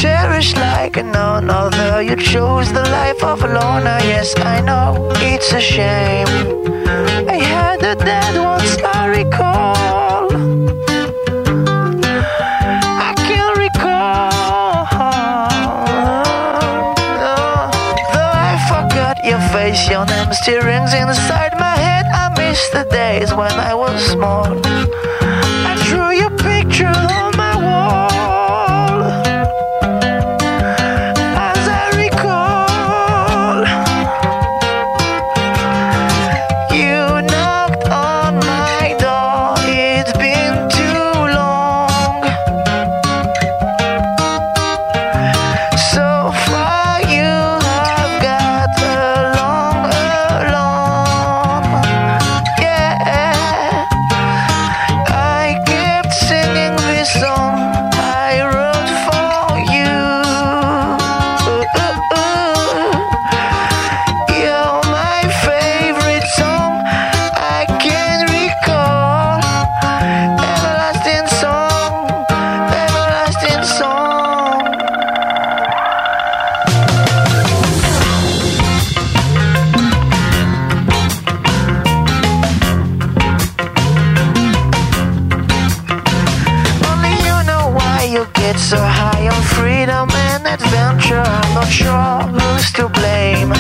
[SPEAKER 19] Cherished like none other, you chose the life of a loner. Yes, I know it's a shame. I had a dead once I recall. I can recall.
[SPEAKER 7] Oh, time still rings inside my head. I miss the days when I was small. I drew your picture on my wall. As I recall, you knocked on my door. It's been too long. So far, you have got along, along. Yeah. I kept singing this song I wrote for you. You're my favorite song I can recall. Everlasting song, everlasting song. Only you know why you get so high on freedom and adventure. I'm not sure who's to blame.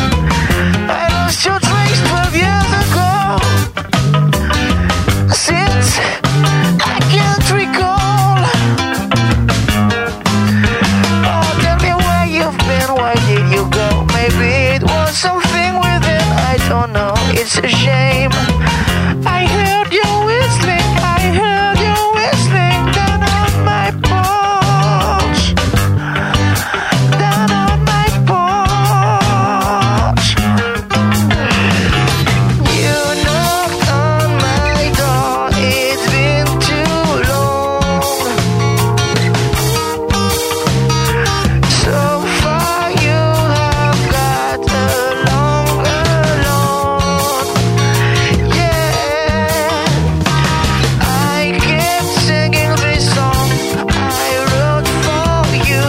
[SPEAKER 7] I lost your trace 12 years ago. Since I can't recall. Oh, tell me where you've been, why did you go? Maybe it was something within, I don't know. It's a shame. I heard you whistling, I heard you whistling down on my porch. Down on my porch. You knocked on my door, it's been too long. So far, you have got along, along. Yeah. I kept singing this song I wrote for you.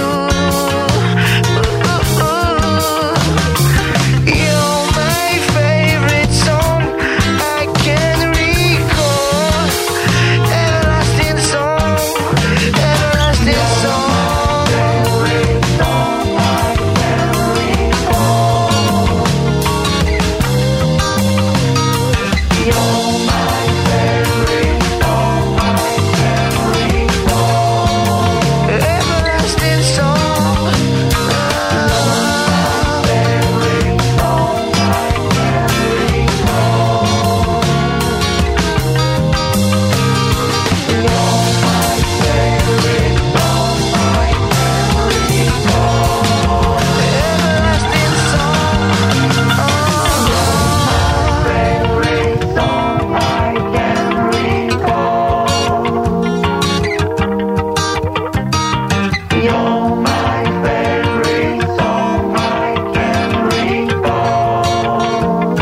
[SPEAKER 7] You're my favorite song I can recall. Everlasting song, everlasting song. You're my Everlasting song. You're my favorite song I can recall.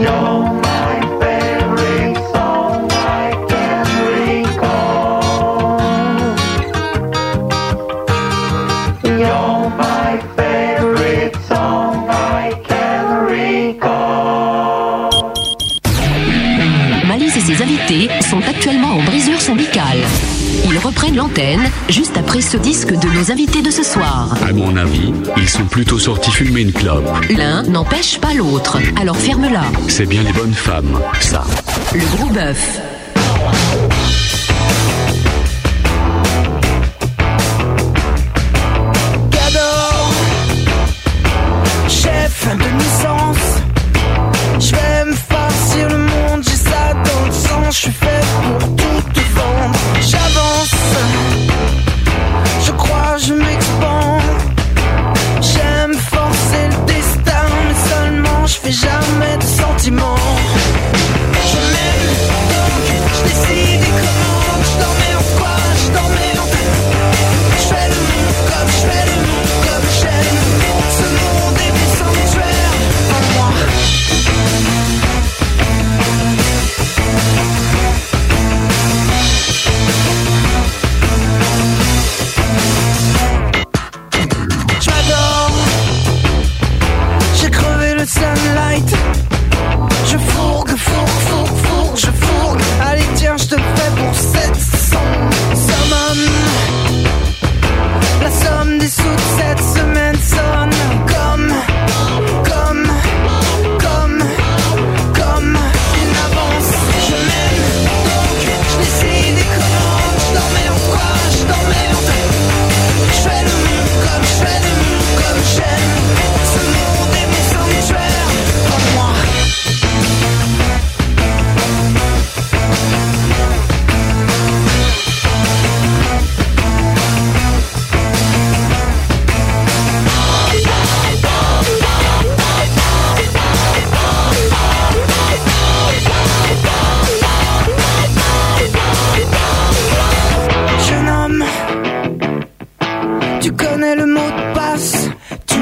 [SPEAKER 7] You're my favorite song I can recall. You're my favorite song I can recall.
[SPEAKER 1] Malice et ses invités sont actuellement en brisure syndicale. Ils reprennent l'antenne juste après ce disque de nos invités de ce soir.
[SPEAKER 18] À mon avis, ils sont plutôt sortis fumer une clope.
[SPEAKER 1] L'un n'empêche pas l'autre, alors ferme-la.
[SPEAKER 18] C'est bien les bonnes femmes, ça.
[SPEAKER 1] Le gros bœuf.
[SPEAKER 15] Cadeau, chef de nuisance. Je vais me farcir le monde, j'ai ça dans le sang. Je suis fait pour tout te vendre. J'avance, je crois, je m'expands. J'aime forcer le destin, mais seulement je fais jamais de sentiments. Je m'aime, donc je décide comment. Je t'emmerde quoi, je t'emmerde. Je fais le monde comme je fais le monde comme j'aime. Ce monde est mes sanctuaires en moi. Je m'adore, j'ai crevé le sunlight. Je
[SPEAKER 20] connais le mot de passe. Tu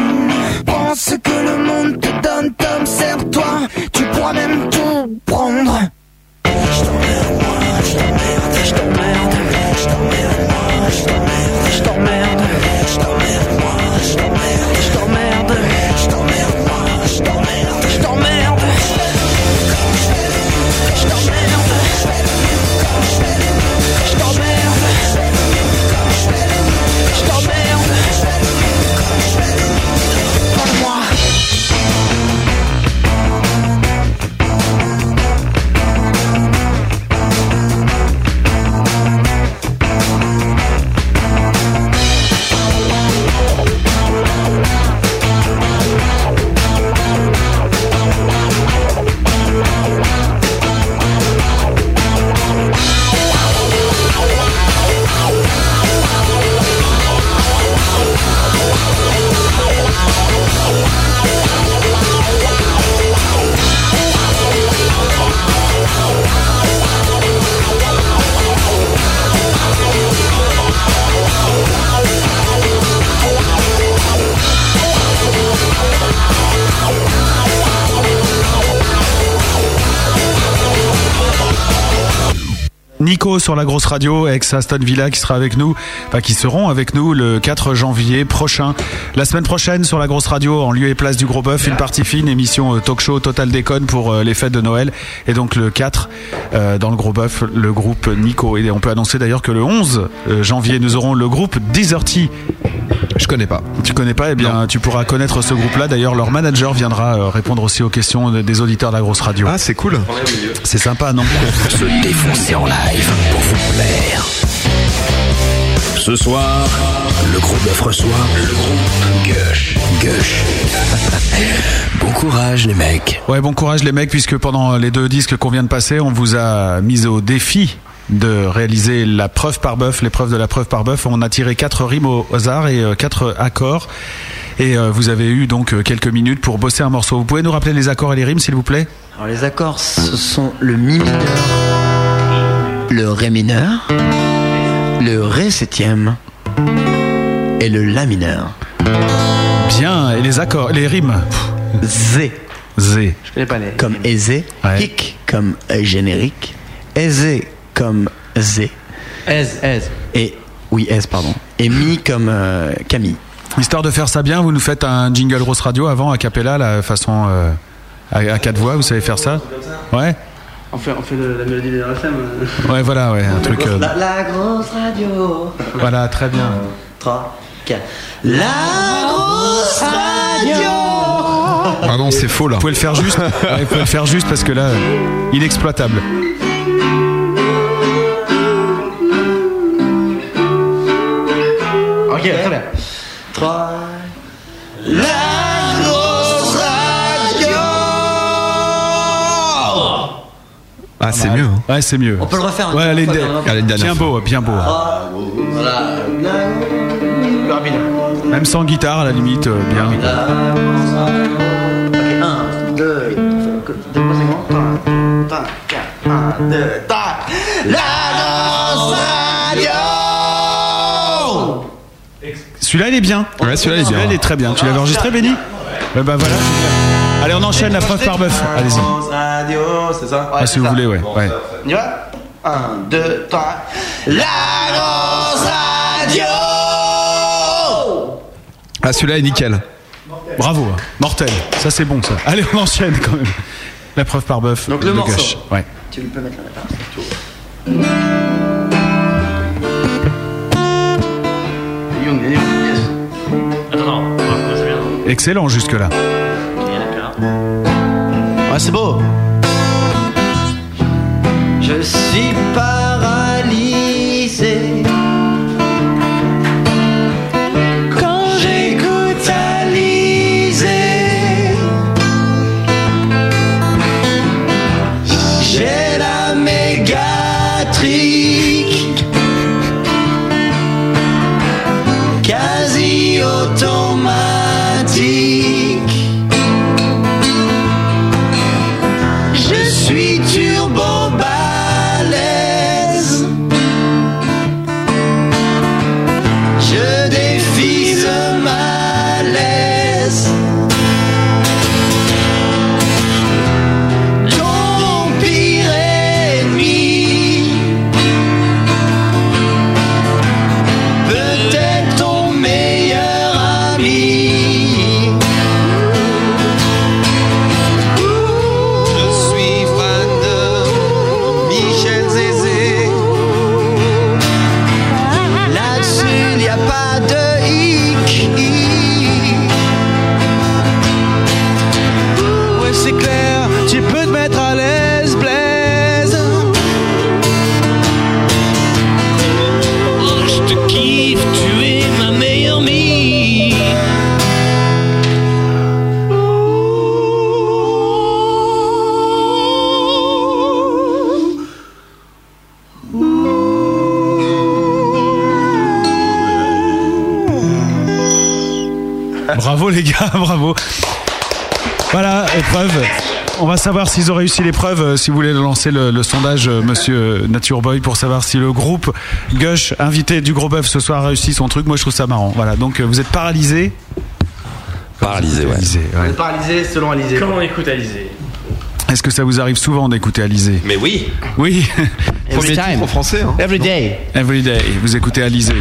[SPEAKER 20] prends ce que le monde te donne, Tom, serre-toi. Tu pourras même tout prendre. Je t'emmerde, moi, je t'emmerde, je t'emmerde, je t'emmerde, moi, je t'emmerde, je t'emmerde, je t'emmerde, moi, je t'emmerde, je t'emmerde, je t'emmerde, moi, je t'emmerde, je t'emmerde. Je t'emmerde, je t'emmerde, je t'emmerde. Parle-moi.
[SPEAKER 2] Nico sur la grosse radio avec Aston Villa qui sera avec nous, enfin qui seront avec nous le 4 janvier prochain. La semaine prochaine sur la grosse radio en lieu et place du gros bœuf, une partie fine, émission euh, talk show total déconne pour euh, les fêtes de Noël. Et donc le 4 euh, dans le gros bœuf, le groupe Nico. Et on peut annoncer d'ailleurs que le 11 janvier nous aurons le groupe Deserty.
[SPEAKER 4] Je connais pas.
[SPEAKER 2] Tu connais pas Eh bien tu pourras connaître ce groupe-là. D'ailleurs leur manager viendra euh, répondre aussi aux questions de- des auditeurs de la grosse radio. Ah
[SPEAKER 4] c'est cool.
[SPEAKER 2] C'est sympa non
[SPEAKER 5] Se défoncer en live pour vous plaire. Ce soir, le gros bœuf reçoit le groupe Gush. Gush. bon courage, les mecs.
[SPEAKER 2] Ouais, bon courage les mecs, puisque pendant les deux disques qu'on vient de passer, on vous a mis au défi de réaliser la preuve par bœuf, l'épreuve de la preuve par bœuf. On a tiré quatre rimes au au hasard et euh, quatre accords. Et euh, vous avez eu donc euh, quelques minutes pour bosser un morceau. Vous pouvez nous rappeler les accords et les rimes, s'il vous plaît
[SPEAKER 17] Alors les accords, ce sont le mi mineur, le ré mineur, le ré septième et le la mineur.
[SPEAKER 2] Bien, et les accords, les rimes
[SPEAKER 17] Z.
[SPEAKER 2] Z.
[SPEAKER 17] Je connais pas les. Comme aisé, hic comme euh, générique, aisé comme zé. Aise, aise. Et oui, aise, pardon. Et mi comme euh, Camille.
[SPEAKER 2] Histoire de faire ça bien, vous nous faites un jingle Rose Radio avant, a cappella, la façon euh, à, à quatre voix, vous savez faire ça Ouais
[SPEAKER 9] On fait, on fait le- la mélodie des RFM. euh.
[SPEAKER 2] Ouais, voilà, ouais, un truc... euh,
[SPEAKER 17] La, la grosse radio.
[SPEAKER 2] Voilà, très bien.
[SPEAKER 17] 3, 4. La grosse radio.
[SPEAKER 2] Pardon, Ah c'est faux là. Vous pouvez le faire juste. Ouais, vous pouvez le faire juste parce que là, euh, inexploitable.
[SPEAKER 9] Ok, très bien.
[SPEAKER 17] 3.
[SPEAKER 7] La grosse radio
[SPEAKER 4] Ah, c'est mieux.
[SPEAKER 2] Ouais, c'est mieux. On
[SPEAKER 17] peut le refaire.
[SPEAKER 9] hein.
[SPEAKER 2] Ouais, allez,
[SPEAKER 4] Allez, une dernière
[SPEAKER 2] bien
[SPEAKER 4] fois.
[SPEAKER 2] beau, bien beau. Même sans guitare, à la limite, euh, bien.
[SPEAKER 9] 1, 2, 2 1, 2,
[SPEAKER 7] La grosse radio
[SPEAKER 2] Celui-là, il est bien.
[SPEAKER 4] Ouais, celui-là, il est bien.
[SPEAKER 2] il est très bien. Tu l'avais enregistré, Benny Ouais, bah voilà. Allez, on enchaîne la preuve par bœuf. Allez-y.
[SPEAKER 9] Radio, c'est ça
[SPEAKER 2] Ah, si vous voulez, ouais. ouais.
[SPEAKER 9] On y va 1, 2, 3. La grosse
[SPEAKER 17] Oh.
[SPEAKER 7] Oh!
[SPEAKER 9] radio
[SPEAKER 4] Ah, celui-là est nickel.
[SPEAKER 2] Bravo, hein. mortel. Ça, c'est bon, ça. Allez, on enchaîne quand même. La preuve par bœuf.
[SPEAKER 9] Donc le
[SPEAKER 2] de
[SPEAKER 9] morceau.
[SPEAKER 2] gauche. Ouais.
[SPEAKER 9] Tu peux mettre la référence. Young, Young, yes. Attends, non.
[SPEAKER 2] Excellent jusque-là.
[SPEAKER 9] Ouais, c'est beau.
[SPEAKER 17] Je suis paralysé.
[SPEAKER 7] Quand j'écoute Alizé J'ai la mégatrique Quasi automatique Je suis turbo balèze
[SPEAKER 2] Bravo les gars, bravo. Voilà, épreuve. On va savoir s'ils ont réussi l'épreuve. euh, Si vous voulez lancer le, le sondage, euh, monsieur euh, Nature Boy, pour savoir si le groupe Gush, invité du Gros Bœuf ce soir, a réussi son truc. Moi, je trouve ça marrant. Voilà, donc euh, vous êtes paralysés.
[SPEAKER 3] Paralysé, ouais.
[SPEAKER 2] ouais.
[SPEAKER 6] On est paralysé selon Alizé. Comment on écoute Alizé
[SPEAKER 2] Est-ce que ça vous arrive souvent d'écouter Alizé
[SPEAKER 3] Mais oui
[SPEAKER 2] Oui
[SPEAKER 6] Every Premier time. titre en français, hein. Every day.
[SPEAKER 2] Every day, vous écoutez Alizé.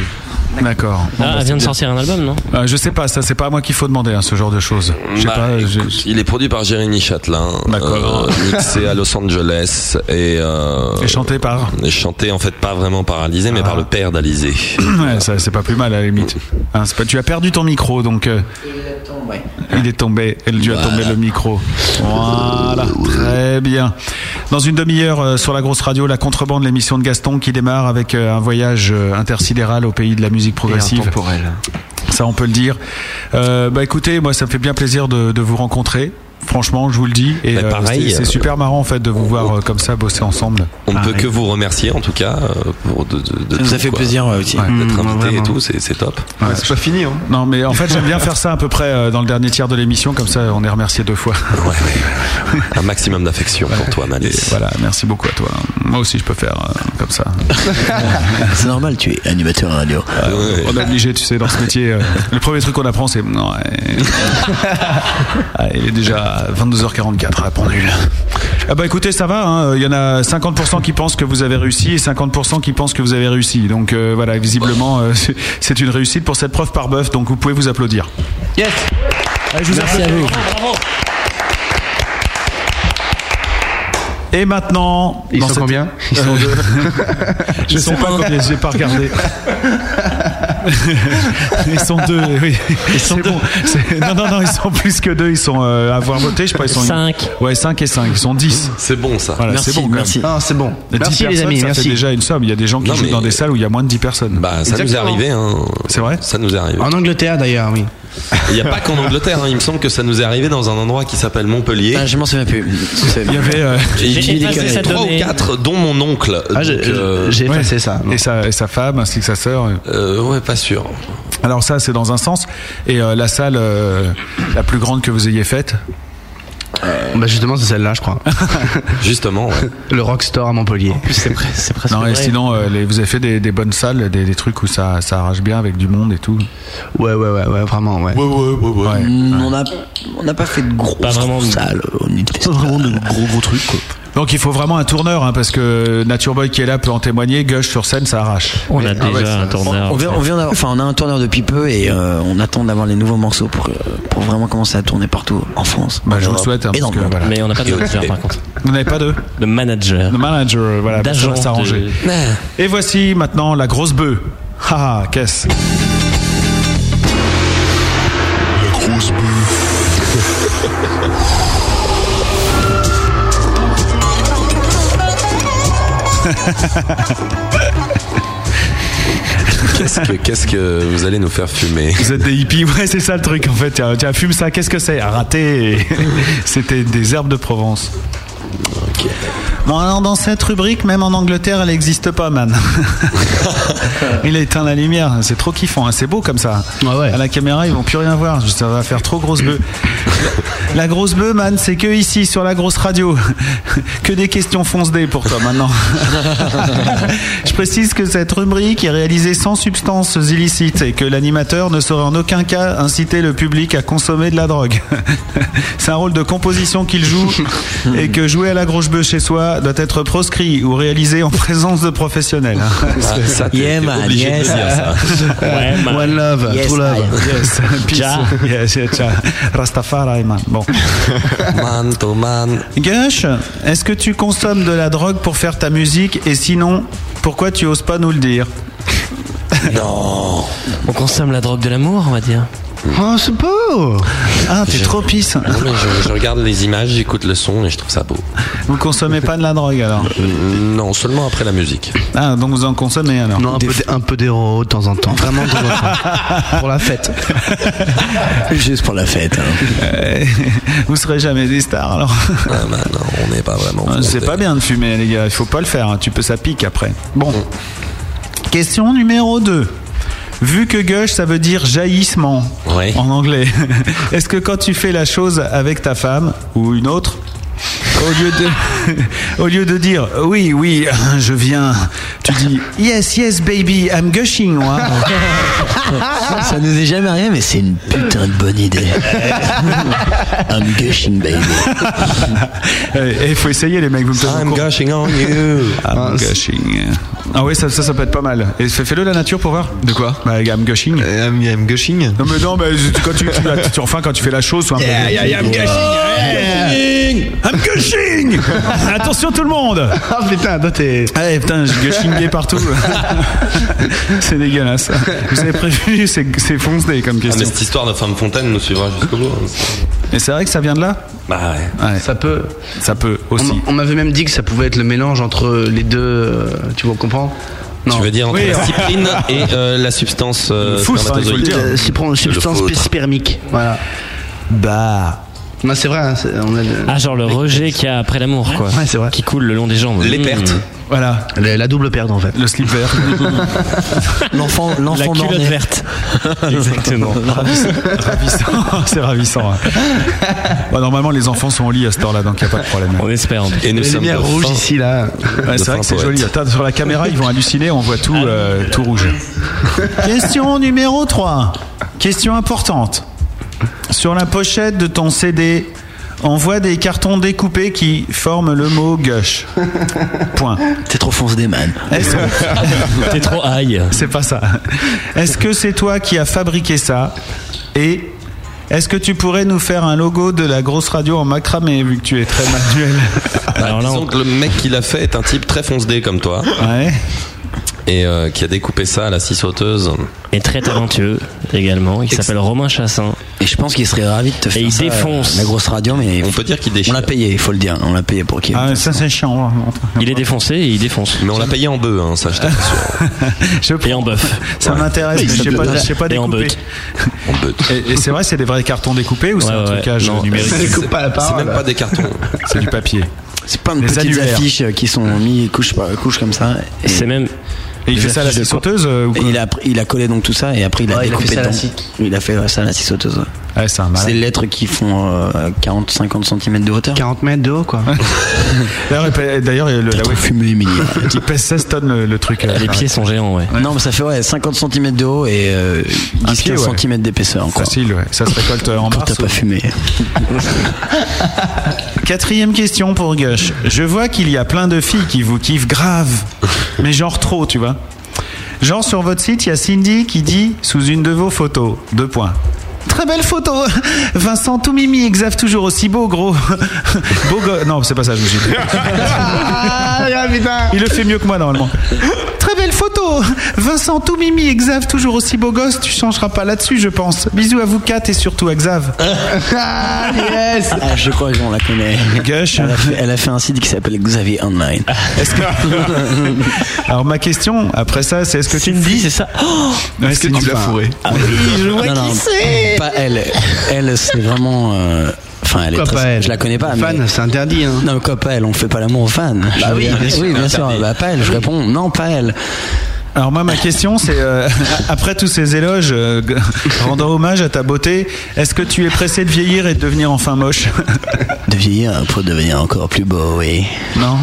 [SPEAKER 2] D'accord. Bon, bah,
[SPEAKER 13] Ah, elle
[SPEAKER 2] c'est
[SPEAKER 13] vient de
[SPEAKER 2] bien.
[SPEAKER 13] sortir un album, non
[SPEAKER 2] Euh, je sais pas, ça c'est pas à moi qu'il faut demander hein, ce genre de choses. Je sais
[SPEAKER 3] Bah,
[SPEAKER 2] pas, je-
[SPEAKER 3] écoute, Il est produit par Jérémy Châtelain,
[SPEAKER 2] D'accord.
[SPEAKER 3] euh, mixé à Los Angeles et, euh,
[SPEAKER 2] Et chanté par Ah.
[SPEAKER 3] et chanté en fait pas vraiment par Alizé mais par le père d'Alizé.
[SPEAKER 2] Ouais, ça, c'est pas plus mal à la limite. Hein, c'est pas- tu as perdu ton micro donc. euh, Il est tombé, elle lui a tombé le micro. Voilà, très bien. Dans une demi-heure euh, sur la grosse radio, la contrebande, l'émission de Gaston qui démarre avec euh, un voyage euh, intersidéral au pays de la musique progressive.
[SPEAKER 4] intemporel.
[SPEAKER 2] Ça, on peut le dire. Euh, bah écoutez, moi, ça me fait bien plaisir de, de vous rencontrer. Franchement, je vous le dis. Et
[SPEAKER 3] Bah,
[SPEAKER 2] euh,
[SPEAKER 3] pareil,
[SPEAKER 2] c'est- c'est
[SPEAKER 3] euh,
[SPEAKER 2] super marrant en fait de vous voir euh, comme ça bosser ensemble.
[SPEAKER 3] On ne peut
[SPEAKER 2] Arrête.
[SPEAKER 3] que vous remercier en tout cas euh, pour de, de, de
[SPEAKER 2] Ça nous
[SPEAKER 3] tout,
[SPEAKER 2] a fait
[SPEAKER 3] quoi.
[SPEAKER 2] plaisir, ouais, aussi.
[SPEAKER 3] d'être
[SPEAKER 2] Ouais. Mmh, ouais,
[SPEAKER 3] invité et
[SPEAKER 2] vraiment.
[SPEAKER 3] tout, c'est c'est top.
[SPEAKER 2] Ouais, c'est pas fini. hein. Non, mais en fait, j'aime bien faire ça à peu près euh, dans le dernier tiers de l'émission, comme ça on est remercié deux fois.
[SPEAKER 3] Un maximum d'affection pour toi, Malice.
[SPEAKER 2] Voilà, merci beaucoup à toi. Moi aussi, je peux faire euh, comme ça.
[SPEAKER 14] C'est normal, tu es animateur à radio.
[SPEAKER 2] Euh, on est obligé, tu sais, dans ce métier. euh, le premier truc qu'on apprend, c'est. Non, ouais. Ah, il est déjà 22h44 à la pendule. Ah bah écoutez, ça va. hein, Il y en a 50% qui pensent que vous avez réussi et 50% qui pensent que vous avez réussi. Donc euh, voilà, visiblement, euh, c'est- c'est une réussite pour cette preuve par bœuf. Donc vous pouvez vous applaudir.
[SPEAKER 6] Yes
[SPEAKER 2] je vous
[SPEAKER 6] Merci à
[SPEAKER 2] applaudis.
[SPEAKER 6] vous.
[SPEAKER 2] Et maintenant,
[SPEAKER 6] Ils
[SPEAKER 2] dans
[SPEAKER 6] sont combien Ils sont deux.
[SPEAKER 2] Je
[SPEAKER 6] Ils
[SPEAKER 2] sais
[SPEAKER 6] sont
[SPEAKER 2] pas
[SPEAKER 6] un.
[SPEAKER 2] combien, j'ai pas regardé. ils sont deux, oui. Ils sont bon. C'est- Non, non, non, ils sont plus que deux. Ils sont euh, à avoir voté, je sais pas, ils sont
[SPEAKER 13] Cinq.
[SPEAKER 2] Ouais, cinq et cinq. Ils sont dix.
[SPEAKER 3] C'est bon ça.
[SPEAKER 2] Voilà, c'est bon. quand même.
[SPEAKER 6] Ah, c'est bon.
[SPEAKER 2] Dix
[SPEAKER 6] Merci les
[SPEAKER 2] personnes,
[SPEAKER 6] amis,
[SPEAKER 2] ça
[SPEAKER 6] merci.
[SPEAKER 2] fait déjà une somme. Il y a des gens qui
[SPEAKER 3] Non,
[SPEAKER 2] jouent
[SPEAKER 3] mais-
[SPEAKER 2] dans des salles où il y a moins de 10 personnes.
[SPEAKER 3] Bah, ça nous est
[SPEAKER 2] Exactement.
[SPEAKER 3] arrivé. Hein.
[SPEAKER 2] C'est vrai
[SPEAKER 3] Ça nous est arrivé.
[SPEAKER 6] En Angleterre d'ailleurs, oui.
[SPEAKER 3] Il n'y a pas qu'en Angleterre, hein, il me semble que ça nous est arrivé dans un endroit qui s'appelle Montpellier. je m'en souviens plus.
[SPEAKER 2] Il y avait. euh, J'ai effacé sa
[SPEAKER 3] 3 ou
[SPEAKER 2] donnée.
[SPEAKER 3] 4, dont mon oncle.
[SPEAKER 2] Ah, j'ai-
[SPEAKER 3] Donc, euh,
[SPEAKER 2] j'ai effacé Ouais. ça, Et sa, et sa femme ainsi que sa sœur.
[SPEAKER 3] Euh, ouais, pas sûr.
[SPEAKER 2] Alors ça, c'est dans un sens. Et euh, la salle euh, la plus grande que vous ayez faite
[SPEAKER 6] Bah justement, c'est celle-là, je crois.
[SPEAKER 3] Justement, ouais.
[SPEAKER 6] Le Rockstore à Montpellier.
[SPEAKER 13] C'est presque
[SPEAKER 2] Non, et sinon, euh, les- vous avez fait des, des bonnes salles, des, des trucs où ça, ça arrache bien avec du monde et tout.
[SPEAKER 6] Ouais, ouais, ouais, ouais, vraiment, ouais.
[SPEAKER 2] Ouais, ouais, ouais, ouais.
[SPEAKER 14] Mm, On n'a on a pas fait de grosses grosses salles. On était pas vraiment de gros gros trucs. quoi.
[SPEAKER 2] Donc il faut vraiment un tourneur, hein, parce que Nature Boy qui est là peut en témoigner. Gush sur scène, ça arrache.
[SPEAKER 13] On a
[SPEAKER 14] Ah ouais, ça- On, on vient, on vient d'avoir- enfin, on a un tourneur depuis peu et euh, on attend d'avoir les nouveaux morceaux pour, euh, pour vraiment commencer à tourner partout en France.
[SPEAKER 2] Bah, je vous le
[SPEAKER 14] En Europe
[SPEAKER 2] souhaite, hein,
[SPEAKER 14] et dans
[SPEAKER 2] parce
[SPEAKER 14] le
[SPEAKER 2] que,
[SPEAKER 14] monde.
[SPEAKER 2] voilà.
[SPEAKER 13] Mais on n'a pas de manager par contre.
[SPEAKER 2] Vous n'avez pas de
[SPEAKER 13] De manager.
[SPEAKER 2] De manager, voilà. bah, ça
[SPEAKER 13] D'agent
[SPEAKER 2] va s'arranger.
[SPEAKER 13] de-
[SPEAKER 2] Et voici maintenant la grosse bœuf. Ah, qu'est-ce
[SPEAKER 5] La grosse bœuf.
[SPEAKER 3] Qu'est-ce que, qu'est-ce que vous allez nous faire fumer
[SPEAKER 2] Vous êtes des hippies, ouais, c'est ça le truc en fait. Tiens, tiens, fume ça, qu'est-ce que c'est Ah, Raté C'était des herbes de Provence. Bon, alors dans cette rubrique, même en Angleterre, elle n'existe pas, man. Il a éteint la lumière, c'est trop kiffant, hein, c'est beau comme ça.
[SPEAKER 13] Ah
[SPEAKER 2] À la caméra, ils vont plus rien voir, ça va faire trop grosse bœuf. la grosse bœuf, man, c'est que ici, sur la grosse radio. que des questions foncedées pour toi maintenant. Je précise que cette rubrique est réalisée sans substances illicites et que l'animateur ne saurait en aucun cas inciter le public à consommer de la drogue. C'est un rôle de composition qu'il joue et que jouer à la grosse bœuf chez soi doit être proscrit ou réalisé en présence de professionnels.
[SPEAKER 3] ça, t'es-
[SPEAKER 14] Yeah,
[SPEAKER 3] t'es
[SPEAKER 14] man,
[SPEAKER 3] obligé de le
[SPEAKER 14] yes.
[SPEAKER 3] dire, ça.
[SPEAKER 2] Ouais, man.
[SPEAKER 6] One love,
[SPEAKER 2] Yes,
[SPEAKER 6] true love.
[SPEAKER 2] I- yes. Peace.
[SPEAKER 6] Ja.
[SPEAKER 2] Yes, yes, ja. Rastafari, man. Bon.
[SPEAKER 3] Man to man.
[SPEAKER 2] Gush, est-ce que tu consommes de la drogue pour faire ta musique et sinon, pourquoi tu oses pas nous le dire
[SPEAKER 3] Non.
[SPEAKER 13] On consomme la drogue de l'amour, on va dire.
[SPEAKER 2] Oh, c'est beau Ah, t'es
[SPEAKER 3] Je-
[SPEAKER 2] trop pisse.
[SPEAKER 3] Non, mais je, je regarde les images, j'écoute le son et je trouve ça beau.
[SPEAKER 2] Vous consommez pas de la drogue alors
[SPEAKER 3] Non, seulement après la musique.
[SPEAKER 2] Ah, donc vous en consommez alors
[SPEAKER 6] Non, un peu, d- un peu d'héros de temps en temps. Vraiment de temps en temps. Pour la fête.
[SPEAKER 14] Juste pour la fête.
[SPEAKER 2] Euh, Vous serez jamais des stars alors
[SPEAKER 3] hein. Ah, bah, non, on n'est pas vraiment.
[SPEAKER 2] Ah, C'est pas bien de fumer, les gars.
[SPEAKER 3] Mm.
[SPEAKER 2] Il faut pas le faire. hein. Tu peux, ça pique après. Bon. Question numéro 2. Vu que gush, ça veut dire jaillissement en anglais. Est-ce que quand tu fais la chose avec ta femme ou une autre, au lieu de, au lieu de dire oui, oui, je viens, tu dis yes, yes, baby, I'm gushing. moi.
[SPEAKER 9] Ça nous est jamais rien, mais c'est une putain de bonne idée. I'm gushing, baby.
[SPEAKER 2] Eh, Il faut essayer, les mecs. Vous me I'm
[SPEAKER 3] gushing on you.
[SPEAKER 2] I'm gushing. Ah oui, ça, ça, ça peut être pas mal. Et fais- fais-le la nature pour voir. De quoi Bah, I'm gushing.
[SPEAKER 4] Euh,
[SPEAKER 5] I'm, gushing
[SPEAKER 2] Non, mais non, mais quand tu, tu la- tu- enfin, quand tu fais la chose, sois un peu.
[SPEAKER 4] Yeah, yeah, I'm gushing.
[SPEAKER 2] I'm gushing Attention tout le monde
[SPEAKER 11] Ah putain, toi t'es.
[SPEAKER 2] Eh putain, je gushingais partout. c'est dégueulasse. Vous avez prévu, c'est c'est foncé comme
[SPEAKER 3] Ah, mais
[SPEAKER 2] question.
[SPEAKER 3] cette histoire de femme fontaine nous suivra jusqu'au bout. hein.
[SPEAKER 2] Et c'est vrai que ça vient de là
[SPEAKER 3] Bah ouais.
[SPEAKER 11] Ça peut.
[SPEAKER 2] Ça peut aussi.
[SPEAKER 11] On, on m'avait même dit que ça pouvait être le mélange entre les deux. euh, Tu vois, on comprend
[SPEAKER 3] Tu veux dire entre
[SPEAKER 2] hein.
[SPEAKER 3] la cyprine et euh, la substance euh, spermatozoïde.
[SPEAKER 11] substance
[SPEAKER 3] Le foutre.
[SPEAKER 11] spermique. Voilà. Bah. Non, c'est vrai. hein, c'est- on a le-
[SPEAKER 8] Ah, genre le rejet qu'il y a après l'amour, quoi.
[SPEAKER 11] Ouais, c'est vrai.
[SPEAKER 8] Qui coule le long des jambes. Mmh.
[SPEAKER 11] Les pertes.
[SPEAKER 2] Voilà.
[SPEAKER 11] La, la double perte en fait.
[SPEAKER 2] Le slip vert.
[SPEAKER 9] l'enfant, l'enfant
[SPEAKER 8] La culotte
[SPEAKER 9] mort-né.
[SPEAKER 8] verte. Exactement.
[SPEAKER 2] Ravissant. Ravissant. c'est ravissant. Bon, Bah, normalement, les enfants sont au lit à cette heure-là, donc il n'y a pas de problème.
[SPEAKER 8] On espère.
[SPEAKER 3] Et
[SPEAKER 11] nous Les sommes lumières de rouges fin- ici, là.
[SPEAKER 2] Ouais,
[SPEAKER 11] de
[SPEAKER 2] c'est vrai
[SPEAKER 11] fin
[SPEAKER 2] que c'est
[SPEAKER 11] poète.
[SPEAKER 2] joli. Attends, sur la caméra, ils vont halluciner, on voit tout, euh, tout rouge. Question numéro 3. Question importante. Sur la pochette de ton CD, on voit des cartons découpés qui forment le mot gush. Point.
[SPEAKER 9] T'es trop fonce des man.
[SPEAKER 8] T'es trop high.
[SPEAKER 2] C'est pas ça. Est-ce que c'est toi qui as fabriqué ça Et est-ce que tu pourrais nous faire un logo de la grosse radio en macramé, vu que tu es très manuel
[SPEAKER 3] Alors Bah, disons que le mec qui l'a fait est un type très foncedé comme toi.
[SPEAKER 2] Ouais.
[SPEAKER 3] Et euh, qui a découpé ça à la scie sauteuse.
[SPEAKER 8] Et très talentueux également. Il s'appelle Romain Chassin.
[SPEAKER 9] Et je pense qu'il serait ravi de te faire
[SPEAKER 8] Et il
[SPEAKER 9] ça,
[SPEAKER 8] défonce.
[SPEAKER 9] euh, la grosse radio, mais on
[SPEAKER 3] peut dire qu'il déchire.
[SPEAKER 9] On l'a payé, il faut le dire, on l'a payé pour qu'il.
[SPEAKER 2] Ah, ça c'est chiant.
[SPEAKER 8] Il est défoncé et il défonce.
[SPEAKER 3] Mais on l'a payé en bœuf, hein, ça je t'assure.
[SPEAKER 8] Et en bœuf.
[SPEAKER 2] Ça
[SPEAKER 8] Ouais.
[SPEAKER 2] m'intéresse, mais je sais pas, je sais pas
[SPEAKER 8] Et en
[SPEAKER 2] découper.
[SPEAKER 8] beute.
[SPEAKER 2] Et, et c'est vrai, c'est des vrais cartons découpés ou c'est
[SPEAKER 8] Ouais,
[SPEAKER 2] un
[SPEAKER 8] ouais,
[SPEAKER 2] trucage
[SPEAKER 8] non,
[SPEAKER 2] numérique
[SPEAKER 8] ça découpe
[SPEAKER 3] pas la parole. C'est même pas des cartons.
[SPEAKER 2] C'est du papier.
[SPEAKER 9] C'est plein de
[SPEAKER 2] Les
[SPEAKER 9] petites
[SPEAKER 2] annuaires.
[SPEAKER 9] affiches euh, qui sont mises couche par couche comme ça. et-
[SPEAKER 8] C'est même.
[SPEAKER 2] Et il fait ça à la scie sauteuse euh, ou
[SPEAKER 9] Et il, a, il a collé donc tout ça et après il a
[SPEAKER 11] Ouais, il a
[SPEAKER 9] découpé
[SPEAKER 11] fait ça à la
[SPEAKER 9] dedans.
[SPEAKER 11] scie.
[SPEAKER 9] Il a fait ouais, ça à la scie sauteuse. ouais.
[SPEAKER 11] Ah,
[SPEAKER 2] Ouais, c'est un malade.
[SPEAKER 9] C'est les lettres qui font euh, 40-50 cm de hauteur.
[SPEAKER 11] 40 mètres de haut quoi.
[SPEAKER 2] D'ailleurs, il pa- D'ailleurs, le- la web
[SPEAKER 9] fumé
[SPEAKER 2] Il pèse 16 tonnes le, le truc. euh,
[SPEAKER 8] Les pieds sont géants, ouais.
[SPEAKER 9] Non, mais ça fait ouais, 50 cm de haut et euh, 10
[SPEAKER 2] pied, ouais.
[SPEAKER 9] cm d'épaisseur. quoi.
[SPEAKER 2] Facile, ouais. Ça se récolte euh, en
[SPEAKER 9] Quand
[SPEAKER 2] mars.
[SPEAKER 9] t'as pas fumé.
[SPEAKER 2] Quatrième question pour Gush. Je vois qu'il y a plein de filles qui vous kiffent grave, mais genre trop, tu vois. Genre sur votre site, il y a Cindy qui dit sous une de vos photos, deux points. Très belle photo. Vincent tout mimi, et Xav toujours aussi beau, gros. beau go- Non, c'est pas ça, je me suis dit.
[SPEAKER 9] Ah,
[SPEAKER 2] Il le fait mieux que moi normalement. Très belle photo. Vincent tout mimi, et Xav toujours aussi beau gosse. Tu changeras pas là-dessus, je pense. Bisous à vous quatre et surtout à Xav.
[SPEAKER 11] Ah, yes
[SPEAKER 9] Ah, je crois qu'on la connaît.
[SPEAKER 2] Gush.
[SPEAKER 9] Elle a, fait, elle a fait un site qui s'appelle Xavier Online.
[SPEAKER 2] Est-ce que- Alors ma question après ça, c'est est-ce que tu
[SPEAKER 8] Cindy, c'est ça. Oh
[SPEAKER 2] Ouais, Cindy, enfin,
[SPEAKER 9] Ah oui, je vois
[SPEAKER 11] qui c'est.
[SPEAKER 9] Pas elle. Elle, c'est vraiment. euh, Enfin, elle est
[SPEAKER 11] Pourquoi
[SPEAKER 9] très-
[SPEAKER 11] pas elle
[SPEAKER 9] Je la connais pas.
[SPEAKER 11] Fan,
[SPEAKER 9] mais...
[SPEAKER 11] c'est interdit. Hein. Bah
[SPEAKER 9] Non, mais quoi, pas elle On fait pas l'amour aux fans. Je veux
[SPEAKER 11] oui,
[SPEAKER 9] dire,
[SPEAKER 11] bien sûr,
[SPEAKER 9] oui, bien sûr.
[SPEAKER 11] interdit.
[SPEAKER 9] Bah, pas elle, je réponds. Non, pas elle.
[SPEAKER 2] Alors moi ma question c'est euh, après tous ces éloges euh, g- rendant hommage à ta beauté, est-ce que tu es pressé de vieillir et de devenir enfin moche
[SPEAKER 9] De vieillir pour devenir encore plus beau, oui.
[SPEAKER 2] Non.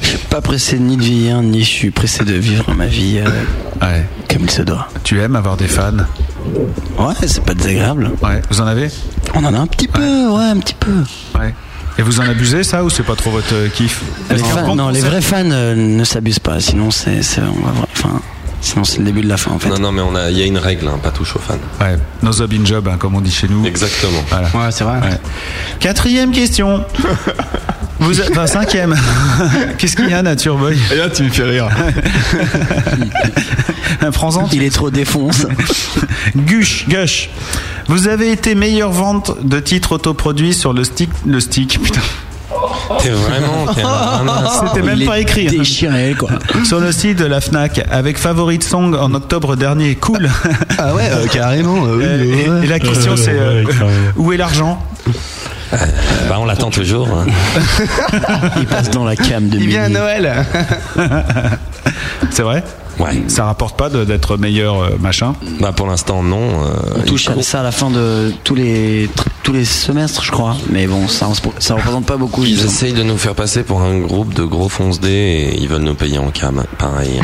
[SPEAKER 9] Je suis pas pressé ni de vieillir, ni je suis pressé de vivre ma vie euh,
[SPEAKER 2] Ouais.
[SPEAKER 9] comme il se doit.
[SPEAKER 2] Tu aimes avoir des fans
[SPEAKER 9] Ouais, c'est pas désagréable.
[SPEAKER 2] Ouais. Vous en avez
[SPEAKER 9] On en a un petit peu, ouais, un petit peu.
[SPEAKER 2] Ouais. Et vous en abusez ça ou c'est pas trop votre euh, kiff
[SPEAKER 9] Les
[SPEAKER 2] Est-ce qu'en
[SPEAKER 9] fans-
[SPEAKER 2] compte-
[SPEAKER 9] non, les vrais fans euh, ne s'abusent pas, sinon c'est, c'est- on va voir, enfin, sinon c'est le début de la fin en fait.
[SPEAKER 3] Non, non, mais on a- il y a une règle, hein, pas touche aux fans.
[SPEAKER 2] Ouais, no job in job, hein, comme on dit chez nous.
[SPEAKER 3] Exactement.
[SPEAKER 2] Voilà.
[SPEAKER 11] Ouais, c'est vrai.
[SPEAKER 2] Ouais. Quatrième question. Vous, a- enfin, cinquième. Qu'est-ce qu'il y a, Nature Boy
[SPEAKER 5] Et là, tu me fais rire.
[SPEAKER 2] Prends-en.
[SPEAKER 9] Il est trop défonce.
[SPEAKER 2] Gush, gush. Vous avez été meilleure vente de titres autoproduits sur le stick. Le stick, putain.
[SPEAKER 3] T'es vraiment.
[SPEAKER 7] Eh
[SPEAKER 3] t'es
[SPEAKER 7] ben,
[SPEAKER 3] un ananas.
[SPEAKER 2] C'était même
[SPEAKER 9] Il
[SPEAKER 2] pas
[SPEAKER 9] est
[SPEAKER 2] écrit.
[SPEAKER 9] Déchiré quoi.
[SPEAKER 2] Sur le site de la Fnac, avec Favorite Song en octobre dernier. Cool.
[SPEAKER 5] Ah ouais, euh, carrément. euh, oui,
[SPEAKER 2] Euh,
[SPEAKER 5] ouais.
[SPEAKER 2] et, et la question, c'est euh, où est l'argent
[SPEAKER 3] bah, on l'attend toujours. hein.
[SPEAKER 17] Il passe dans la cam de
[SPEAKER 3] Il
[SPEAKER 17] vient
[SPEAKER 3] vient à
[SPEAKER 17] Noël.
[SPEAKER 2] C'est vrai
[SPEAKER 3] Ouais.
[SPEAKER 2] Ça rapporte pas de- d'être meilleur euh, machin
[SPEAKER 3] Bah pour l'instant non.
[SPEAKER 2] On
[SPEAKER 8] Euh,
[SPEAKER 17] touche à ça à la fin de tous les tr- tous les semestres, je crois. Mais bon, ça on se- ça représente pas beaucoup.
[SPEAKER 3] Ils
[SPEAKER 17] disons.
[SPEAKER 3] essayent de nous faire passer pour un groupe de gros fonce dés et ils veulent nous payer en cam. Pareil.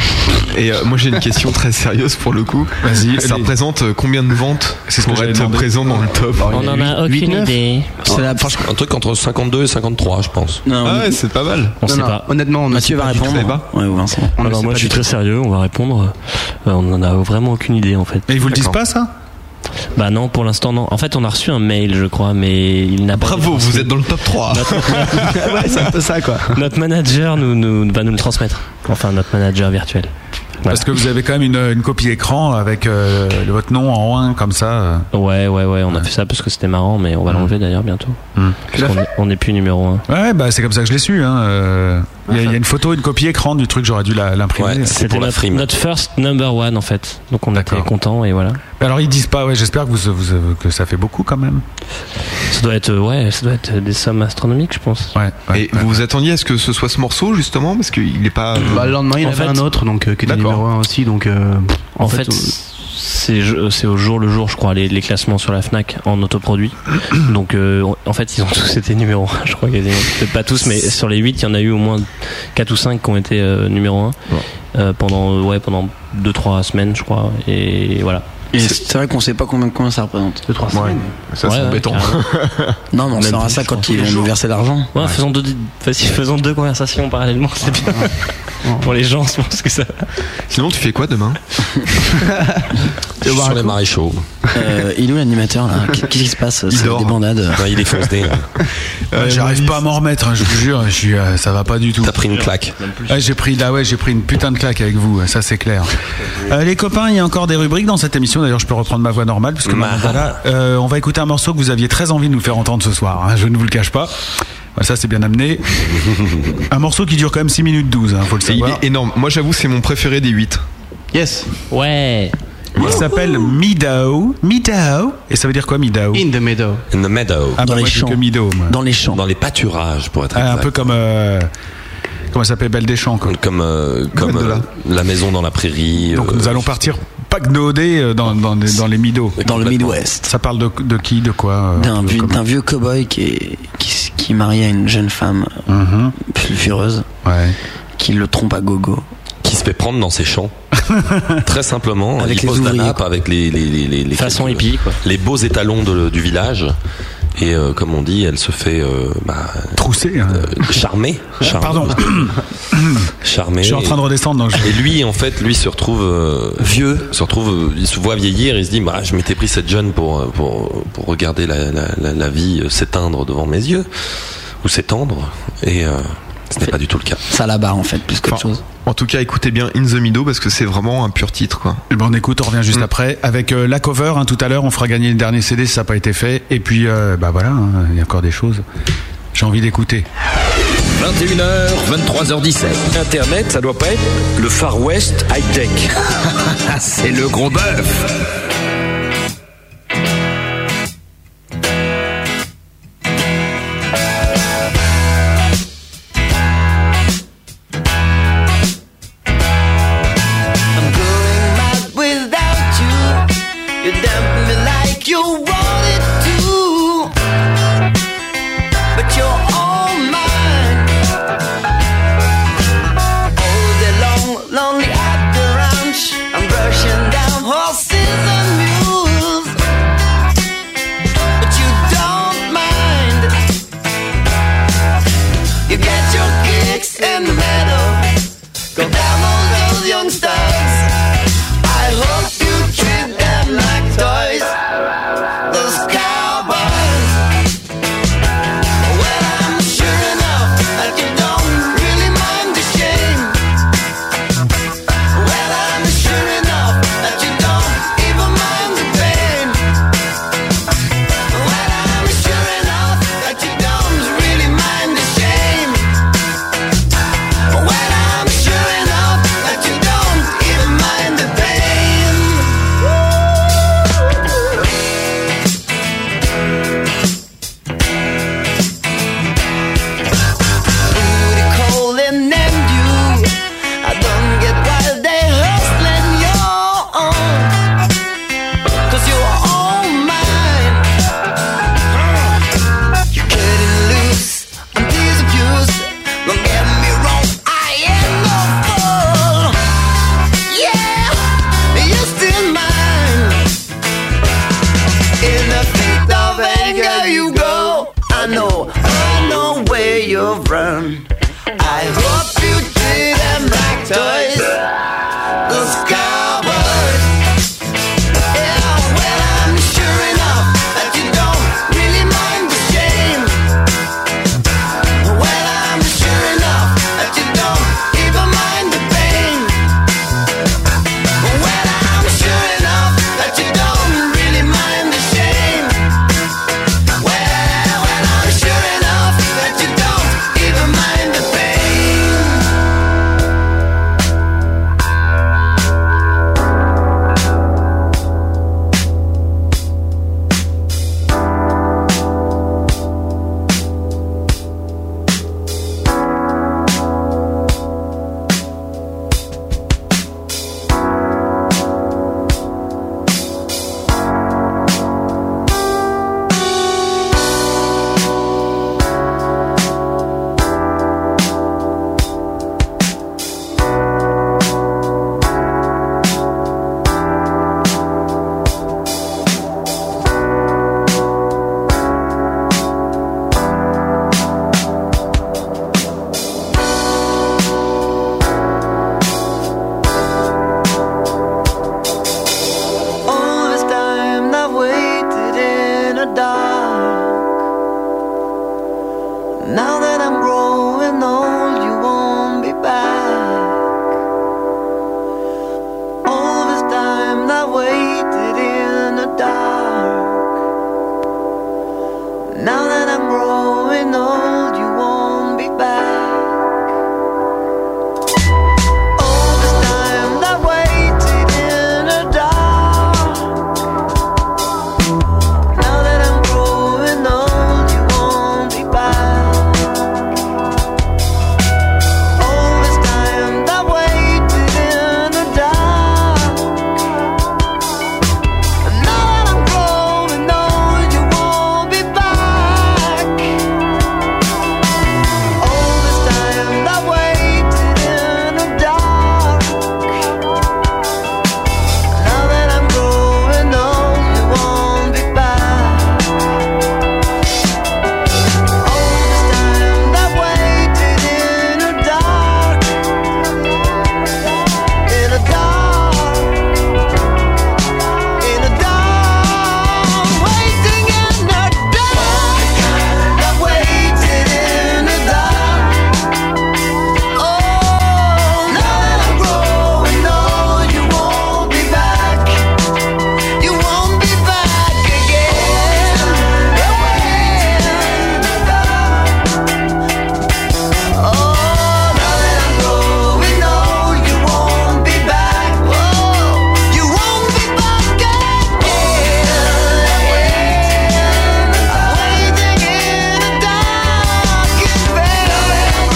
[SPEAKER 4] Et euh, moi j'ai une question très sérieuse pour le coup.
[SPEAKER 3] Vas-y,
[SPEAKER 4] Ça
[SPEAKER 3] allez.
[SPEAKER 4] représente euh, combien de ventes
[SPEAKER 2] C'est
[SPEAKER 4] pour être présent dans le top
[SPEAKER 3] On en a
[SPEAKER 8] aucune idée.
[SPEAKER 3] C'est un truc entre 52 et 53, je pense.
[SPEAKER 4] ah ouais, c'est pas mal.
[SPEAKER 8] On sait pas.
[SPEAKER 9] Honnêtement,
[SPEAKER 8] Mathieu va
[SPEAKER 4] répondre. savez pas
[SPEAKER 17] Ouais, ou Vincent.
[SPEAKER 9] On
[SPEAKER 8] Alors
[SPEAKER 9] le sait
[SPEAKER 8] moi
[SPEAKER 9] pas
[SPEAKER 8] je suis
[SPEAKER 9] du
[SPEAKER 8] très sérieux, on va répondre. Euh, on en a vraiment aucune idée en fait.
[SPEAKER 2] Mais ils vous le disent
[SPEAKER 8] D'accord.
[SPEAKER 2] pas ça
[SPEAKER 8] Bah non, pour l'instant non. En fait, on a reçu un mail, je crois, mais il n'a pas.
[SPEAKER 4] Bravo, vous êtes dans le top 3.
[SPEAKER 8] ouais, c'est un peu ça quoi. Notre manager nous, nous- va nous le transmettre. Enfin, notre manager virtuel.
[SPEAKER 2] Parce que vous avez quand même une, une copie écran avec euh, le- votre nom en 1 comme ça. euh. Mm.
[SPEAKER 8] Ouais, ouais, ouais, on a fait ça parce que c'était marrant, mais on va l'enlever d'ailleurs bientôt. Parce qu'on est- on n'est plus numéro 1.
[SPEAKER 2] Ouais, bah c'est comme ça que je l'ai su. hein, euh. Il y, a- il y a une photo, une copie écran du truc, j'aurais dû la- l'imprimer.
[SPEAKER 8] notre, notre first number one en fait. Donc on était content et voilà.
[SPEAKER 2] Alors ils disent pas, ouais, j'espère que, vous, vous- Euh, que ça fait beaucoup quand même.
[SPEAKER 8] Ça doit être, ouais, ça doit être des sommes astronomiques, je pense.
[SPEAKER 2] Ouais.
[SPEAKER 4] Et vous vous attendiez à ce que ce soit ce morceau justement parce qu'il est pas. euh,
[SPEAKER 9] Bah, le lendemain, il y en
[SPEAKER 4] En
[SPEAKER 9] avait
[SPEAKER 4] fait-
[SPEAKER 9] un autre, donc euh, qui était
[SPEAKER 4] D'accord.
[SPEAKER 9] numéro 1 aussi. Donc, euh,
[SPEAKER 8] En, fait, c'est je- c'est au jour le jour, je crois, les, les classements sur la Fnac en autoproduit. Donc, euh, en fait, ils ont tous été numéro 1, je crois. quasiment. Peut-être pas tous, mais sur les 8, il y en a eu au moins 4 ou 5 qui ont été euh, numéro 1 euh, pendant ouais pendant 2-3 semaines, je crois. Et voilà.
[SPEAKER 17] Et c'est vrai qu'on sait pas combien, combien ça représente. 2 3
[SPEAKER 8] semaines.
[SPEAKER 4] Ça, c'est embêtant.
[SPEAKER 17] non, mais on
[SPEAKER 8] Même
[SPEAKER 17] saura
[SPEAKER 8] plus,
[SPEAKER 17] ça
[SPEAKER 8] je
[SPEAKER 17] quand
[SPEAKER 8] pense.
[SPEAKER 17] ils vont nous
[SPEAKER 8] Toujours.
[SPEAKER 17] verser l'argent.
[SPEAKER 8] Ouais, Faisons, deux, vas-y, faisons deux conversations parallèlement, c'est bien. Pour les gens, je pense que ça.
[SPEAKER 4] Sinon, tu fais quoi demain
[SPEAKER 3] Sur les maréchaux.
[SPEAKER 17] Euh, il est où l'animateur là Qu'est-ce qui se passe C'est des bandades.
[SPEAKER 3] Ouais, il est foncé.
[SPEAKER 2] Euh, J'arrive pas à m'en remettre, hein, je vous jure, je suis, euh, ça va pas du tout. T'as
[SPEAKER 3] pris une claque.
[SPEAKER 2] j'ai pris là, ouais, j'ai pris une putain de claque avec vous, ça c'est clair. Euh, les copains, il y a encore des rubriques dans cette émission. D'ailleurs, je peux reprendre ma voix normale puisque maintenant, voilà, euh, on va écouter un morceau que vous aviez très envie de nous faire entendre ce soir. hein, je ne vous le cache pas. Voilà, Ça c'est bien amené. un morceau qui dure quand même 6 minutes 12, hein, faut le
[SPEAKER 4] Et il
[SPEAKER 2] savoir.
[SPEAKER 4] est énorme. Moi j'avoue, c'est mon préféré des 8.
[SPEAKER 9] Yes.
[SPEAKER 8] Ouais.
[SPEAKER 2] Il s'appelle Midao. Midao. Et ça veut dire quoi Midao
[SPEAKER 9] In the meadow.
[SPEAKER 3] In the meadow.
[SPEAKER 2] Ah, bah, moi, je dis que Midao, moi.
[SPEAKER 17] Dans les champs.
[SPEAKER 3] Dans les pâturages, pour être
[SPEAKER 2] Ah, un
[SPEAKER 3] exact.
[SPEAKER 2] peu comme. euh, comment ça s'appelait Belle des Champs, quoi.
[SPEAKER 3] Comme, euh, comme
[SPEAKER 2] Madela.
[SPEAKER 3] euh, la maison dans la prairie.
[SPEAKER 2] Donc
[SPEAKER 3] euh,
[SPEAKER 2] nous allons partir paquenauder euh, dans, dans, des- dans les Midos.
[SPEAKER 17] Dans le Midwest.
[SPEAKER 2] Ça parle de, de qui, de quoi euh,
[SPEAKER 17] D'un
[SPEAKER 2] de
[SPEAKER 17] vieux,
[SPEAKER 2] comment
[SPEAKER 17] d'un vieux cow-boy qui est, qui, s- qui est marié à une jeune femme
[SPEAKER 2] Mhm.
[SPEAKER 17] sulfureuse qui le trompe à gogo.
[SPEAKER 3] qui se fait prendre dans ses champs. Très simplement,
[SPEAKER 17] Avec
[SPEAKER 3] il
[SPEAKER 17] les
[SPEAKER 3] pose la
[SPEAKER 17] ouvriers,
[SPEAKER 3] nappe avec les, les, les, les, les-
[SPEAKER 8] Façon
[SPEAKER 3] les-
[SPEAKER 8] hippie, quoi.
[SPEAKER 3] les beaux étalons de- du village. Et euh, comme on dit, elle se fait euh, bah,
[SPEAKER 2] Trousser. hein.
[SPEAKER 3] euh, charmer. Charmer.
[SPEAKER 2] Pardon.
[SPEAKER 3] Charmer.
[SPEAKER 2] Je suis en train de redescendre. donc je-
[SPEAKER 3] Et lui, en fait, lui se retrouve euh, vieux, se retrouve, euh, il se voit vieillir, il se dit, bah, je m'étais pris cette jeune pour, euh, pour, pour regarder la, la, la, la vie euh, s'éteindre devant mes yeux, ou s'étendre, et euh, ce n'est pas du tout le cas.
[SPEAKER 17] Ça la barre en fait, plus qu'autre chose.
[SPEAKER 4] En tout cas, écoutez bien In the Middle parce que c'est vraiment un pur titre quoi.
[SPEAKER 2] Eh ben, on écoute, on revient juste après. Avec euh, la cover, hein, tout à l'heure, on fera gagner le dernier CD si ça n'a pas été fait. Et puis, euh, bah voilà, hein, il y a encore des choses. J'ai envie d'écouter.
[SPEAKER 5] 21h, 23h17. Internet, ça doit pas être le Far West high-tech. c'est le gros bœuf.
[SPEAKER 7] I'm going mad without you. You dump me like you wanted to. But you're all mine. All day long, lonely at the ranch. I'm brushing down horses and mules. But you don't mind. You get your kicks in the meadow. Go down on those youngsters. I hope you treat them like toys. Those cowboys. Well, I'm sure enough that you don't really mind the shame.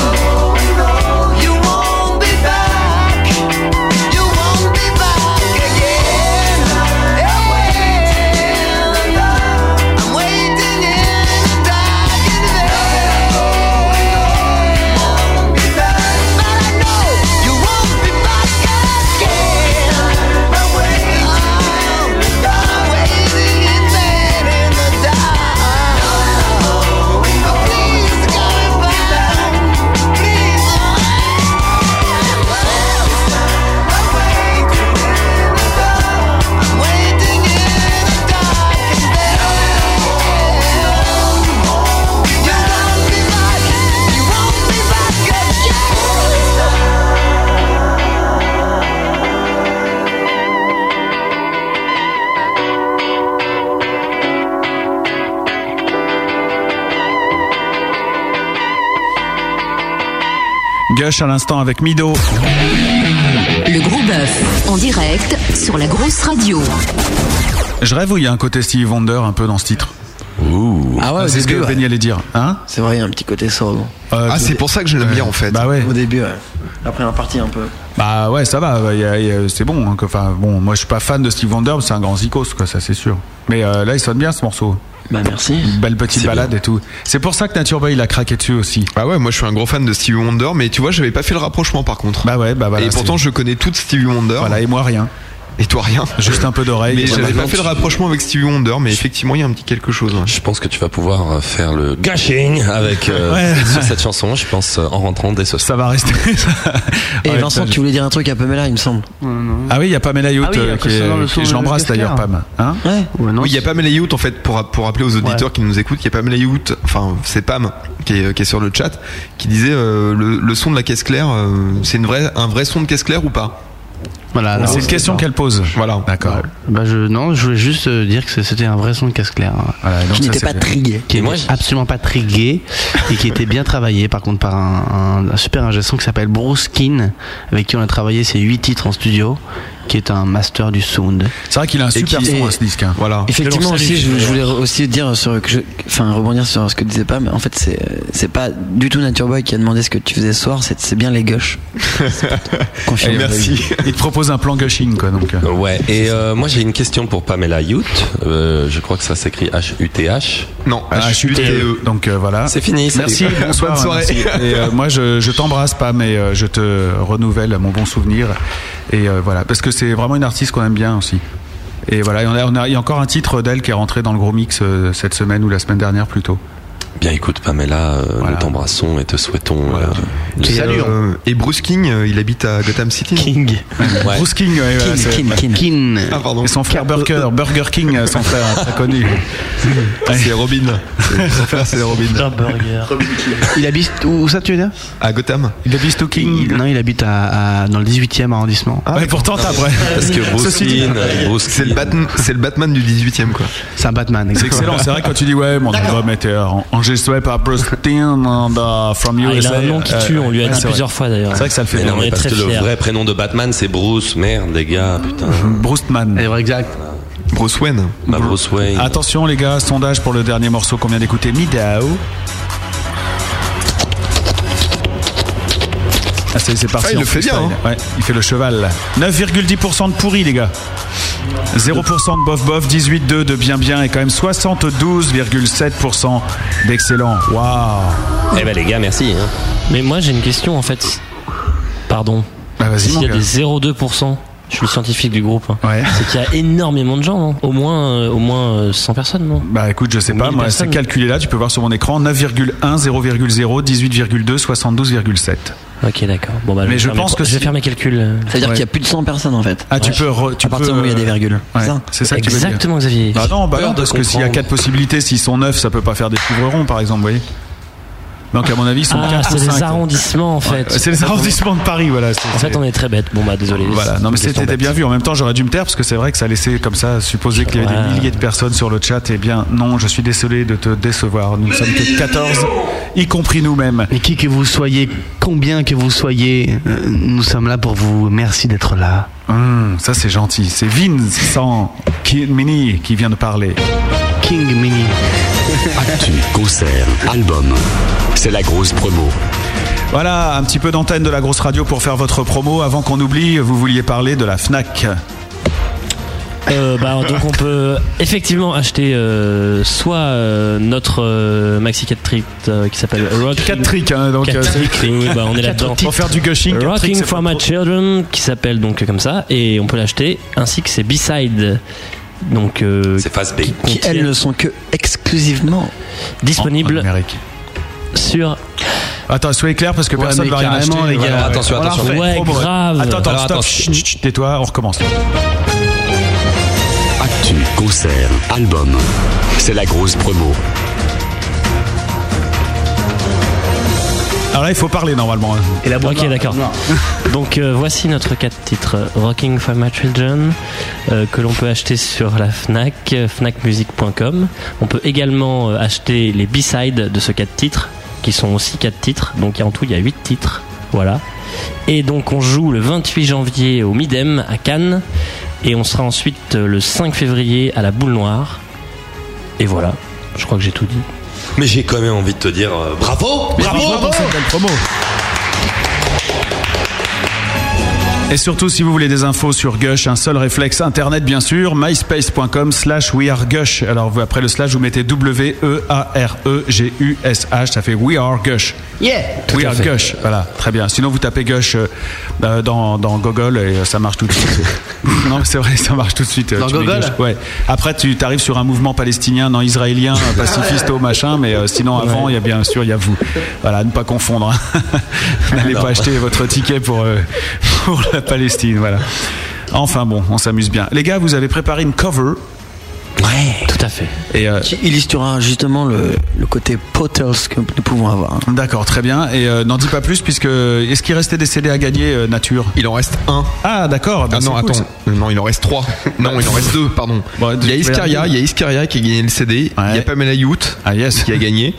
[SPEAKER 7] Oh,
[SPEAKER 17] Oh
[SPEAKER 2] Gush à l'instant avec Mido.
[SPEAKER 1] Le gros bœuf, en direct sur la grosse radio.
[SPEAKER 2] Je rêve où il y a un côté Stevie Wonder un peu dans ce titre.
[SPEAKER 9] Ah ouais, au
[SPEAKER 2] c'est ce que
[SPEAKER 9] début, ouais.
[SPEAKER 2] Benny allait dire. Hein
[SPEAKER 9] C'est vrai, il y a un petit côté sobre.
[SPEAKER 2] Ah, c'est pour ça que je l'aime bien, en fait. Bah ouais.
[SPEAKER 9] Au début, ouais. Après, on est parti un peu.
[SPEAKER 2] Bah ouais, ça va, il y a- il y a- c'est bon. hein, que- Enfin, bon, moi je suis pas fan de Steve Wonder, mais c'est un grand zikos, quoi, ça c'est sûr. Mais euh, là, il sonne bien ce morceau.
[SPEAKER 9] Bah merci.
[SPEAKER 2] Belle petite
[SPEAKER 4] C'est
[SPEAKER 2] balade
[SPEAKER 4] bien.
[SPEAKER 2] et tout. C'est pour ça que Nature Boy il a craqué dessus aussi.
[SPEAKER 4] Ah ouais, moi je suis un gros fan de Stevie Wonder, mais tu vois, j'avais pas fait le rapprochement par contre.
[SPEAKER 2] Bah ouais, bah voilà.
[SPEAKER 4] Et pourtant,
[SPEAKER 2] c'est-
[SPEAKER 4] je connais toute Stevie Wonder.
[SPEAKER 2] Voilà, et moi rien.
[SPEAKER 4] Et toi rien.
[SPEAKER 2] Juste un peu d'oreille.
[SPEAKER 4] Mais
[SPEAKER 2] Ouais,
[SPEAKER 4] j'avais
[SPEAKER 2] maintenant,
[SPEAKER 4] pas fait le
[SPEAKER 2] tu-
[SPEAKER 4] rapprochement avec Stevie Wonder, mais effectivement, il y a un petit quelque chose.
[SPEAKER 3] Je pense que tu vas pouvoir euh, faire le gashing avec euh,
[SPEAKER 4] Ouais.
[SPEAKER 3] sur cette chanson, je pense, euh, en rentrant dès ce
[SPEAKER 2] Ça va rester.
[SPEAKER 9] Et
[SPEAKER 2] Ouais,
[SPEAKER 9] Vincent,
[SPEAKER 2] putain,
[SPEAKER 9] tu voulais dire un truc à Pamela, il me semble.
[SPEAKER 2] Ah oui, il y a Pamela Youth, Ah oui, euh, qui est- concernant le son qui- je de l'embrasse, Jeff d'ailleurs, Kerr. Pam. Hein
[SPEAKER 4] oui, il y a Pamela Youth en fait pour pour rappeler aux auditeurs qui nous écoutent, il y a Pamela Youth, enfin c'est Pam qui est, qui est sur le chat, qui disait euh, le, le son de la caisse claire, euh, c'est une vraie un vrai son de caisse claire ou pas
[SPEAKER 11] Voilà,
[SPEAKER 4] C'est
[SPEAKER 11] alors-
[SPEAKER 4] une question
[SPEAKER 2] qu'elle pose.
[SPEAKER 4] Voilà.
[SPEAKER 2] D'accord.
[SPEAKER 11] Bah je non, je voulais juste euh, dire que c'est- c'était un vrai son de casse claire. hein.
[SPEAKER 2] donc Qui ça, n'était c'est pas bien. trigué.
[SPEAKER 11] Qui
[SPEAKER 2] Et moi,
[SPEAKER 11] n'était absolument pas trigué et qui était bien travaillé par contre par un, un- un super ingé son qui s'appelle Bruce Keane avec qui on a travaillé ses 8 titres en studio qui est un master du sound.
[SPEAKER 2] C'est vrai qu'il a un
[SPEAKER 11] Et
[SPEAKER 2] super
[SPEAKER 11] qui-
[SPEAKER 2] son
[SPEAKER 11] et-
[SPEAKER 2] à ce disque. hein.
[SPEAKER 11] Voilà.
[SPEAKER 9] Effectivement
[SPEAKER 11] Que l'on
[SPEAKER 9] aussi,
[SPEAKER 11] salue.
[SPEAKER 9] je, je voulais aussi dire sur, que je- enfin rebondir sur ce que disait pas, mais en fait c'est c'est pas du tout Nature Boy qui a demandé ce que tu faisais ce soir, c'est c'est bien les gauches. Confirmé.
[SPEAKER 2] euh, Il te propose un plan gushing, quoi, donc.
[SPEAKER 3] Ouais, et euh, moi j'ai une question pour Pamela Youth. Euh, je crois que ça s'écrit H-U-T-H.
[SPEAKER 4] Non,
[SPEAKER 2] Ah, je suis
[SPEAKER 3] E
[SPEAKER 2] TE. Donc euh, voilà.
[SPEAKER 3] C'est fini, salut.
[SPEAKER 2] Merci, bonsoir.
[SPEAKER 3] Bonne soirée.
[SPEAKER 2] merci. Et, euh, moi, je, je t'embrasse pas, mais euh, je te renouvelle mon bon souvenir. Et euh, voilà, parce que c'est vraiment une artiste qu'on aime bien aussi. Et voilà, et on a- on a- il y a encore un titre d'elle qui est rentré dans le gros mix euh, cette semaine ou la semaine dernière plutôt.
[SPEAKER 3] Bien écoute Pamela, euh, nous t'embrassons et te souhaitons... euh, le-
[SPEAKER 4] Et, euh, et Bruce King, euh, il habite à Gotham City. King.
[SPEAKER 3] Ouais.
[SPEAKER 2] Bruce King, ouais, ouais, c'est-
[SPEAKER 4] Ah pardon.
[SPEAKER 2] Et son frère Burger, Burger King, euh, son frère très connu.
[SPEAKER 4] C'est Robin. Son frère, c'est Robin.
[SPEAKER 11] Il habite où, où ça tu veux dire
[SPEAKER 4] À Gotham.
[SPEAKER 2] Il habite au King.
[SPEAKER 11] non, il habite à, à- dans le 18e arrondissement.
[SPEAKER 2] Ah, mais pourtant t'as vrai. Ceci dit-
[SPEAKER 4] c'est le Batman, c'est le Batman du 18e quoi.
[SPEAKER 11] C'est un Batman.
[SPEAKER 2] C'est excellent, c'est vrai quand tu dis ouais, mon
[SPEAKER 4] D'accord.
[SPEAKER 2] album était euh, enregistré par Bruce Timm and, uh, from
[SPEAKER 21] Ah, il a
[SPEAKER 2] USA.
[SPEAKER 21] un nom qui tue, on lui a dit
[SPEAKER 2] c'est vrai.
[SPEAKER 21] plusieurs fois, d'ailleurs.
[SPEAKER 2] C'est vrai que ça le fait
[SPEAKER 3] Mais
[SPEAKER 2] bien.
[SPEAKER 3] non, mais parce que le vrai prénom de Batman c'est Bruce, merde les gars, putain.
[SPEAKER 2] Ah. Bruce Man.
[SPEAKER 11] exact.
[SPEAKER 4] Bruce Wayne.
[SPEAKER 3] Bah, Bruce Wayne.
[SPEAKER 2] Attention les gars, sondage pour le dernier morceau qu'on vient d'écouter, Midao. Ah, c'est, c'est parti.
[SPEAKER 4] Ah, il
[SPEAKER 2] en
[SPEAKER 4] le fait bien,
[SPEAKER 2] freestyle. Ouais, il fait le cheval. 9,10% de pourri, les gars. 0% de bof bof, 18,2 de bien bien et quand même 72,7% d'excellent. Waouh!
[SPEAKER 3] Eh ben les gars, merci. hein.
[SPEAKER 8] Mais moi j'ai une question en fait. Pardon.
[SPEAKER 2] Bah vas-y,
[SPEAKER 8] S'il y a
[SPEAKER 2] mon gars.
[SPEAKER 8] des 0,2%, je suis le scientifique du groupe. hein.
[SPEAKER 2] C'est
[SPEAKER 8] qu'il y a énormément de gens, non Au moins, euh, au moins euh, 100 personnes, non
[SPEAKER 2] Bah écoute, je sais pas, moi c'est
[SPEAKER 8] personnes.
[SPEAKER 2] calculé là, tu peux voir sur mon écran 9,1, 0,0, 18,2, 72,7.
[SPEAKER 8] Ok, d'accord. Bon, bah,
[SPEAKER 2] Mais je
[SPEAKER 8] vais faire
[SPEAKER 2] pense
[SPEAKER 8] mes-
[SPEAKER 2] que
[SPEAKER 8] je vais
[SPEAKER 2] si-
[SPEAKER 8] faire mes calculs.
[SPEAKER 9] Ça veut dire qu'il y a plus de 100 personnes en fait.
[SPEAKER 2] Ah, tu
[SPEAKER 9] Ouais.
[SPEAKER 2] peux. re- tu
[SPEAKER 9] à partir
[SPEAKER 2] peux,
[SPEAKER 9] du moment où il y a des virgules.
[SPEAKER 2] Ouais,
[SPEAKER 9] C'est ça
[SPEAKER 2] C'est ça que
[SPEAKER 8] Exactement,
[SPEAKER 2] tu veux
[SPEAKER 8] Xavier.
[SPEAKER 2] dire. Bah non, bah
[SPEAKER 8] Peur
[SPEAKER 2] non,
[SPEAKER 8] de
[SPEAKER 2] parce que s'il y a
[SPEAKER 8] comprendre.
[SPEAKER 2] quatre possibilités, s'ils sont neuf, ça peut pas faire des chiffres ronds, par exemple, vous voyez. Donc à mon avis, ils sont
[SPEAKER 8] Ah,
[SPEAKER 2] 4
[SPEAKER 8] c'est les arrondissements en fait.
[SPEAKER 2] C'est les arrondissements de Paris, voilà.
[SPEAKER 8] En fait, on est très bête. Bon, bah, désolé.
[SPEAKER 2] Voilà, Ah non mais
[SPEAKER 8] Question
[SPEAKER 2] c'était
[SPEAKER 8] bête.
[SPEAKER 2] bien vu. En même temps, j'aurais dû me taire parce que c'est vrai que ça laissait comme ça supposer qu'il y avait des milliers de personnes sur le chat. Eh bien, non, je suis désolé de te décevoir. Nous ne sommes que 14, y compris nous-mêmes.
[SPEAKER 11] Et qui que vous soyez, combien que vous soyez, euh, nous sommes là pour vous. Merci d'être là.
[SPEAKER 2] Hum, ça c'est gentil. C'est Vincent Ki- Mini qui vient de parler.
[SPEAKER 11] King Mini.
[SPEAKER 18] Actu, concert, album. C'est la grosse promo.
[SPEAKER 2] Voilà, un petit peu d'antenne de la grosse radio pour faire votre promo. Avant qu'on oublie, vous vouliez parler de la FNAC.
[SPEAKER 8] Euh, bah, donc on peut effectivement acheter euh, soit euh, notre euh, maxi 4 trick euh, qui s'appelle Rock
[SPEAKER 2] 4 tricks hein, donc euh,
[SPEAKER 8] Quatre tricks, oui, bah, on est là-dedans.
[SPEAKER 2] Pour faire du gushing, quatre tricks,
[SPEAKER 8] Rocking
[SPEAKER 2] c'est
[SPEAKER 8] for
[SPEAKER 2] pas
[SPEAKER 8] My
[SPEAKER 2] trop.
[SPEAKER 8] Children qui s'appelle donc euh, comme ça et on peut l'acheter ainsi que ses B-side donc euh,
[SPEAKER 3] c'est face B
[SPEAKER 9] Qui elles ne sont que exclusivement
[SPEAKER 8] disponibles sur
[SPEAKER 2] Attends, soyez clair parce que
[SPEAKER 8] Ouais,
[SPEAKER 2] personne
[SPEAKER 8] mais
[SPEAKER 2] va rien acheter.
[SPEAKER 8] carrément, les gars.
[SPEAKER 2] Voilà,
[SPEAKER 8] Attention,
[SPEAKER 2] on la
[SPEAKER 8] attention.
[SPEAKER 2] refait.
[SPEAKER 8] Ouais,
[SPEAKER 2] Promo,
[SPEAKER 8] grave.
[SPEAKER 2] Attends, attends,
[SPEAKER 8] Alors,
[SPEAKER 2] stop.
[SPEAKER 8] attends.
[SPEAKER 2] Chut, chut, chut, Tais-toi, on recommence.
[SPEAKER 18] Actu, concert, album. C'est la grosse promo.
[SPEAKER 2] Alors là, il faut parler normalement.
[SPEAKER 8] Et la Ok, d'accord. Donc euh, voici notre quatre titres Euh, Rocking for My Children euh, que l'on peut acheter sur la Fnac, euh, fnacmusic.com. On peut également euh, acheter les B-sides de ce quatre titres qui sont aussi quatre titres. Donc en tout, il y a huit titres Voilà. Et donc on joue le 28 janvier au Midem à Cannes. Et on sera ensuite euh, le 5 février à la Boule Noire. Et voilà, je crois que j'ai tout dit.
[SPEAKER 3] Mais j'ai quand même envie de te dire euh, bravo,
[SPEAKER 2] Mais
[SPEAKER 3] bravo,
[SPEAKER 2] bravo pour cette belle promo. Et surtout, si vous voulez des infos sur Gush, un seul réflexe internet bien sûr, myspace.com slash we are Gush. Alors vous, après le slash, vous mettez E W-E-A-R-E-G-U-S-H, ça fait we are Gush.
[SPEAKER 15] Yeah.
[SPEAKER 2] we are Gush, voilà, très bien. Sinon vous tapez Gush euh, euh, dans, dans Google et euh, ça marche tout de suite. non, mais c'est vrai, ça marche tout de suite. euh,
[SPEAKER 15] Dans
[SPEAKER 2] tu mets
[SPEAKER 15] Google
[SPEAKER 2] Gush. Ouais. Après, tu arrives sur un mouvement palestinien, non israélien, euh,
[SPEAKER 8] Ah
[SPEAKER 2] pacifiste, au machin, mais euh, sinon avant, il y a bien sûr, il y a vous. Voilà, ne pas confondre. hein. N'allez
[SPEAKER 3] Non.
[SPEAKER 2] pas acheter votre ticket pour, euh, pour la Palestine, voilà. Enfin bon, on s'amuse bien. Les gars, vous avez préparé une cover.
[SPEAKER 8] Ouais, tout à fait.
[SPEAKER 2] Et euh,
[SPEAKER 9] Qui illustrera justement le, le côté potels que nous pouvons avoir. hein.
[SPEAKER 2] D'accord, très bien. Et euh, n'en dis pas plus, puisque est-ce qu'il restait des CD à gagner, euh, Nature
[SPEAKER 4] Il en reste un.
[SPEAKER 2] Ah, d'accord. ben
[SPEAKER 4] Ah non,
[SPEAKER 2] c'est cool,
[SPEAKER 4] attends. Non, il en reste trois. Non, il en reste deux, pardon. il y a
[SPEAKER 2] tu peux
[SPEAKER 4] Iscaria,
[SPEAKER 2] garder.
[SPEAKER 4] il y a Iscaria qui a gagné le CD. Il y a Pamela Youth
[SPEAKER 2] Ah,
[SPEAKER 4] qui a gagné.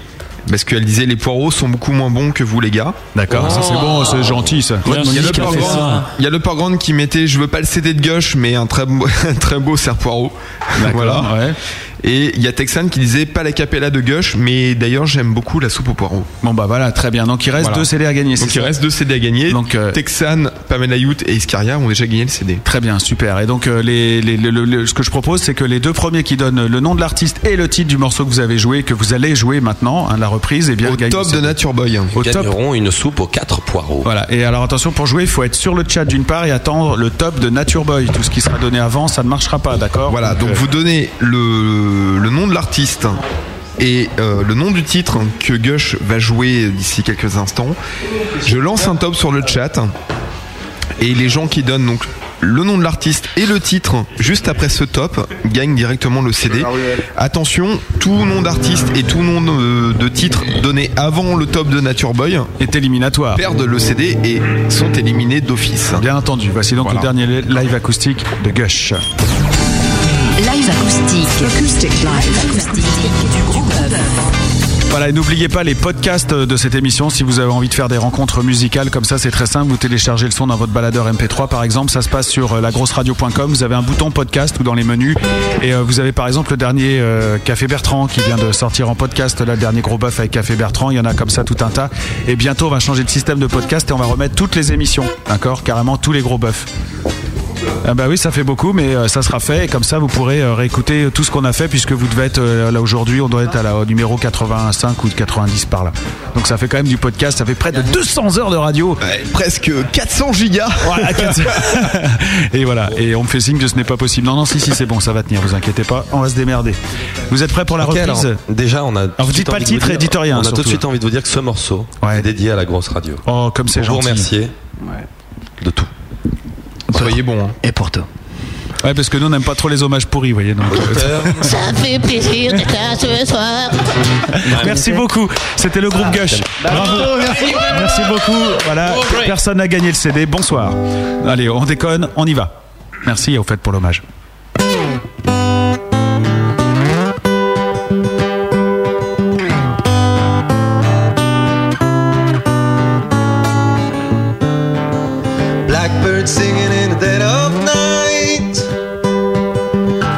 [SPEAKER 4] Parce qu'elle disait les poireaux sont beaucoup moins bons que vous les gars. Oh.
[SPEAKER 2] D'accord, ça, c'est bon, c'est gentil, ça.
[SPEAKER 4] Il y a
[SPEAKER 2] Merci
[SPEAKER 4] le
[SPEAKER 2] qui a fait
[SPEAKER 4] Porgrand-
[SPEAKER 2] ça.
[SPEAKER 4] il y a le Porgrand qui mettait je veux pas le CD de gauche mais un très beau, un très beau serre poireau. Voilà. Et il y a Texan qui disait pas la capella de gauche mais d'ailleurs j'aime beaucoup la soupe aux poireaux.
[SPEAKER 2] Bon bah voilà, très bien. Donc il reste deux CD à gagner,
[SPEAKER 4] Donc
[SPEAKER 2] c'est
[SPEAKER 4] il
[SPEAKER 2] ça
[SPEAKER 4] reste deux CD à gagner.
[SPEAKER 2] Donc, euh,
[SPEAKER 4] Texan, Pamela Youth et Iscaria ont déjà gagné le CD.
[SPEAKER 2] Très bien, super. Et donc, euh, les, les- le- le- le- ce que je propose, c'est que les deux premiers qui donnent le nom de l'artiste et le titre du morceau que vous avez joué, que vous allez jouer maintenant, hein, la reprise, et bien
[SPEAKER 4] Au
[SPEAKER 2] gagnent
[SPEAKER 4] top
[SPEAKER 2] le
[SPEAKER 4] de
[SPEAKER 2] CD.
[SPEAKER 4] Nature Boy.
[SPEAKER 2] Au top.
[SPEAKER 3] gagneront une soupe aux quatre poireaux.
[SPEAKER 2] Voilà. Et alors attention, pour jouer, il faut être sur le chat d'une part et attendre le top de Nature Boy. Tout ce qui sera donné avant, ça ne marchera pas, d'accord
[SPEAKER 4] Voilà, donc
[SPEAKER 2] euh,
[SPEAKER 4] vous donnez le, le nom de l'artiste et euh, le nom du titre que Gush va jouer d'ici quelques instants. Je lance un top sur le chat et les gens qui donnent donc le nom de l'artiste et le titre juste après ce top gagnent directement le CD. Attention, tout nom d'artiste et tout nom de, de titre donné avant le top de Nature Boy
[SPEAKER 2] est éliminatoire.
[SPEAKER 4] Perdent le CD et sont éliminés d'office.
[SPEAKER 2] Bien entendu. Voici donc
[SPEAKER 4] Voilà.
[SPEAKER 2] le dernier live acoustique de Gush.
[SPEAKER 1] Live acoustique. Acoustic live. Acoustique du groupe
[SPEAKER 2] Voilà, et n'oubliez pas les podcasts euh, de cette émission. Si vous avez envie de faire des rencontres musicales comme ça, c'est très simple. Vous téléchargez le son dans votre baladeur MP3, par exemple. Ça se passe sur euh, lagrosseradio.com. Vous avez un bouton podcast ou dans les menus. Et euh, vous avez par exemple le dernier euh, Café Bertrand qui vient de sortir en podcast. Là, le dernier gros bœuf avec Café Bertrand. Il y en a comme ça tout un tas. Et bientôt, on va changer de système de podcast et on va remettre toutes les émissions. D'accord Carrément tous les gros bœufs. Ah bah oui, ça fait beaucoup, mais euh, ça sera fait et comme ça vous pourrez euh, réécouter tout ce qu'on a fait puisque vous devez être euh, là aujourd'hui, on doit être à la au numéro 85 ou 90 par là. Donc ça fait quand même du podcast, ça fait près de 200 heures de radio.
[SPEAKER 4] presque 400 gigas.
[SPEAKER 2] et voilà, et on me fait signe que ce n'est pas possible. Non, non, si, si, c'est bon, ça va tenir, vous inquiétez pas, on va se démerder. Vous êtes prêts pour la
[SPEAKER 3] Ok,
[SPEAKER 2] reprise
[SPEAKER 3] alors, déjà, on a.
[SPEAKER 2] vous dites pas le titre et dites rien,
[SPEAKER 3] On a tout de
[SPEAKER 2] surtout.
[SPEAKER 3] suite envie de vous dire que ce morceau est dédié à la grosse radio.
[SPEAKER 2] Oh, comme c'est
[SPEAKER 3] Pour vous
[SPEAKER 2] gentil.
[SPEAKER 3] remercier de tout.
[SPEAKER 4] Soyez bon.
[SPEAKER 9] Et pour toi.
[SPEAKER 2] Ouais, parce que nous on n'aime pas trop les hommages pourris, vous voyez. donc, euh,
[SPEAKER 7] Ça fait plaisir d'être là ce soir.
[SPEAKER 2] Merci beaucoup. C'était le groupe Gush. Bravo.
[SPEAKER 7] merci.
[SPEAKER 2] Merci beaucoup. Voilà. Personne n'a gagné le CD. Bonsoir. Allez, on déconne. On y va. Merci au fait pour l'hommage.
[SPEAKER 7] Blackbird singing in the dead of night.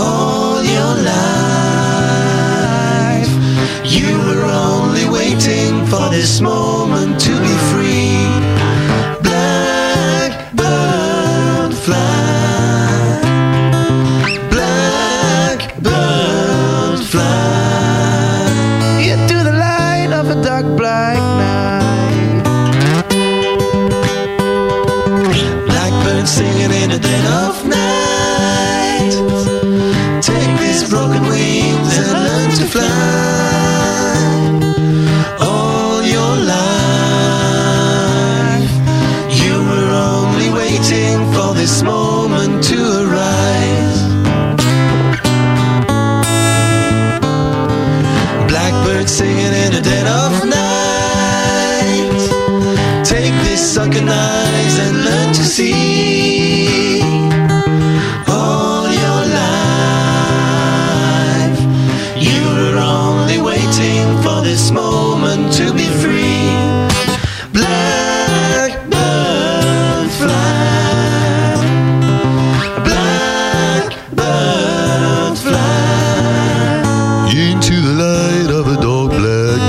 [SPEAKER 7] all your life. You were only waiting for this moment to be free. Blackbird fly. Blackbird fly.
[SPEAKER 15] Into the light of a dark black night.
[SPEAKER 7] Blackbird singing in the dead of night. eyes and learn to see all your life. You were only waiting for this moment to be free. Blackbird fly. Blackbird fly into the light of a dark black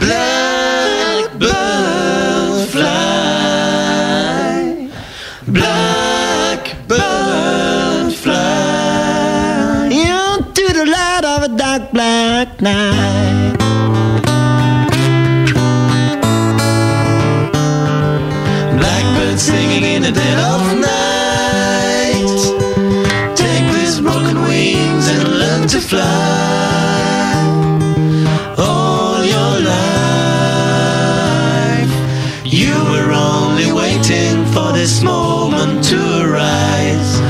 [SPEAKER 7] night. Blackbird fly. Blackbird fly into the light of a dark black night. Blackbird singing in the dead of night. Take these broken wings and learn to fly all your life. You were only waiting for this moment to arise.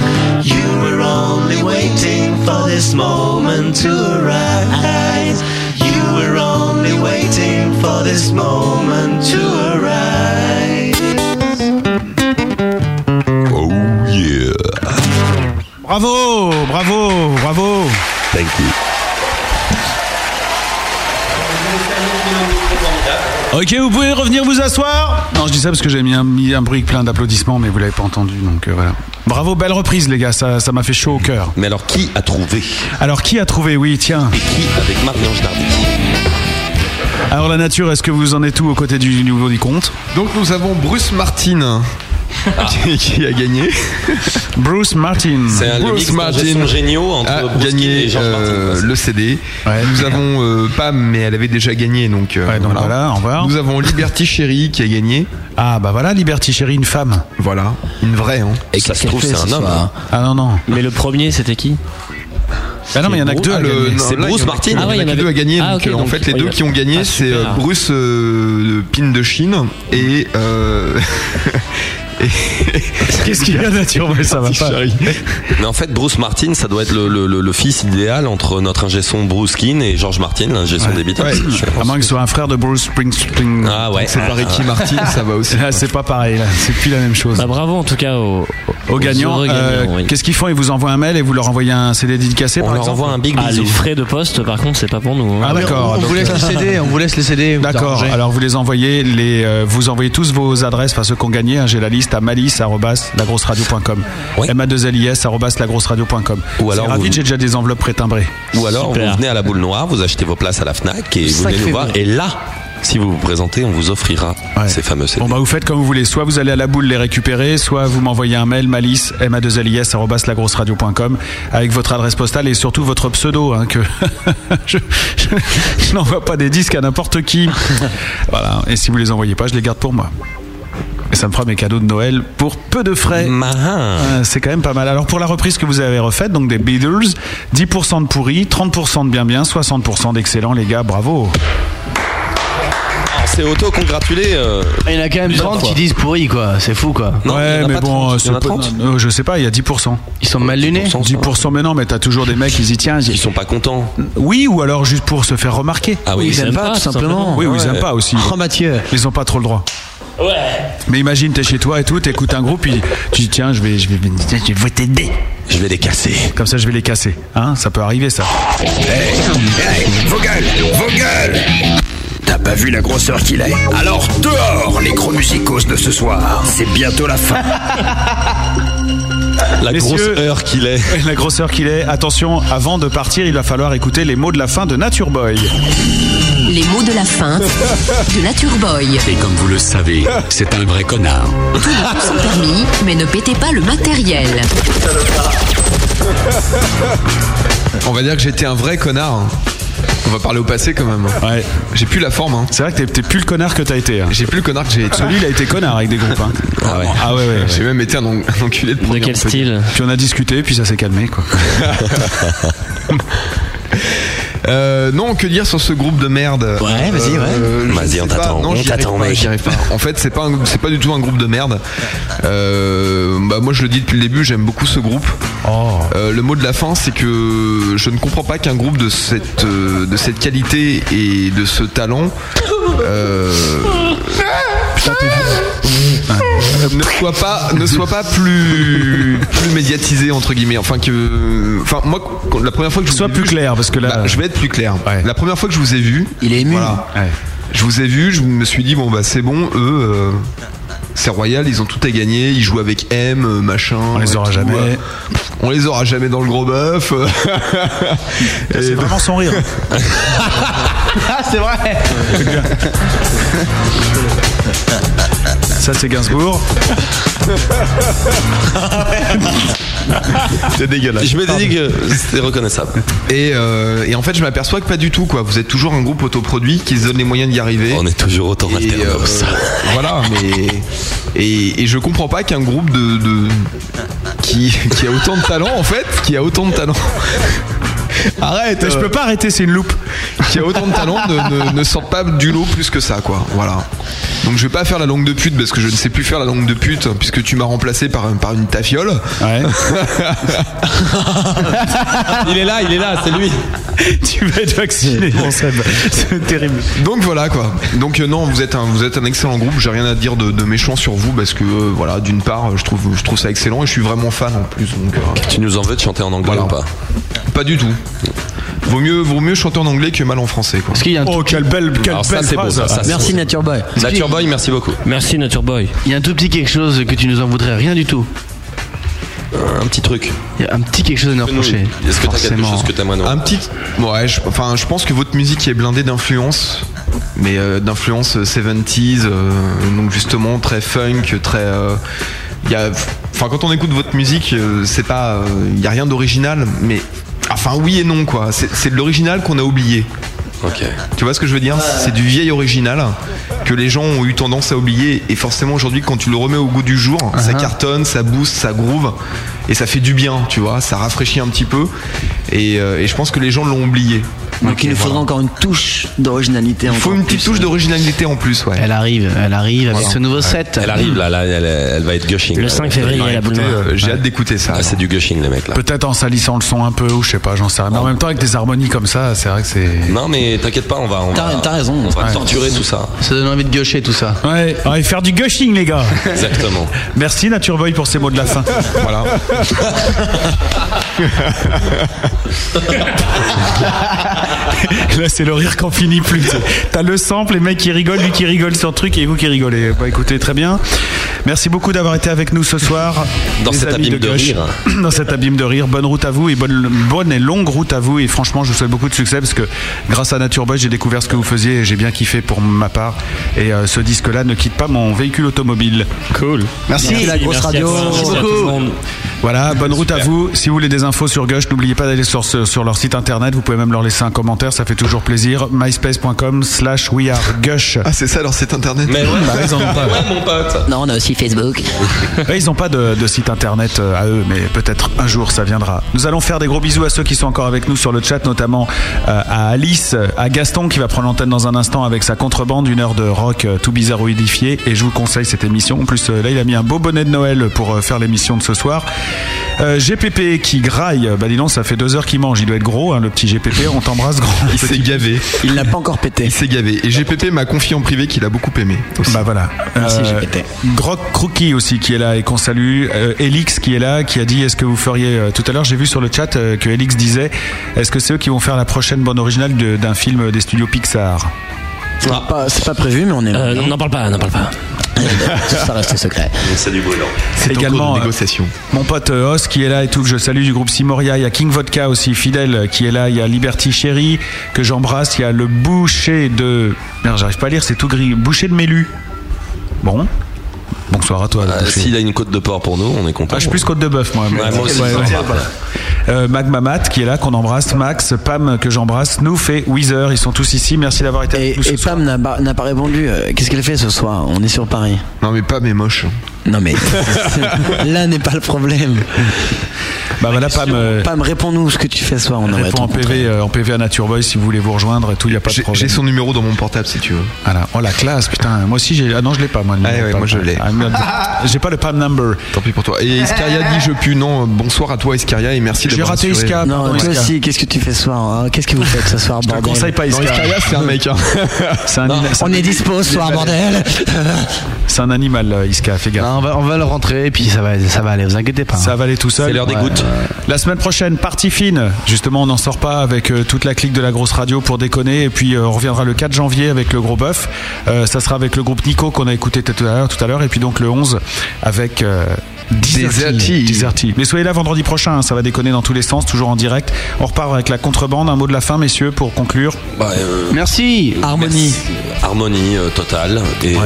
[SPEAKER 7] You were only waiting for this moment to arise. You were only waiting for this moment to arise. Oh yeah.
[SPEAKER 2] Bravo, bravo, bravo.
[SPEAKER 3] Thank you.
[SPEAKER 2] Ok, vous pouvez revenir vous asseoir. Non, je dis ça parce que j'ai mis un, mis un bruit plein d'applaudissements, mais vous l'avez pas entendu, donc euh, voilà. Bravo, belle reprise, les gars. Ça, ça m'a fait chaud au cœur.
[SPEAKER 3] Mais alors, qui a trouvé
[SPEAKER 2] Alors, qui a trouvé Oui, tiens.
[SPEAKER 3] Avec Marie-Ange Dardy.
[SPEAKER 2] Alors, la nature, est-ce que vous en êtes où aux côtés du niveau du compte
[SPEAKER 4] Donc nous avons Bruce Martin qui, qui a gagné.
[SPEAKER 2] Bruce Martin.
[SPEAKER 3] C'est un
[SPEAKER 4] Bruce
[SPEAKER 3] remix d'Orgesson géniaux entre
[SPEAKER 4] a
[SPEAKER 3] Bruce King
[SPEAKER 4] gagné
[SPEAKER 3] et George Martin,
[SPEAKER 4] euh,
[SPEAKER 3] quoi.
[SPEAKER 4] le CD. Nous avons euh, Pam, mais elle avait déjà gagné, donc. euh,
[SPEAKER 2] voilà, au revoir.
[SPEAKER 4] Nous avons Liberty Chérie qui a gagné.
[SPEAKER 2] Ah bah voilà, Liberty Chérie, une femme.
[SPEAKER 4] Voilà, une vraie. Hein.
[SPEAKER 3] Et ça se trouve, c'est un homme. hein.
[SPEAKER 2] Ah non, non.
[SPEAKER 8] Mais le premier, c'était qui
[SPEAKER 2] Ah non, mais il y en a que deux à gagner.
[SPEAKER 3] C'est Bruce Martin.
[SPEAKER 4] Ah ouais, il y en a que deux à gagner.
[SPEAKER 8] Ah,
[SPEAKER 4] donc,
[SPEAKER 8] ok,
[SPEAKER 4] euh, en
[SPEAKER 8] donc,
[SPEAKER 4] fait, les
[SPEAKER 8] oui,
[SPEAKER 4] deux
[SPEAKER 8] oui.
[SPEAKER 4] qui ont gagné,
[SPEAKER 8] Ah,
[SPEAKER 4] c'est
[SPEAKER 8] super.
[SPEAKER 4] euh, Bruce euh, Pin de Chine et. euh, et-
[SPEAKER 2] Qu'est-ce qu'il y a, nature Ouais, Ça va pas.
[SPEAKER 3] Mais en fait, Bruce Martin, ça doit être le, le- le- le fils idéal entre notre ingé son Bruce Keane et George Martin, l'ingé son des Beatles. Je
[SPEAKER 2] À
[SPEAKER 3] pense.
[SPEAKER 2] moins que ce soit un frère de Bruce Springsteen.
[SPEAKER 3] Ah ouais.
[SPEAKER 2] C'est pas
[SPEAKER 3] Ricky
[SPEAKER 4] Martin, ça va aussi.
[SPEAKER 2] Là, c'est pas pareil, là. C'est plus la même chose.
[SPEAKER 8] Bah, bravo en tout cas aux,
[SPEAKER 2] Aux gagnants,
[SPEAKER 8] heureux
[SPEAKER 2] euh,
[SPEAKER 8] gagnants, oui.
[SPEAKER 2] qu'est-ce qu'ils font Ils vous envoient un mail et vous leur envoyez un CD dédicacé par exemple
[SPEAKER 8] Ah, les frais de poste, par contre, c'est pas pour nous. hein.
[SPEAKER 2] Ah d'accord.
[SPEAKER 11] On
[SPEAKER 2] donc,
[SPEAKER 11] vous laisse
[SPEAKER 2] euh,
[SPEAKER 11] le CD, on vous laisse le CD. vous
[SPEAKER 2] D'accord.
[SPEAKER 11] arrangez.
[SPEAKER 2] Alors vous les envoyez, les, euh, vous envoyez tous vos adresses, enfin ceux qui ont gagné. hein, J'ai la liste à malice@lagrosseradio.com, ma2lis@lagrosseradio.com.
[SPEAKER 3] Ou alors
[SPEAKER 2] C'est rapide,
[SPEAKER 3] vous-
[SPEAKER 2] j'ai déjà des enveloppes prétimbrées.
[SPEAKER 3] Ou alors,
[SPEAKER 2] Super.
[SPEAKER 3] vous venez à la boule noire, vous achetez vos places à la Fnac et vous venez nous
[SPEAKER 2] Sacré
[SPEAKER 3] voir.
[SPEAKER 2] bon.
[SPEAKER 3] Et là, si vous vous présentez, on vous offrira ces fameux CD.
[SPEAKER 2] Bon bah vous faites comme vous voulez. Soit vous allez à la boule les récupérer, soit vous m'envoyez un mail malice ma2lis@lagrosseradio.com avec votre adresse postale et surtout votre pseudo hein, que je, je- je n'envoie pas des disques à n'importe qui. voilà. Et si vous les envoyez pas, je les garde pour moi. Et ça me fera mes cadeaux de Noël pour peu de frais. Euh, c'est quand même pas mal. Alors pour la reprise que vous avez refaite, donc des Beatles, 10% de pourri, 30% de bien bien, 60% d'excellent, les gars, bravo.
[SPEAKER 3] Alors, Ah, C'est auto-congratulé. euh,
[SPEAKER 11] Il y en a quand même
[SPEAKER 3] Plusieurs
[SPEAKER 11] 30
[SPEAKER 3] fois.
[SPEAKER 11] qui disent pourri quoi, c'est fou quoi.
[SPEAKER 3] Non, il y en a
[SPEAKER 2] ouais, mais
[SPEAKER 3] pas
[SPEAKER 2] bon,
[SPEAKER 3] 30,
[SPEAKER 2] euh,
[SPEAKER 3] il y en a
[SPEAKER 2] c'est pas-
[SPEAKER 3] 30.
[SPEAKER 2] euh, je sais pas, il y a 10%.
[SPEAKER 11] Ils sont mal lunés
[SPEAKER 2] 10%, mais non, mais t'as toujours des mecs, ils y tiennent.
[SPEAKER 3] Ils sont pas contents.
[SPEAKER 2] Oui, ou alors juste pour se faire remarquer.
[SPEAKER 3] Ah oui, Ou ils ils aiment aiment pas, pas, tout tout simplement. simplement.
[SPEAKER 2] Oui, ou ils
[SPEAKER 3] Ouais.
[SPEAKER 2] aiment pas aussi.
[SPEAKER 11] Oh, Mathieu.
[SPEAKER 2] Ils ont pas trop le droit.
[SPEAKER 8] Ouais.
[SPEAKER 2] Mais imagine, t'es chez toi et tout, t'écoutes un groupe, puis tu dis tiens, je vais, je vais, je vais voter D.
[SPEAKER 3] Je vais les casser.
[SPEAKER 2] Comme ça, je vais les casser. Hein, ça peut arriver, ça.
[SPEAKER 5] Hey, vos gueules, vos gueules T'as pas vu la grosseur qu'il est Alors dehors les gros musicos de ce soir, c'est bientôt la fin.
[SPEAKER 3] La grosse heure qu'il est.
[SPEAKER 2] La grosseur qu'il est. Attention, avant de partir, il va falloir écouter les mots de la fin de Nature Boy.
[SPEAKER 1] Les mots de la fin de Nature Boy.
[SPEAKER 18] Et comme vous le savez, c'est un vrai connard.
[SPEAKER 1] Tous les coups sont permis, mais ne pétez pas le matériel.
[SPEAKER 4] On va dire que j'étais un vrai connard. hein. On va parler au passé quand même.
[SPEAKER 2] Ouais.
[SPEAKER 4] J'ai plus la forme. hein.
[SPEAKER 2] C'est vrai que t'es- t'es plus le connard que t'as été. hein.
[SPEAKER 4] J'ai plus le connard que j'ai été.
[SPEAKER 2] Celui, il a été connard avec des groupes. hein.
[SPEAKER 3] Ah ouais.
[SPEAKER 2] Ah ouais, ouais, ouais.
[SPEAKER 4] J'ai même été un, en- un enculé de premier.
[SPEAKER 8] De quel style
[SPEAKER 2] Puis on a discuté, puis ça s'est calmé, quoi.
[SPEAKER 4] Euh, non, que dire sur ce groupe de merde Euh,
[SPEAKER 14] Ouais, vas-y, ouais.
[SPEAKER 4] je
[SPEAKER 3] Vas-y,
[SPEAKER 4] sais
[SPEAKER 3] on
[SPEAKER 4] pas.
[SPEAKER 3] t'attend,
[SPEAKER 4] Non,
[SPEAKER 3] on
[SPEAKER 4] j'y arrive
[SPEAKER 3] t'attend,
[SPEAKER 4] pas,
[SPEAKER 3] mec.
[SPEAKER 4] j'y arrive pas. En fait, c'est pas, un- c'est pas du tout un groupe de merde. Euh, bah, moi, je le dis depuis le début, j'aime beaucoup ce groupe. Euh, le mot de la fin, c'est que je ne comprends pas qu'un groupe de cette, euh, de cette qualité et de ce talent. euh, ne soit pas ne soit pas plus plus médiatisé entre guillemets enfin que enfin moi quand- la première fois que je soit plus
[SPEAKER 2] clair parce que là
[SPEAKER 4] bah, je vais être plus clair la première fois que je vous ai vu il est ému je vous ai vu je me suis dit bon bah c'est bon eux euh, c'est royal ils ont tout à gagner ils jouent avec M euh, machin on les aura jamais on les aura jamais dans le gros bœuf c'est
[SPEAKER 2] vraiment son rire
[SPEAKER 17] Ah, c'est vrai
[SPEAKER 2] Ça, c'est Gainsbourg.
[SPEAKER 4] C'est dégueulasse.
[SPEAKER 3] Je m'étais dit que c'était euh, reconnaissable.
[SPEAKER 4] Et, euh, et en fait, je m'aperçois que pas du tout, quoi. Vous êtes toujours un groupe autoproduit qui se donne les moyens d'y arriver. On
[SPEAKER 3] est toujours autant
[SPEAKER 4] alternos. voilà, mais. Et, et je comprends pas qu'un groupe de. de- qui, qui a autant de talent, en fait, qui a autant de talent. Arrête
[SPEAKER 2] Mais je peux pas arrêter, c'est une loupe.
[SPEAKER 4] Qui a autant de talent ne, ne, ne sorte pas du lot plus que ça, quoi. Voilà. Donc je vais pas faire la langue de pute parce que je ne sais plus faire la langue de pute puisque tu m'as remplacé par, un- par une tafiole.
[SPEAKER 2] Ouais.
[SPEAKER 4] il est là, Ah, il est là, c'est lui.
[SPEAKER 2] tu vas être vacciné, mon Seb. C'est terrible.
[SPEAKER 4] Donc voilà quoi. Donc euh, non, vous êtes un, vous êtes un excellent groupe. J'ai rien à dire de, de méchant sur vous parce que euh, voilà, d'une part, euh, je trouve, je trouve ça excellent et je suis vraiment fan en plus. Donc euh,
[SPEAKER 3] Tu nous en veux de chanter en anglais ou pas
[SPEAKER 4] pas du tout. Vaut mieux, vaut mieux chanter en anglais que mal en français quoi.
[SPEAKER 11] qu'il y a un
[SPEAKER 2] Oh, quelle belle, quelle
[SPEAKER 4] Alors ça,
[SPEAKER 2] belle
[SPEAKER 4] c'est beau,
[SPEAKER 2] phrase.
[SPEAKER 4] ça, ça, c'est Merci, beau. Nature Boy. Nature Est-ce qu'il- Boy, merci beaucoup.
[SPEAKER 11] Merci Nature Boy. Il y a un tout petit quelque chose que tu nous en voudrais rien du tout.
[SPEAKER 3] Un petit truc.
[SPEAKER 11] Il y a un petit quelque chose à nous reprocher.
[SPEAKER 3] Est-ce que t'as quelque chose que t'aimerais nous
[SPEAKER 4] Un petit. Ouais, je, enfin, je pense que votre musique est blindée d'influences, mais euh, d'influences euh, 70s, euh, donc justement très funk, très. euh, y a- Enfin, quand on écoute votre musique, euh, c'est pas. Il y a rien d'original, mais. Enfin, oui et non, quoi. C'est c'est de l'original qu'on a oublié.
[SPEAKER 3] Ok.
[SPEAKER 4] Tu vois ce que je veux dire C'est du vieil original que les gens ont eu tendance à oublier. Et forcément, aujourd'hui, quand tu le remets au goût du jour, ça
[SPEAKER 11] Uh-huh.
[SPEAKER 4] cartonne, ça booste, ça groove. Et ça fait du bien, tu vois. Ça rafraîchit un petit peu. Et, euh, et je pense que les gens l'ont oublié.
[SPEAKER 17] Donc il nous faudra encore une touche d'originalité. Il
[SPEAKER 4] faut une petite touche d'originalité en plus, ouais.
[SPEAKER 11] Elle arrive, elle arrive avec
[SPEAKER 3] Voilà.
[SPEAKER 11] ce nouveau
[SPEAKER 3] Ouais.
[SPEAKER 11] set.
[SPEAKER 3] Elle arrive là, là, elle, elle va être gushing.
[SPEAKER 11] Le
[SPEAKER 3] là.
[SPEAKER 11] 5 février,
[SPEAKER 3] Ouais,
[SPEAKER 11] la boule
[SPEAKER 3] écoutez,
[SPEAKER 11] noire.
[SPEAKER 3] euh,
[SPEAKER 4] J'ai hâte d'écouter ça.
[SPEAKER 3] Ah, c'est du gushing, les mecs là.
[SPEAKER 2] Peut-être en salissant le son un peu ou je sais pas, j'en sais rien. Mais en même temps, avec des harmonies comme ça, c'est vrai que c'est.
[SPEAKER 3] Non, mais t'inquiète pas, on va. on
[SPEAKER 2] T'as-
[SPEAKER 3] va-
[SPEAKER 2] t'as raison.
[SPEAKER 3] On va
[SPEAKER 2] Ouais.
[SPEAKER 3] torturer tout ça.
[SPEAKER 11] Ça donne envie de gaucher tout ça.
[SPEAKER 2] Ouais, on va faire du gushing, les gars.
[SPEAKER 3] Exactement.
[SPEAKER 2] Merci Nature Boy pour ces mots de la fin.
[SPEAKER 4] Voilà.
[SPEAKER 2] Là, c'est le rire qu'on finit plus. T'as le sample, les mecs qui rigolent, lui qui rigole sur le truc et vous qui rigolez. Bah écoutez, très bien. Merci beaucoup d'avoir été avec nous ce soir.
[SPEAKER 3] Dans
[SPEAKER 2] les
[SPEAKER 3] cet
[SPEAKER 2] amis
[SPEAKER 3] abîme de
[SPEAKER 2] gauche.
[SPEAKER 3] rire.
[SPEAKER 2] Dans cet abîme de rire. Bonne route à vous et bonne, bonne et longue route à vous. Et franchement, je vous souhaite beaucoup de succès parce que grâce à Nature Boy, j'ai découvert ce que vous faisiez et j'ai bien kiffé pour ma part. Et euh, ce disque-là ne quitte pas mon véhicule automobile. Cool.
[SPEAKER 17] Merci, Merci, la grosse merci à radio. toi, merci Merci à beaucoup. tout le monde.
[SPEAKER 2] Voilà, bonne route à vous. Si vous voulez des infos sur Gush, n'oubliez pas d'aller sur, ce- sur leur site internet. Vous pouvez même leur laisser un commentaire, ça fait toujours plaisir. myspace.com slash we are Gush.
[SPEAKER 4] Ah, c'est ça leur site internet
[SPEAKER 3] Mais ouais,
[SPEAKER 2] Bah, ils en ont pas.
[SPEAKER 3] Ouais, mon pote.
[SPEAKER 14] Non, on a aussi Facebook.
[SPEAKER 2] Ouais, ils n'ont pas de, de site internet euh, à eux, mais peut-être un jour ça viendra. Nous allons faire des gros bisous à ceux qui sont encore avec nous sur le chat, notamment euh, à Alice, euh, à Gaston qui va prendre l'antenne dans un instant avec sa contrebande, une heure de rock euh, tout bizarre ou édifié. Et je vous conseille cette émission. En plus, euh, là, il a mis un beau bonnet de Noël pour euh, faire l'émission de ce soir. Euh, GPP qui graille, bah dis donc, ça fait deux heures qu'il mange, il doit être gros, hein, le petit GPP. On t'embrasse, grand.
[SPEAKER 4] Il s'est gavé.
[SPEAKER 17] Il n'a pas encore pété.
[SPEAKER 4] Il s'est gavé. Et GPP m'a confié en privé qu'il a beaucoup aimé. aussi.
[SPEAKER 2] Bah voilà.
[SPEAKER 4] Merci, j'ai
[SPEAKER 2] Grog Crookie aussi qui est là et qu'on salue. Euh, Elix qui est là, qui a dit est-ce que vous feriez. euh, tout à l'heure, j'ai vu sur le chat euh, que Elix disait est-ce que c'est eux qui vont faire la prochaine bande originale de- d'un film des studios Pixar
[SPEAKER 17] C'est
[SPEAKER 14] Ah,
[SPEAKER 17] pas, c'est pas prévu, mais on est.
[SPEAKER 2] Ah, Euh, non,
[SPEAKER 17] n'en parle pas, n'en parle pas.
[SPEAKER 14] Ça reste secret.
[SPEAKER 3] C'est du brûlant.
[SPEAKER 2] C'est également
[SPEAKER 4] de
[SPEAKER 2] euh,
[SPEAKER 4] négociation.
[SPEAKER 2] mon pote euh, Os qui est là et tout que je salue du groupe Simoria. Il y a King Vodka aussi fidèle euh, qui est là. Il y a Liberty Chérie que j'embrasse. Il y a le boucher de merde, j'arrive pas à lire, c'est tout gris. Boucher de Mélu. Bon, bonsoir à toi. le
[SPEAKER 3] Euh,
[SPEAKER 2] boucher.
[SPEAKER 3] S'il a une côte de porc pour nous, on est content.
[SPEAKER 2] Ah, je suis plus côte de bœuf, moi.
[SPEAKER 3] Ouais, moi aussi,
[SPEAKER 2] Ouais,
[SPEAKER 3] ça
[SPEAKER 2] ouais.
[SPEAKER 3] me parle.
[SPEAKER 2] Euh, Magma Matt qui est là, qu'on embrasse, Max, Pam que j'embrasse, Noof et Weezer, ils sont tous ici, merci d'avoir été avec nous. Bah
[SPEAKER 17] Et Pam n'a pas, n'a pas répondu. euh, Qu'est-ce qu'elle fait ce soir On est sur Paris.
[SPEAKER 4] Non, mais pas mais moche.
[SPEAKER 14] Non mais là n'est pas le problème.
[SPEAKER 2] Bah voilà, Pam, euh,
[SPEAKER 14] Pam, réponds-nous ce que tu fais ce soir. On aimerait
[SPEAKER 2] réponds en
[SPEAKER 14] te rencontrer.
[SPEAKER 2] PV, euh, en PV à Nature Boy si vous voulez vous rejoindre et tout, il n'y a pas de
[SPEAKER 4] J'ai-
[SPEAKER 2] problème.
[SPEAKER 4] J'ai son numéro dans mon portable si tu veux.
[SPEAKER 2] Voilà. Oh la classe, putain. Moi aussi, j'ai. Ah non, je l'ai pas, moi. le
[SPEAKER 4] Ah
[SPEAKER 2] numéro
[SPEAKER 4] ouais,
[SPEAKER 2] Pam.
[SPEAKER 4] moi, je l'ai.
[SPEAKER 2] Ah, merde. j'ai pas le Pam number.
[SPEAKER 4] Tant pis pour toi. Et Iscaria dit je pue. Non, euh, bonsoir à toi Iscaria et merci
[SPEAKER 2] J'ai
[SPEAKER 4] d'avoir
[SPEAKER 2] raté
[SPEAKER 4] assuré.
[SPEAKER 2] Isca.
[SPEAKER 14] Non, toi aussi, qu'est-ce que tu fais ce soir hein Qu'est-ce que vous faites ce soir, bordel
[SPEAKER 4] Non, Iscaria, c'est un mec. hein.
[SPEAKER 2] C'est un, c'est un-
[SPEAKER 14] On est dispo ce soir, bordel
[SPEAKER 2] c'est un animal, euh, Iska, fais gaffe.
[SPEAKER 11] Non, on, va, on va le rentrer et puis ça va, ça va aller, vous inquiétez pas.
[SPEAKER 2] Ça va aller tout seul.
[SPEAKER 11] C'est l'heure des
[SPEAKER 2] Ouais.
[SPEAKER 11] gouttes.
[SPEAKER 2] La semaine prochaine, partie fine. Justement, on n'en sort pas avec euh, toute la clique de la grosse radio pour déconner. Et puis, euh, on reviendra le 4 janvier avec le gros bœuf. Euh, ça sera avec le groupe Nico qu'on a écouté tout à l'heure. tout à l'heure. Et puis, donc, le 11 avec. Euh, Desert
[SPEAKER 4] Desert Tea.
[SPEAKER 2] Tea. Desert Tea. Mais soyez là vendredi prochain, hein, ça va déconner dans tous les sens, toujours en direct. On repart avec la contrebande. Un mot de la fin, messieurs, pour conclure.
[SPEAKER 11] Merci.
[SPEAKER 14] Harmonie.
[SPEAKER 3] Bah, euh, Harmonie euh, totale et euh,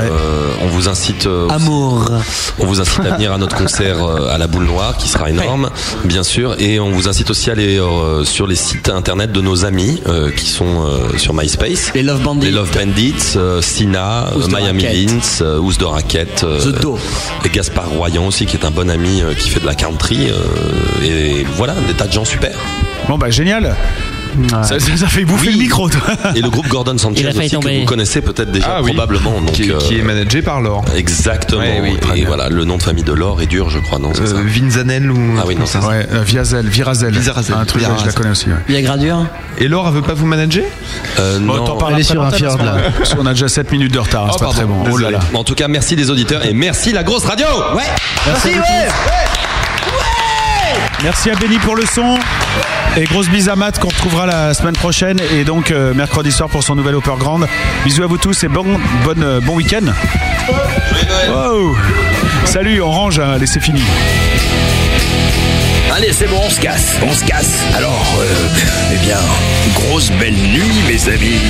[SPEAKER 3] on vous incite euh,
[SPEAKER 14] Amour.
[SPEAKER 3] on vous incite à venir à notre concert euh, à la boule noire qui sera énorme bien sûr et on vous incite aussi à aller euh, sur les sites internet de nos amis euh, qui sont euh, sur MySpace
[SPEAKER 14] les Love Bandits
[SPEAKER 3] les Love Bandits euh, Sina
[SPEAKER 14] Ous
[SPEAKER 3] euh,
[SPEAKER 14] de
[SPEAKER 3] Miami
[SPEAKER 14] Raquette.
[SPEAKER 3] Vince euh, Ous de Raquette euh,
[SPEAKER 14] The Do.
[SPEAKER 3] et Gaspard Royan aussi qui est un bon ami euh, qui fait de la country euh, et voilà des tas de gens super
[SPEAKER 2] Bon, bah, génial. Ça, ça- ça fait bouffer le micro, toi.
[SPEAKER 3] et le groupe Gordon Sanchez
[SPEAKER 2] Il a failli
[SPEAKER 3] aussi, que
[SPEAKER 2] tomber.
[SPEAKER 3] vous connaissez peut-être déjà
[SPEAKER 4] Ah oui.
[SPEAKER 3] probablement donc,
[SPEAKER 4] Qui, qui
[SPEAKER 3] euh,
[SPEAKER 4] est managé par Laure.
[SPEAKER 3] Exactement.
[SPEAKER 4] Ouais, oui, très
[SPEAKER 3] et
[SPEAKER 4] bien.
[SPEAKER 3] voilà, le nom de famille de Laure est dur, je crois, non c'est ça
[SPEAKER 4] Euh, Vinzanel ou.
[SPEAKER 3] Ah oui, non, ça.
[SPEAKER 2] Ouais, euh, Viazel, Virazel.
[SPEAKER 4] Virazel.
[SPEAKER 2] Un truc, ouais, je la
[SPEAKER 4] Virazel.
[SPEAKER 2] connais aussi. ouais.
[SPEAKER 14] Il y a Gradure
[SPEAKER 4] Et Laure, elle veut pas vous manager
[SPEAKER 3] Euh,
[SPEAKER 2] Bon,
[SPEAKER 3] non.
[SPEAKER 2] t'en parles
[SPEAKER 11] Elle
[SPEAKER 2] après
[SPEAKER 11] est sur un
[SPEAKER 2] l'antenne,
[SPEAKER 11] fjord,
[SPEAKER 2] parce
[SPEAKER 11] là.
[SPEAKER 2] qu'on a- parce qu'on a déjà 7 minutes de retard, hein,
[SPEAKER 3] Oh,
[SPEAKER 2] c'est pas
[SPEAKER 3] pardon,
[SPEAKER 2] très bon. Oh là
[SPEAKER 3] désolé.
[SPEAKER 2] là.
[SPEAKER 3] En tout cas, merci les auditeurs et merci la grosse radio. Ouais.
[SPEAKER 14] Merci, ouais
[SPEAKER 2] Merci à Benny pour le son. Et grosse bise à Matt qu'on retrouvera la semaine prochaine et donc euh, mercredi soir pour son nouvel Upper Grande. Bisous à vous tous et bon, bonne, euh, bon week-end. Wow. Salut, Orange, hein, allez, c'est fini.
[SPEAKER 5] Allez, c'est bon, on se casse, on se casse. Alors, euh, eh bien, grosse belle nuit, mes amis.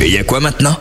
[SPEAKER 5] Et y a quoi maintenant